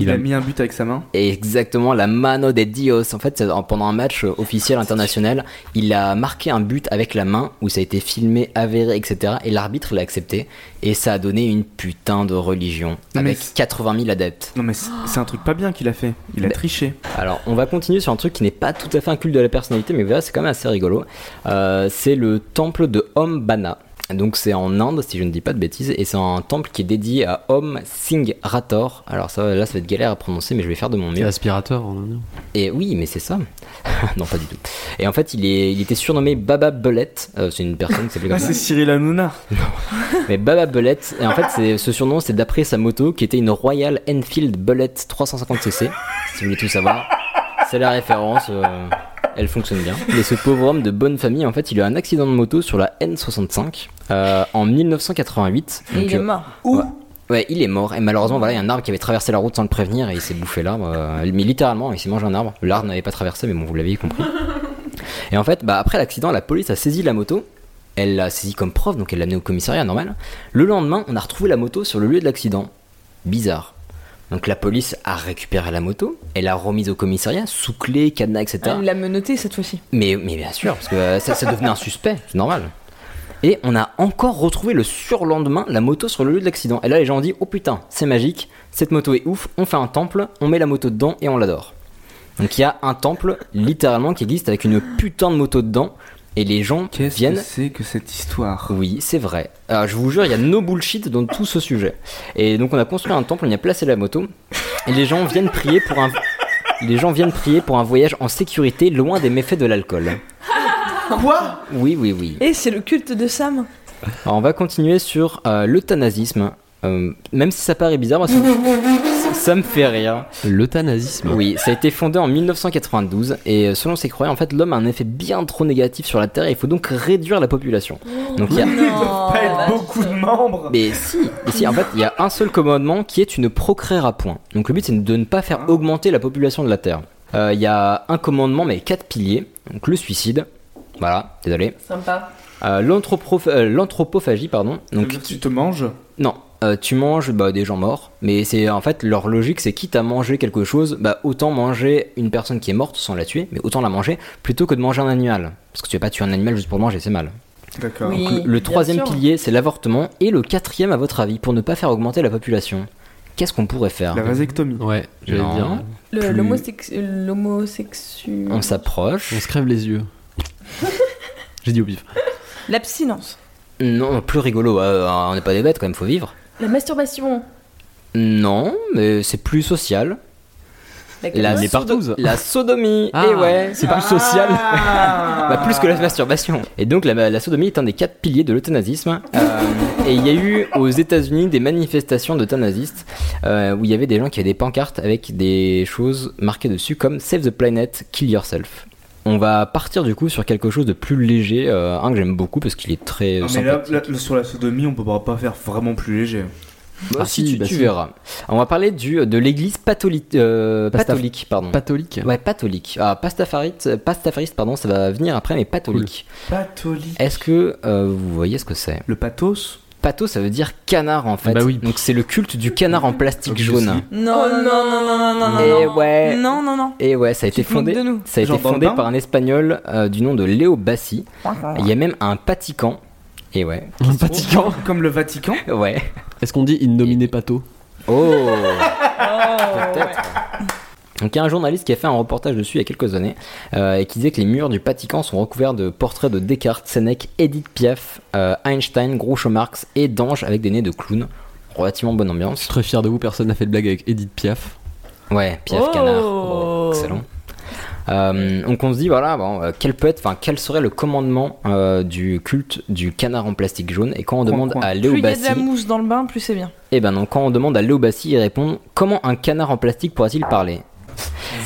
H: Il
A: a-
H: a mis un but avec sa main.
A: Exactement, la mano de Dios. En fait, c'est- en- pendant un match euh, officiel international, il a marqué un but avec la main où ça a été filmé, avéré, etc. Et l'arbitre l'a accepté. Et ça a donné une putain de religion
H: Non, mais
A: avec
H: c'est-
A: 80 000 adeptes.
H: Non mais c'est c'est un truc pas bien qu'il a fait. Il a
A: Mais-
H: triché.
A: Alors, on va continuer sur un truc qui n'est pas tout à fait un culte de la personnalité, mais voilà, c'est quand même assez rigolo. Euh, c'est le temple de Om Bana. Donc, c'est en Inde, si je ne dis pas de bêtises, et c'est un temple qui est dédié à Om Singh Rator. Alors, ça, là, ça va être galère à prononcer, mais je vais faire de mon
B: Et
A: mieux.
B: aspirateur, on en a.
A: Et oui, mais c'est ça. non, pas du tout. Et en fait, il, est, il était surnommé Baba Belette. Euh, c'est une personne qui s'appelait comme
H: Ah, c'est
A: ça.
H: Cyril Hanouna.
A: Mais Baba Belette, et en fait, c'est- ce surnom, c'est d'après sa moto qui était une Royal Enfield Belette 350cc. Si vous voulez tout savoir, c'est la référence. euh, elle fonctionne bien. Et ce pauvre homme de bonne famille, en fait, il a eu un accident de moto sur la N65 euh, en 1988.
G: Et il est
A: euh,
G: mort.
A: Ouais. Ouais, il est mort. Et malheureusement, voilà, il y a un arbre qui avait traversé la route sans le prévenir et il s'est bouffé l'arbre. euh, mais littéralement, il s'est mangé un arbre. L'arbre n'avait pas traversé, mais bon, vous l'aviez compris. Et en fait, bah, après l'accident, la police a saisi la moto. Elle l'a saisie comme preuve, donc elle l'a amenée au commissariat, normal. Le lendemain, on a retrouvé la moto sur le lieu de l'accident. Bizarre. Donc la police a récupéré la moto, elle l'a remise au commissariat, sous clé, cadenas, etc.
G: Elle l'a menotté cette fois-ci.
A: Mais, mais bien sûr, parce que euh, ça, ça devenait un suspect, c'est normal. Et on a encore retrouvé le surlendemain la moto sur le lieu de l'accident. Et là, les gens ont dit Oh putain, c'est magique, cette moto est ouf, on fait un temple, on met la moto dedans et on l'adore. Donc il y a un temple, littéralement, qui existe avec une putain de moto dedans. Et les gens
H: Qu'est-ce que
A: viennent
H: c'est que cette histoire
A: oui, c'est vrai. Alors, je vous jure, il y a no bullshit dans tout ce sujet. Et donc, on a construit un temple, on y a placé la moto, et les gens viennent prier pour un. Les gens viennent prier pour un voyage en sécurité, loin des méfaits de l'alcool.
G: Quoi
A: Oui, oui, oui.
G: Et c'est le culte de Sam.
A: Alors, on va continuer sur euh, l'euthanasisme. Euh, même si ça paraît bizarre, moi, ça, ça me fait rire.
B: L'euthanasisme.
A: Oui, ça a été fondé en 1992 et euh, selon ses croyants, en fait, l'homme a un effet bien trop négatif sur la Terre et il faut donc réduire la population. Donc il y a
H: Ils doivent pas être beaucoup de membres.
A: mais si, mais si, en fait, il y a un seul commandement qui est tu ne procréeras point. Donc le but c'est de ne pas faire augmenter la population de la Terre. Euh, Il y a un commandement mais quatre piliers. Donc le suicide, voilà, désolé.
I: Sympa.
A: Euh, l'anthropo- euh, L'anthropophagie, pardon. Donc
H: tu te manges
A: Non. euh, tu manges bah, des gens morts, mais c'est en fait leur logique, c'est quitte à manger quelque chose, bah autant manger une personne qui est morte sans la tuer, mais autant la manger plutôt que de manger un animal, parce que tu vas pas tuer un animal juste pour le manger, c'est mal.
H: D'accord.
I: Oui.
A: Ah, Donc, le- le
I: bien
A: troisième
I: sûr.
A: pilier, c'est l'avortement. Et le quatrième, à votre avis, pour ne pas faire augmenter la population, qu'est-ce qu'on pourrait faire
H: La vasectomie.
B: Ouais, j'allais
A: Non.
B: dire.
F: Le-
A: Plus-
F: l'homosex- L'homosexu.
A: On s'approche.
B: On se crève les yeux. J'ai dit au pif.
G: L'abstinence.
A: Non, plus rigolo, euh, on n'est pas des bêtes quand même, faut vivre.
F: La masturbation.
A: Non, mais c'est plus social. La,
B: Les
A: sodo-
B: partous.
A: la sodomie.
B: Ah,
A: et ouais, c'est plus social. Bah, plus que la masturbation. Et donc la, la sodomie est un des quatre piliers de l'euthanasisme. Euh, et il y a eu aux États-Unis des manifestations d'euthanasistes euh, où il y avait des gens qui avaient des pancartes avec des choses marquées dessus comme Save the Planet, Kill Yourself. On va partir du coup sur quelque chose de plus léger, euh, un que j'aime beaucoup parce qu'il est très
H: Non, mais
A: sympathique.
H: là, là, sur la sodomie, on pourra pas faire vraiment plus léger.
A: Bah,
B: Ah,
A: si,
B: si,
A: tu,
B: bah,
A: tu
B: si.
A: verras. On va parler du, de l'église patholite- euh,
B: Pastaf-
A: patholique. Pardon.
B: Patholique.
A: ouais, patholique. Ah, pastafarite, pastafariste, pardon, ça va venir après, mais patholique.
H: Patholique.
A: Est-ce que euh, vous voyez ce que c'est
H: Eh. Le pathos
A: Pato, ça veut dire canard en
H: Ah
A: fait.
B: Bah oui.
A: Donc c'est le culte du canard en plastique
B: Obviously.
A: jaune.
I: Oh,
G: Non, Oh non, non, non, non, non,
A: Et
G: non.
A: ouais.
G: Non, non, non.
A: Et ouais, ça a été
G: te moques
A: fondé,
G: de nous.
A: ça a été
H: Genre dans le
A: fondé
H: bain
A: par un espagnol euh, du nom de Léo Bassi. Il y a même un patican. Et ouais.
B: Un Vatican.
H: Comme le Vatican
A: Ouais.
B: Est-ce qu'on dit in nomine pato
A: Oh Peut-être. Donc il y a un journaliste qui a fait un reportage dessus il y a quelques années euh, et qui disait que les murs du Vatican sont recouverts de portraits de Descartes, Sénèque, Edith Piaf, euh, Einstein, Groucho Marx et d'anges avec des nez de clowns. Relativement bonne
B: Je
A: ambiance.
B: suis très fier de vous, personne n'a fait de blague avec Edith Piaf.
A: Ouais, Piaf
F: Oh.
A: Canard. Oh, excellent. Euh, donc on se dit voilà bon, euh, quel peut être enfin quel serait le commandement euh, du culte du canard en plastique jaune et bah, quand on
H: Coin,
A: demande
H: coin.
A: à Léo
G: Plus il y a de la
A: Bassi
G: mousse dans le bain, plus c'est bien.
A: et ben non quand on demande à Léo Bassi il répond comment un canard en plastique pourra-t-il parler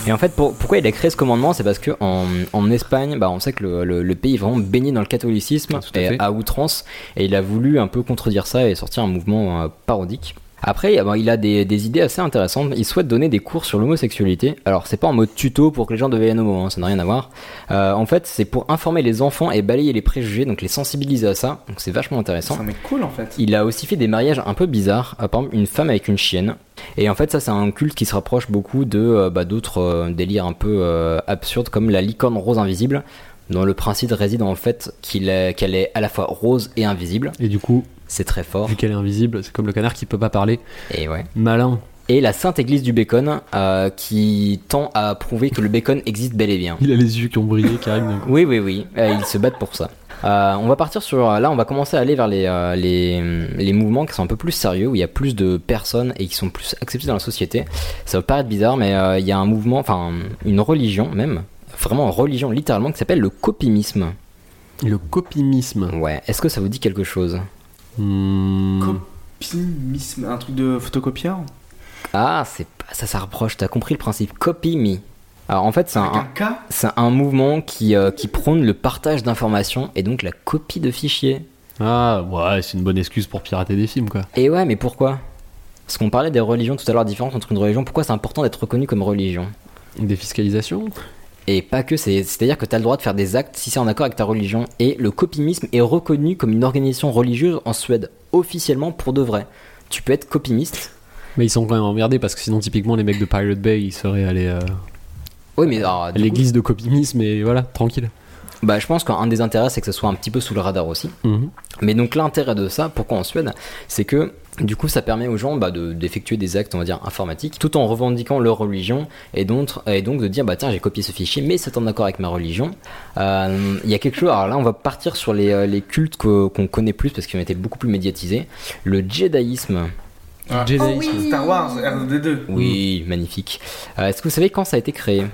A: et en fait pour- pourquoi il a créé ce commandement c'est parce que en, en Espagne bah, on sait que le, le- le pays est vraiment baigné dans le catholicisme
B: Ah, tout à
A: et
B: fait.
A: à outrance et il a voulu un peu contredire ça et sortir un mouvement euh, parodique après, eh ben, il a des, des idées assez intéressantes. Il souhaite donner des cours sur l'homosexualité. Alors, c'est pas en mode tuto pour que les gens deviennent homo, hein, ça n'a rien à voir. Euh, en fait, c'est pour informer les enfants et balayer les préjugés, donc les sensibiliser à ça. Donc, c'est vachement
H: C'est
A: intéressant.
H: un mec cool en fait.
A: Il a aussi fait des mariages un peu bizarres, euh, par exemple une femme avec une chienne. Et en fait, ça, c'est un culte qui se rapproche beaucoup de euh, bah, d'autres euh, délires un peu euh, absurdes comme la licorne rose invisible, dont le principe réside en fait qu'il est- qu'elle est à la fois rose et invisible.
B: Et du coup,
A: C'est très fort.
B: vu qu'elle est invisible, c'est comme le canard qui peut pas parler.
A: Et ouais.
B: Malin.
A: Et la Sainte Église du Bacon, euh, qui tend à prouver que le bacon existe bel et bien.
B: Il a les yeux qui ont brillé, qui arrivent d'un coup.
A: Oui, oui, oui, Euh, ils se battent pour ça. Euh, on va partir sur. Là, on va commencer à aller vers les, euh, les, les mouvements qui sont un peu plus sérieux, où il y a plus de personnes et qui sont plus acceptées dans la société. Ça va paraître bizarre, mais euh, il y a un mouvement, enfin, une religion même, vraiment religion littéralement, qui s'appelle le copimisme.
B: Le copimisme.
A: Ouais, est-ce que ça vous dit quelque chose
B: Hmm.
H: Copimisme, un truc de photocopieur
A: Ah, c'est pas- ça, ça rapproche, t'as compris le principe. Copy-me. Alors en fait, c'est
H: Avec
A: un,
H: un K
A: C'est un mouvement qui, euh, qui prône le partage d'informations et donc la copie de fichiers.
B: Ah, ouais, c'est une bonne excuse pour pirater des films, quoi.
A: Et ouais, mais pourquoi Parce qu'on parlait des religions tout à l'heure, la différence entre une religion, pourquoi c'est important d'être reconnu comme religion
B: Défiscalisation
A: Et pas que, c'est- c'est-à-dire que tu as le droit de faire des actes si c'est en accord avec ta religion. Et le copimisme est reconnu comme une organisation religieuse en Suède, officiellement pour de vrai. Tu peux être copimiste.
B: Mais ils sont quand même emmerdés parce que sinon, typiquement, les mecs de Pirate Bay, ils seraient allés euh,
A: Oui, mais alors,
B: à
A: du coup,
B: l'église de copimisme et voilà, tranquille.
A: bah, je pense qu'un des intérêts, c'est que ce soit un petit peu sous le radar aussi.
B: Mhm.
A: Mais donc l'intérêt de ça, pourquoi en Suède, c'est que du coup ça permet aux gens bah, de- d'effectuer des actes, on va dire, informatiques, tout en revendiquant leur religion et, d'autres- et donc de dire, bah tiens, j'ai copié ce fichier, mais c'est en accord avec ma religion. Euh, Il y a quelque chose, alors là on va partir sur les, euh, les cultes que- qu'on connaît plus parce qu'ils ont été beaucoup plus médiatisés. Le jediisme.
B: Jédaïsme.
H: Star Wars,
I: Ah.
H: R2D2.
A: Oui,
B: Mm.
A: magnifique. Euh, Est-ce que vous savez quand ça a été créé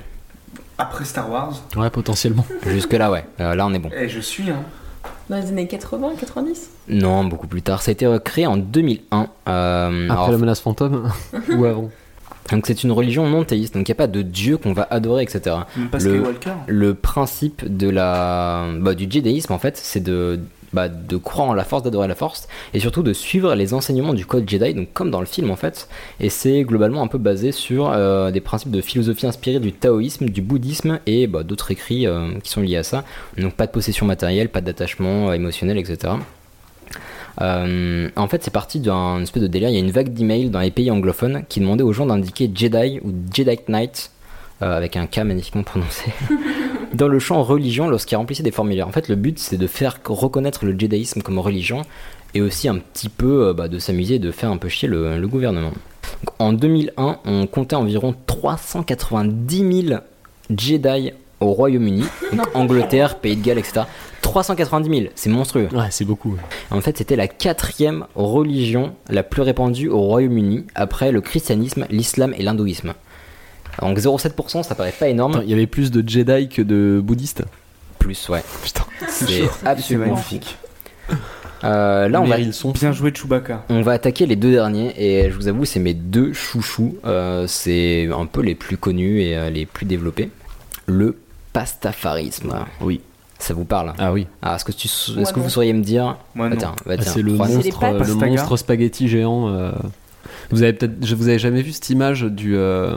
H: Après Star Wars,
B: Ouais, potentiellement.
A: Jusque-là, ouais. Euh, là on est bon.
H: et je suis hein.
I: Dans les années 80, 90
A: Non, beaucoup plus tard. Ça a été euh, créé en 2001. euh,
B: Après
A: alors,
B: la menace fantôme Ou avant
A: Donc c'est une religion non théiste, donc il n'y a pas de dieu qu'on va adorer, etc.
H: Même pas
A: le,
H: Skywalker.
A: le principe de la, bah, du jédaïsme, en fait, c'est de, bah, de croire en la force, d'adorer la force, et surtout de suivre les enseignements du code Jedi, donc comme dans le film en fait. Et c'est globalement un peu basé sur euh, des principes de philosophie inspirés du taoïsme, du bouddhisme et bah, d'autres écrits euh, qui sont liés à ça. Donc pas de possession matérielle, pas d'attachement euh, émotionnel, etc. Euh, en fait, c'est parti d'un une espèce de délire. Il y a une vague d'emails dans les pays anglophones qui demandait aux gens d'indiquer Jedi ou Jedi Knight, euh, avec un K magnifiquement prononcé, dans le champ religion lorsqu'ils remplissaient des formulaires. En fait, le but, c'est de faire reconnaître le Jediisme comme religion et aussi un petit peu euh, bah, de s'amuser et de faire un peu chier le, le gouvernement. Donc, en 2001, on comptait environ 390 000 Jedi au Royaume-Uni, donc Angleterre, Pays de Galles, etc. 390 000, c'est monstrueux.
B: Ouais, c'est beaucoup.
A: En fait, c'était la quatrième religion la plus répandue au Royaume-Uni après le christianisme, l'islam et l'hindouisme. Donc 0,7%, ça paraît pas énorme.
B: Il y avait plus de Jedi que de bouddhistes
A: Plus, ouais.
B: Putain,
A: C'est absolument fou.
H: magnifique.
A: Euh, là, on va,
H: Bien joué Chewbacca.
A: on va attaquer les deux derniers et je vous avoue, c'est mes deux chouchous. Euh, c'est un peu les plus connus et euh, les plus développés. Le pastafarisme.
B: Oui.
A: Ça vous parle
B: Ah oui.
A: Ah, est-ce que, tu, est-ce
I: Moi,
A: que
I: non.
A: vous sauriez me dire
H: Moi, non.
A: Attends,
B: Ah,
A: attends,
B: c'est le
A: trois-
I: C'est les
B: monstre, euh,
I: pâtes.
B: le
H: Pastaga.
B: monstre spaghetti géant. euh, Vous avez peut-être, je vous avez jamais vu cette image du euh,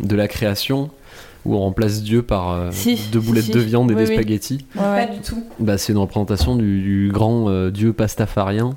B: de la création où on remplace Dieu par euh,
F: Si,
B: deux
F: si,
B: boulettes
F: si.
B: de viande et
F: Oui,
B: des
F: oui.
B: spaghettis.
G: Ouais, ouais.
I: Pas du tout.
B: Bah, c'est une représentation du, du grand euh, Dieu pastafarien.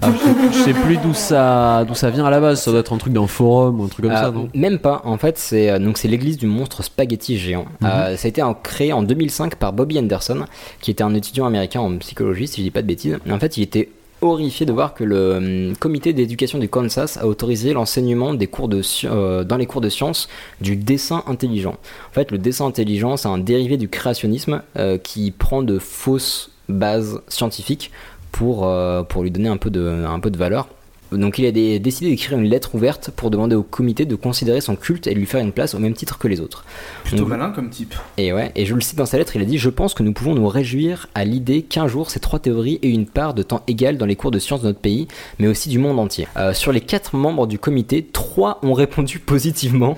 B: Ah, je, sais, je sais plus d'où ça d'où ça vient à la base. Ça doit être un truc d'un forum ou un truc comme
A: Ah,
B: ça, non
A: Même pas. En fait, c'est euh, donc c'est l'église du monstre spaghetti géant.
B: Mhm.
A: Euh, ça a été en- créé en 2005 par Bobby Anderson, qui était un étudiant américain en psychologie, si je dis pas de bêtises. En fait, il était horrifié de voir que le hum, comité d'éducation du Kansas a autorisé l'enseignement des cours de sci- euh, dans les cours de sciences du dessin intelligent. En fait, le dessin intelligent, c'est un dérivé du créationnisme euh, qui prend de fausses bases scientifiques pour, euh, pour lui donner un peu de, un peu de valeur. Donc il a dé- décidé d'écrire une lettre ouverte pour demander au comité de considérer son culte et de lui faire une place au même titre que les autres.
H: Plutôt
A: Donc-
H: malin comme type.
A: Et ouais, et je le cite dans sa lettre, il a dit Je pense que nous pouvons nous réjouir à l'idée qu'un jour ces trois théories aient une part de temps égale dans les cours de sciences de notre pays, mais aussi du monde entier. Euh, sur les quatre membres du comité, trois ont répondu positivement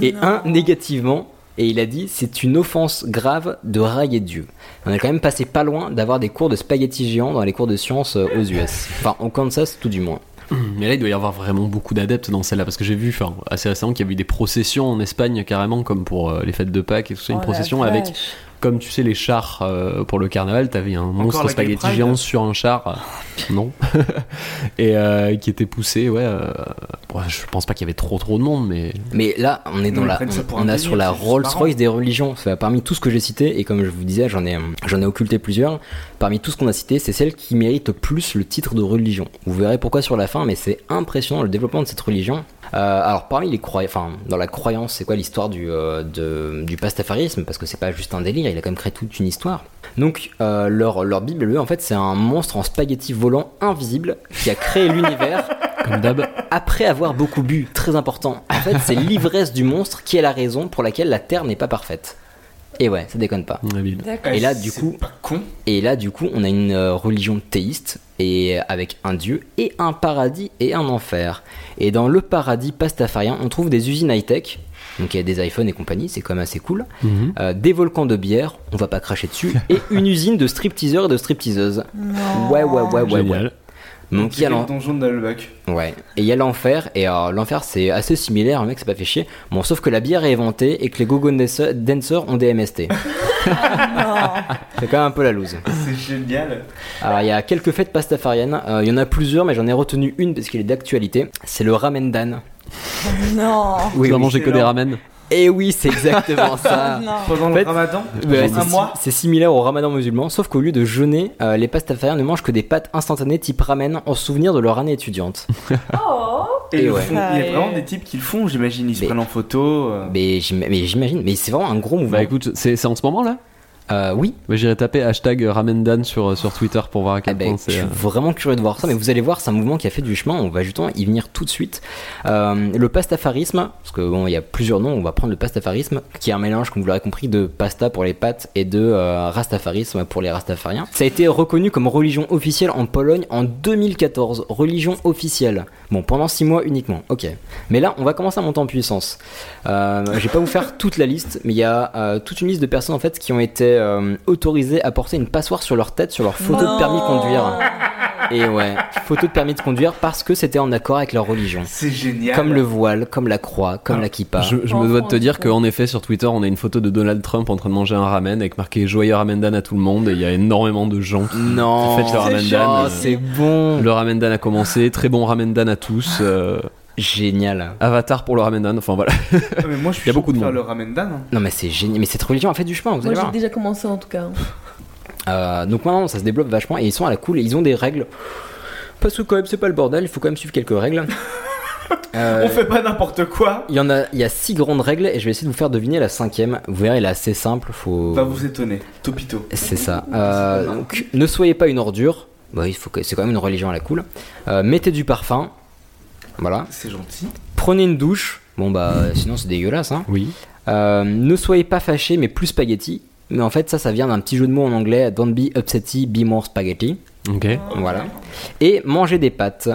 A: et un négativement. Et il a dit c'est une offense grave de railler Dieu. On est quand même passé pas loin d'avoir des cours de spaghetti géants dans les cours de sciences euh, aux US. Enfin, au Kansas tout du moins.
B: Mais là, il doit y avoir vraiment beaucoup d'adeptes dans celle-là parce que j'ai vu, enfin, assez récemment, qu'il y avait eu des processions en Espagne carrément, comme pour euh, les fêtes de Pâques et tout ça, une
F: Oh la
B: procession avec
F: vache.
B: comme tu sais les chars euh, pour le carnaval, t'avais un monstre
H: la Gay
B: spaghetti
H: Pride Oh,
B: géant sur un char, euh, non, et euh, qui était poussé, ouais. euh, bon, je pense pas qu'il y avait trop trop de monde, mais
A: Mais là, on est
H: Non,
A: dans
H: ils
A: la,
H: prennent ça pour
A: on,
H: un
A: on a
H: délire,
A: sur la
H: c'est juste
A: Rolls
H: marrant.
A: Royce des religions. Ça, parmi tout ce que j'ai cité, et comme je vous disais, j'en ai, euh, j'en ai occulté plusieurs. Parmi tout ce qu'on a cité, c'est celle qui mérite le plus le titre de religion. Vous verrez pourquoi sur la fin, mais c'est impressionnant le développement de cette religion. Euh, alors parmi les croyants, enfin dans la croyance, c'est quoi l'histoire du, euh, de- du pastafarisme Parce que c'est pas juste un délire, il a quand même créé toute une histoire. Donc euh, leur, leur bible, eux, en fait, c'est un monstre en spaghetti volant invisible qui a créé l'univers
B: comme d'hab,
A: après avoir beaucoup bu, très important. En fait, c'est l'ivresse du monstre qui est la raison pour laquelle la Terre n'est pas parfaite. Et ouais, ça déconne pas.
B: on est vide.
F: D'accord.
A: Et là, du coup,
H: Pas con.
A: et là, du coup, on a une euh, religion théiste et avec un dieu et un paradis et un enfer. Et dans le paradis pastafarien, on trouve des usines high-tech. Donc il y a des iPhones et compagnie, c'est quand même assez cool.
B: Mhm.
A: Euh, des volcans de bière, on va pas cracher dessus. et une usine de stripteaseurs et de stripteaseuses. Ouais, ouais, ouais, ouais, ouais.
B: Génial.
A: Donc il y a l'en-
H: le donjon de Nalbac.
A: Ouais, et il y a l'enfer, et alors l'enfer c'est assez similaire, un mec c'est pas fait chier. Bon, sauf que la bière est inventée et que les gogo dancers dancers ont des MST. c'est quand même un peu la loose.
H: C'est génial.
A: Alors il y a quelques fêtes pastafariennes, Euh, il y en a plusieurs, mais j'en ai retenu une parce qu'elle est d'actualité. C'est le ramen dan.
F: Non.
B: Oui,
A: Oui,
B: tu vas
A: oui,
B: manger que
H: excellent.
B: des ramen.
A: Et Eh oui, c'est exactement ça.
F: Non.
G: Ah.
H: Pendant
A: fait,
H: le ramadan,
A: Ouais,
H: pendant
A: c'est
H: Euh, un
A: si-
H: mois.
A: c'est similaire au ramadan musulman, sauf qu'au lieu de jeûner, euh, les pastafariens ne mangent que des pâtes instantanées type ramen en souvenir de leur année étudiante.
H: Et
A: Et
H: le
A: ouais.
H: fond, il y
F: Ouais.
H: a vraiment des types qui le font, j'imagine. Ils se
A: Mais-
H: prennent en photo. euh. Bah,
A: Mais j'im- mais j'imagine, mais c'est vraiment un gros mouvement. Euh,
B: Bah écoute, c'est c'est en ce moment là
A: oui.
B: J'irai taper hashtag Ramendan sur, sur Twitter pour voir à quel
A: ben,
B: point
A: je
B: c'est.
A: suis
B: euh,
A: vraiment curieux de voir ça, mais vous allez voir, c'est un mouvement qui a fait du chemin. On va justement y venir tout de suite. Euh, le pastafarisme, parce que bon, il y a plusieurs noms. On va prendre le pastafarisme, qui est un mélange, comme vous l'aurez compris, de pasta pour les pâtes et de euh, rastafarisme pour les rastafariens. Ça a été reconnu comme religion officielle en Pologne en 2014. Religion officielle. Bon, pendant six mois uniquement. Ok. Mais là, on va commencer à monter en puissance. Euh, je vais pas vous faire toute la liste, mais il y a euh, toute une liste de personnes en fait qui ont été euh, autorisées à porter une passoire sur leur tête sur leur photo de permis de conduire. Et ouais, photo de permis de conduire parce que c'était en accord avec leur religion.
H: C'est génial.
A: Comme le voile, comme la croix, comme la kippa.
B: Ah, Je, je me dois de te dire qu'en effet, sur Twitter, on a une photo de Donald Trump en train de manger un ramen avec marqué Joyeux Ramendan à tout le monde et il y a énormément de gens qui
A: Non,
B: fêtent le
A: c'est
B: Ramendan.
A: chiant,
B: euh,
A: c'est bon.
B: Le Ramendan a commencé, très bon Ramendan à tous. Euh,
A: Génial.
B: Avatar pour le Ramendan, enfin voilà.
H: Ah, mais moi, je
B: il y a beaucoup de
H: Faire
B: monde.
H: le ramen dan. hein.
A: Non mais c'est génial, mais cette religion a fait du chemin, vous
F: Moi
A: allez
F: j'ai
A: voir.
F: déjà commencé en tout cas.
A: Euh, donc maintenant ça se développe vachement et ils sont à la cool et ils ont des règles. Parce que quand même c'est pas le bordel, il faut quand même suivre quelques règles. Euh,
H: On fait pas n'importe quoi.
A: Il y en a, il y a six grandes règles et je vais essayer de vous faire deviner la cinquième. Vous verrez, elle est assez simple. Faut.
H: Va Bah, vous étonner. Topito.
A: C'est ça. Euh, donc, ne soyez pas une ordure. Bah, il faut que c'est quand même une religion à la cool. Euh, mettez du parfum. Voilà.
H: C'est gentil.
A: Prenez une douche. Bon bah, sinon c'est dégueulasse. Hein.
B: Oui.
A: Euh, ne soyez pas fâché, mais plus spaghetti. Mais en fait, ça, ça vient d'un petit jeu de mots en anglais. Don't be upsetty, be more spaghetti.
B: Ok.
A: Voilà. Et mangez des pâtes.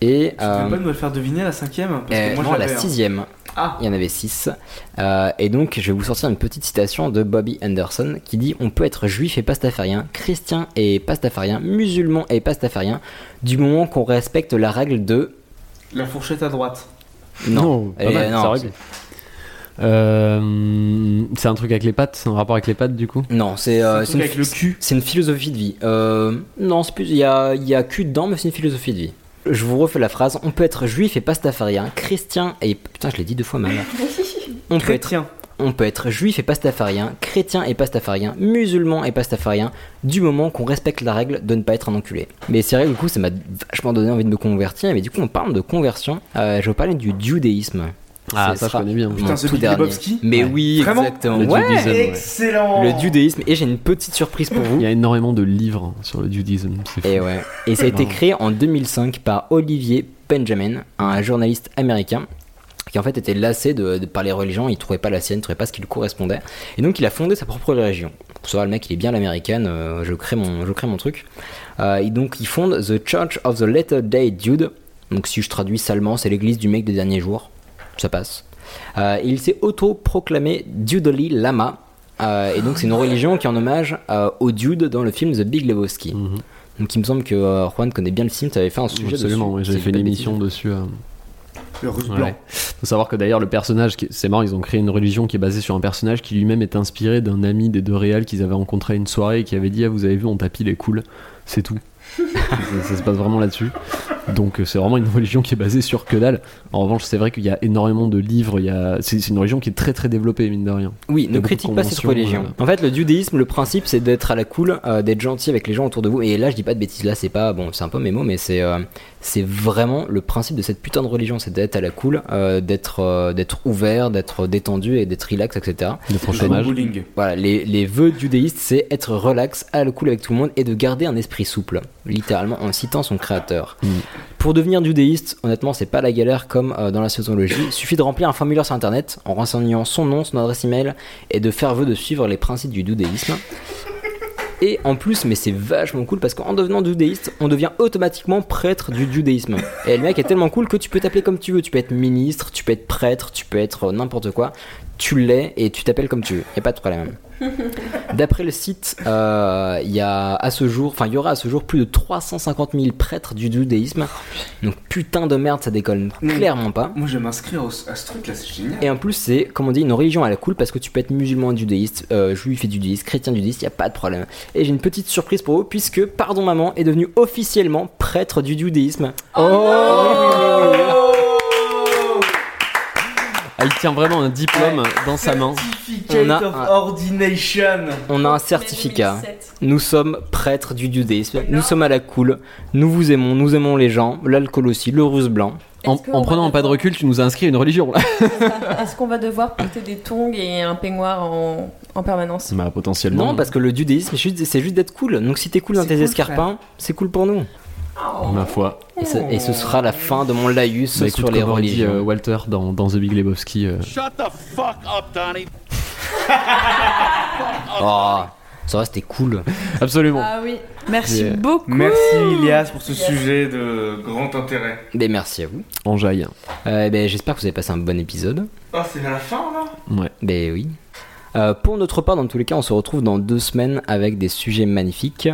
A: Et
H: Tu
A: euh,
H: peux pas nous le faire deviner la cinquième Parce
A: euh,
H: que moi,
A: non, la
H: je l'avais, hein.
A: sixième. Il y en avait six. Euh, et donc, je vais vous sortir une petite citation de Bobby Anderson qui dit On peut être juif et pastafarien, chrétien et pastafarien, musulman et pastafarien, du moment qu'on respecte la règle de.
H: La fourchette à droite.
A: Non,
B: pas mal, ça règle. Euh, c'est un truc avec les pattes, c'est un rapport avec les pattes du coup
A: Non, c'est euh, c'est une,
H: avec le cul.
A: c'est une philosophie de vie. Euh, non, c'est plus- il y a, il y a cul dedans, mais c'est une philosophie de vie. Je vous refais la phrase On peut être juif et pastafarien, chrétien et. Putain, je l'ai dit deux fois mal. On peut être
H: Chrétien.
A: On peut être juif et pastafarien, chrétien et pastafarien, musulman et pastafarien, du moment qu'on respecte la règle de ne pas être un enculé. Mais c'est vrai, du coup, ça m'a vachement donné envie de me convertir, mais du coup, on parle de conversion. Euh, je veux parler du judaïsme.
B: Ah,
A: Ce
B: ça, je
A: sera
B: connais bien.
A: mon
B: Putain,
H: celui
A: tout
H: de
A: dernier.
H: Lebowski
A: Mais
B: Ouais.
A: oui,
H: Vraiment
A: exactement.
B: Le
A: Ouais.
B: judaïsme, ouais.
H: Excellent.
A: Le judaïsme. Et j'ai une petite surprise pour vous.
B: Il y a énormément de livres sur le judaïsme. c'est fou.
A: Et ouais. Et ça a été
B: Marrant.
A: créé en 2005 par Olivier Benjamin, un journaliste américain qui en fait était lassé de, de par les religions, il trouvait pas la sienne, il trouvait pas ce qui lui correspondait, et donc il a fondé sa propre religion. Ça, va, le mec, il est bien l'américaine. euh, je crée mon, je crée mon truc. Euh, et donc il fonde The Church of the Latter Day Dude. Donc si je traduis salement, c'est l'église du mec des derniers jours. Ça passe. Euh, il s'est auto-proclamé Dudley Lama. Euh, et donc c'est une religion qui est en hommage euh, au dude dans le film The Big Lebowski.
B: Mhm.
A: Donc il me semble que euh, Juan connaît bien le film, tu avais fait un sujet
B: Absolument,
A: dessus.
B: ouais, j'avais
A: si
B: fait
A: je dis pas
B: une
A: de
B: émission
A: bêtises.
B: dessus. euh,
H: Le russe
B: Ouais.
H: blanc.
B: Faut savoir que d'ailleurs le personnage, qui- c'est marrant, ils ont créé une religion qui est basée sur un personnage qui lui-même est inspiré d'un ami des deux réels qu'ils avaient rencontré à une soirée et qui avait dit ah vous avez vu on tapis il est cool, c'est tout. ça, ça se passe vraiment là-dessus. Donc euh, c'est vraiment une religion qui est basée sur que dalle. En revanche c'est vrai qu'il y a énormément de livres, il y a... c'est c'est une religion qui est très très développée mine de rien.
A: Oui,
B: y a
A: ne
B: beaucoup de
A: critique pas cette
B: conventions,
A: religion.
B: euh,
A: En fait, le judaïsme, le principe, c'est d'être à la cool, euh, d'être gentil avec les gens autour de vous. Et là, je dis pas de bêtises, là, c'est pas, bon, c'est un peu mes mots, mais c'est euh, c'est vraiment le principe de cette putain de religion, c'est d'être à la cool, euh, d'être euh, d'être ouvert, d'être détendu et d'être relax, etc.
B: D'être au
H: Le
B: chômage.
H: bowling.
A: Voilà, les, les vœux judaïstes, c'est être relax, à la cool avec tout le monde et de garder un esprit souple, littéralement en citant son créateur.
B: Mm.
A: Pour devenir judaïste, honnêtement, c'est pas la galère comme euh, dans la sociologie. Il suffit de remplir un formulaire sur internet en renseignant son nom, son adresse email et de faire vœu de suivre les principes du judaïsme. Et en plus, mais c'est vachement cool parce qu'en devenant judaïste, on devient automatiquement prêtre du judaïsme. Et le mec est tellement cool que tu peux t'appeler comme tu veux. Tu peux être ministre, tu peux être prêtre, tu peux être euh, n'importe quoi. Tu l'es et tu t'appelles comme tu veux. Y a pas de problème. D'après le site, euh, il y a à ce jour, enfin il y aura à ce jour plus de 350 000 prêtres du judaïsme. Donc putain de merde, ça décolle
H: Mm.
A: clairement pas.
H: Moi, je vais m'inscrire au- à ce truc là, c'est génial.
A: Et en plus, c'est, comme on dit, une religion à la cool parce que tu peux être musulman dudéiste, euh, juif et dudéiste, chrétien dudéiste, il a pas de problème. Et j'ai une petite surprise pour vous puisque Pardon Maman est devenu officiellement prêtre du dudéisme.
B: Ah, il tient vraiment un diplôme dans sa main.
A: On
H: Certificate
A: a
H: of
A: un-
H: Ordination.
A: On a un certificat. Nous sommes prêtres du judaïsme, nous sommes à la cool, nous vous aimons, nous aimons les gens, l'alcool aussi, le russe blanc.
B: En,
I: Est-ce que
B: en
I: on va
B: prenant un pas de recul, tu nous as inscrit à une religion là.
I: Est-ce qu'on va devoir porter des tongs et un peignoir en, en permanence
B: Bah, potentiellement.
A: Non, parce que le dudéisme, c'est juste, c'est juste d'être cool. Donc si t'es cool dans tes
I: cool,
A: escarpins, c'est cool pour nous.
B: Ma foi.
A: Et, ce- et ce sera la fin de mon laïus
B: Bah, écoute,
A: sur les
B: comme aurait dit,
A: religions.
B: euh, Walter dans, dans The Big Lebowski. euh,
L: Shut the fuck up, Donnie.
A: Oh, ça va, c'était cool.
B: Absolument.
I: Ah oui.
G: Merci
B: Yeah.
G: beaucoup.
H: Merci Ilias pour ce sujet de grand intérêt.
A: Ben, merci à vous.
B: En jaille.
A: Euh, ben, J'espère que vous avez passé un bon épisode.
H: Oh, c'est vers la fin là
B: Ouais.
A: Ben oui. Euh, pour notre part, dans tous les cas, on se retrouve dans deux semaines avec des sujets magnifiques.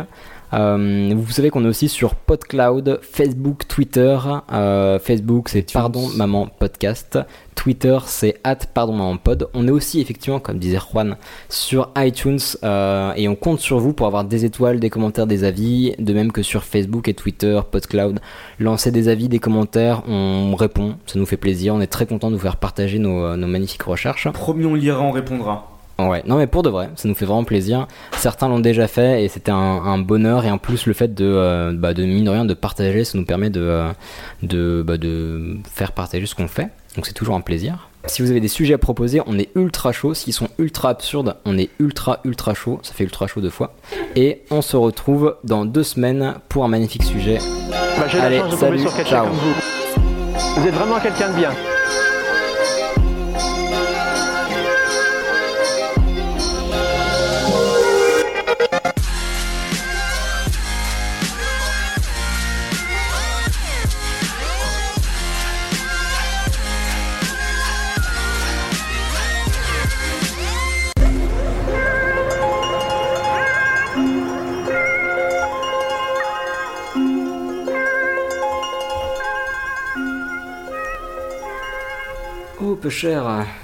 A: Euh, vous savez qu'on est aussi sur PodCloud, Facebook, Twitter. Euh, Facebook, c'est Pardon Maman Podcast. Twitter, c'est at Pardon Maman Pod. On est aussi, effectivement, comme disait Juan, sur iTunes euh, et on compte sur vous pour avoir des étoiles, des commentaires, des avis. De même que sur Facebook et Twitter, PodCloud. Lancez des avis, des commentaires, on répond. Ça nous fait plaisir. On est très content de vous faire partager nos, nos magnifiques recherches.
H: Promis, on lira, on répondra.
A: Ouais, non mais pour de vrai, ça nous fait vraiment plaisir. Certains l'ont déjà fait et c'était un, un bonheur et en plus le fait de, euh, bah, de mine de rien de partager, ça nous permet de, euh, de, bah, de faire partager ce qu'on fait. Donc c'est toujours un plaisir. Si vous avez des sujets à proposer, on est ultra chaud. S'ils sont ultra absurdes, on est ultra ultra chaud. Ça fait ultra chaud deux fois. Et on se retrouve dans deux semaines pour un magnifique sujet.
N: Bah, j'ai la
A: Allez,
N: chance de tomber
A: salut,
N: sur quelqu'un
A: ciao.
N: comme vous. Vous êtes vraiment quelqu'un de bien.
A: Oh peu cher.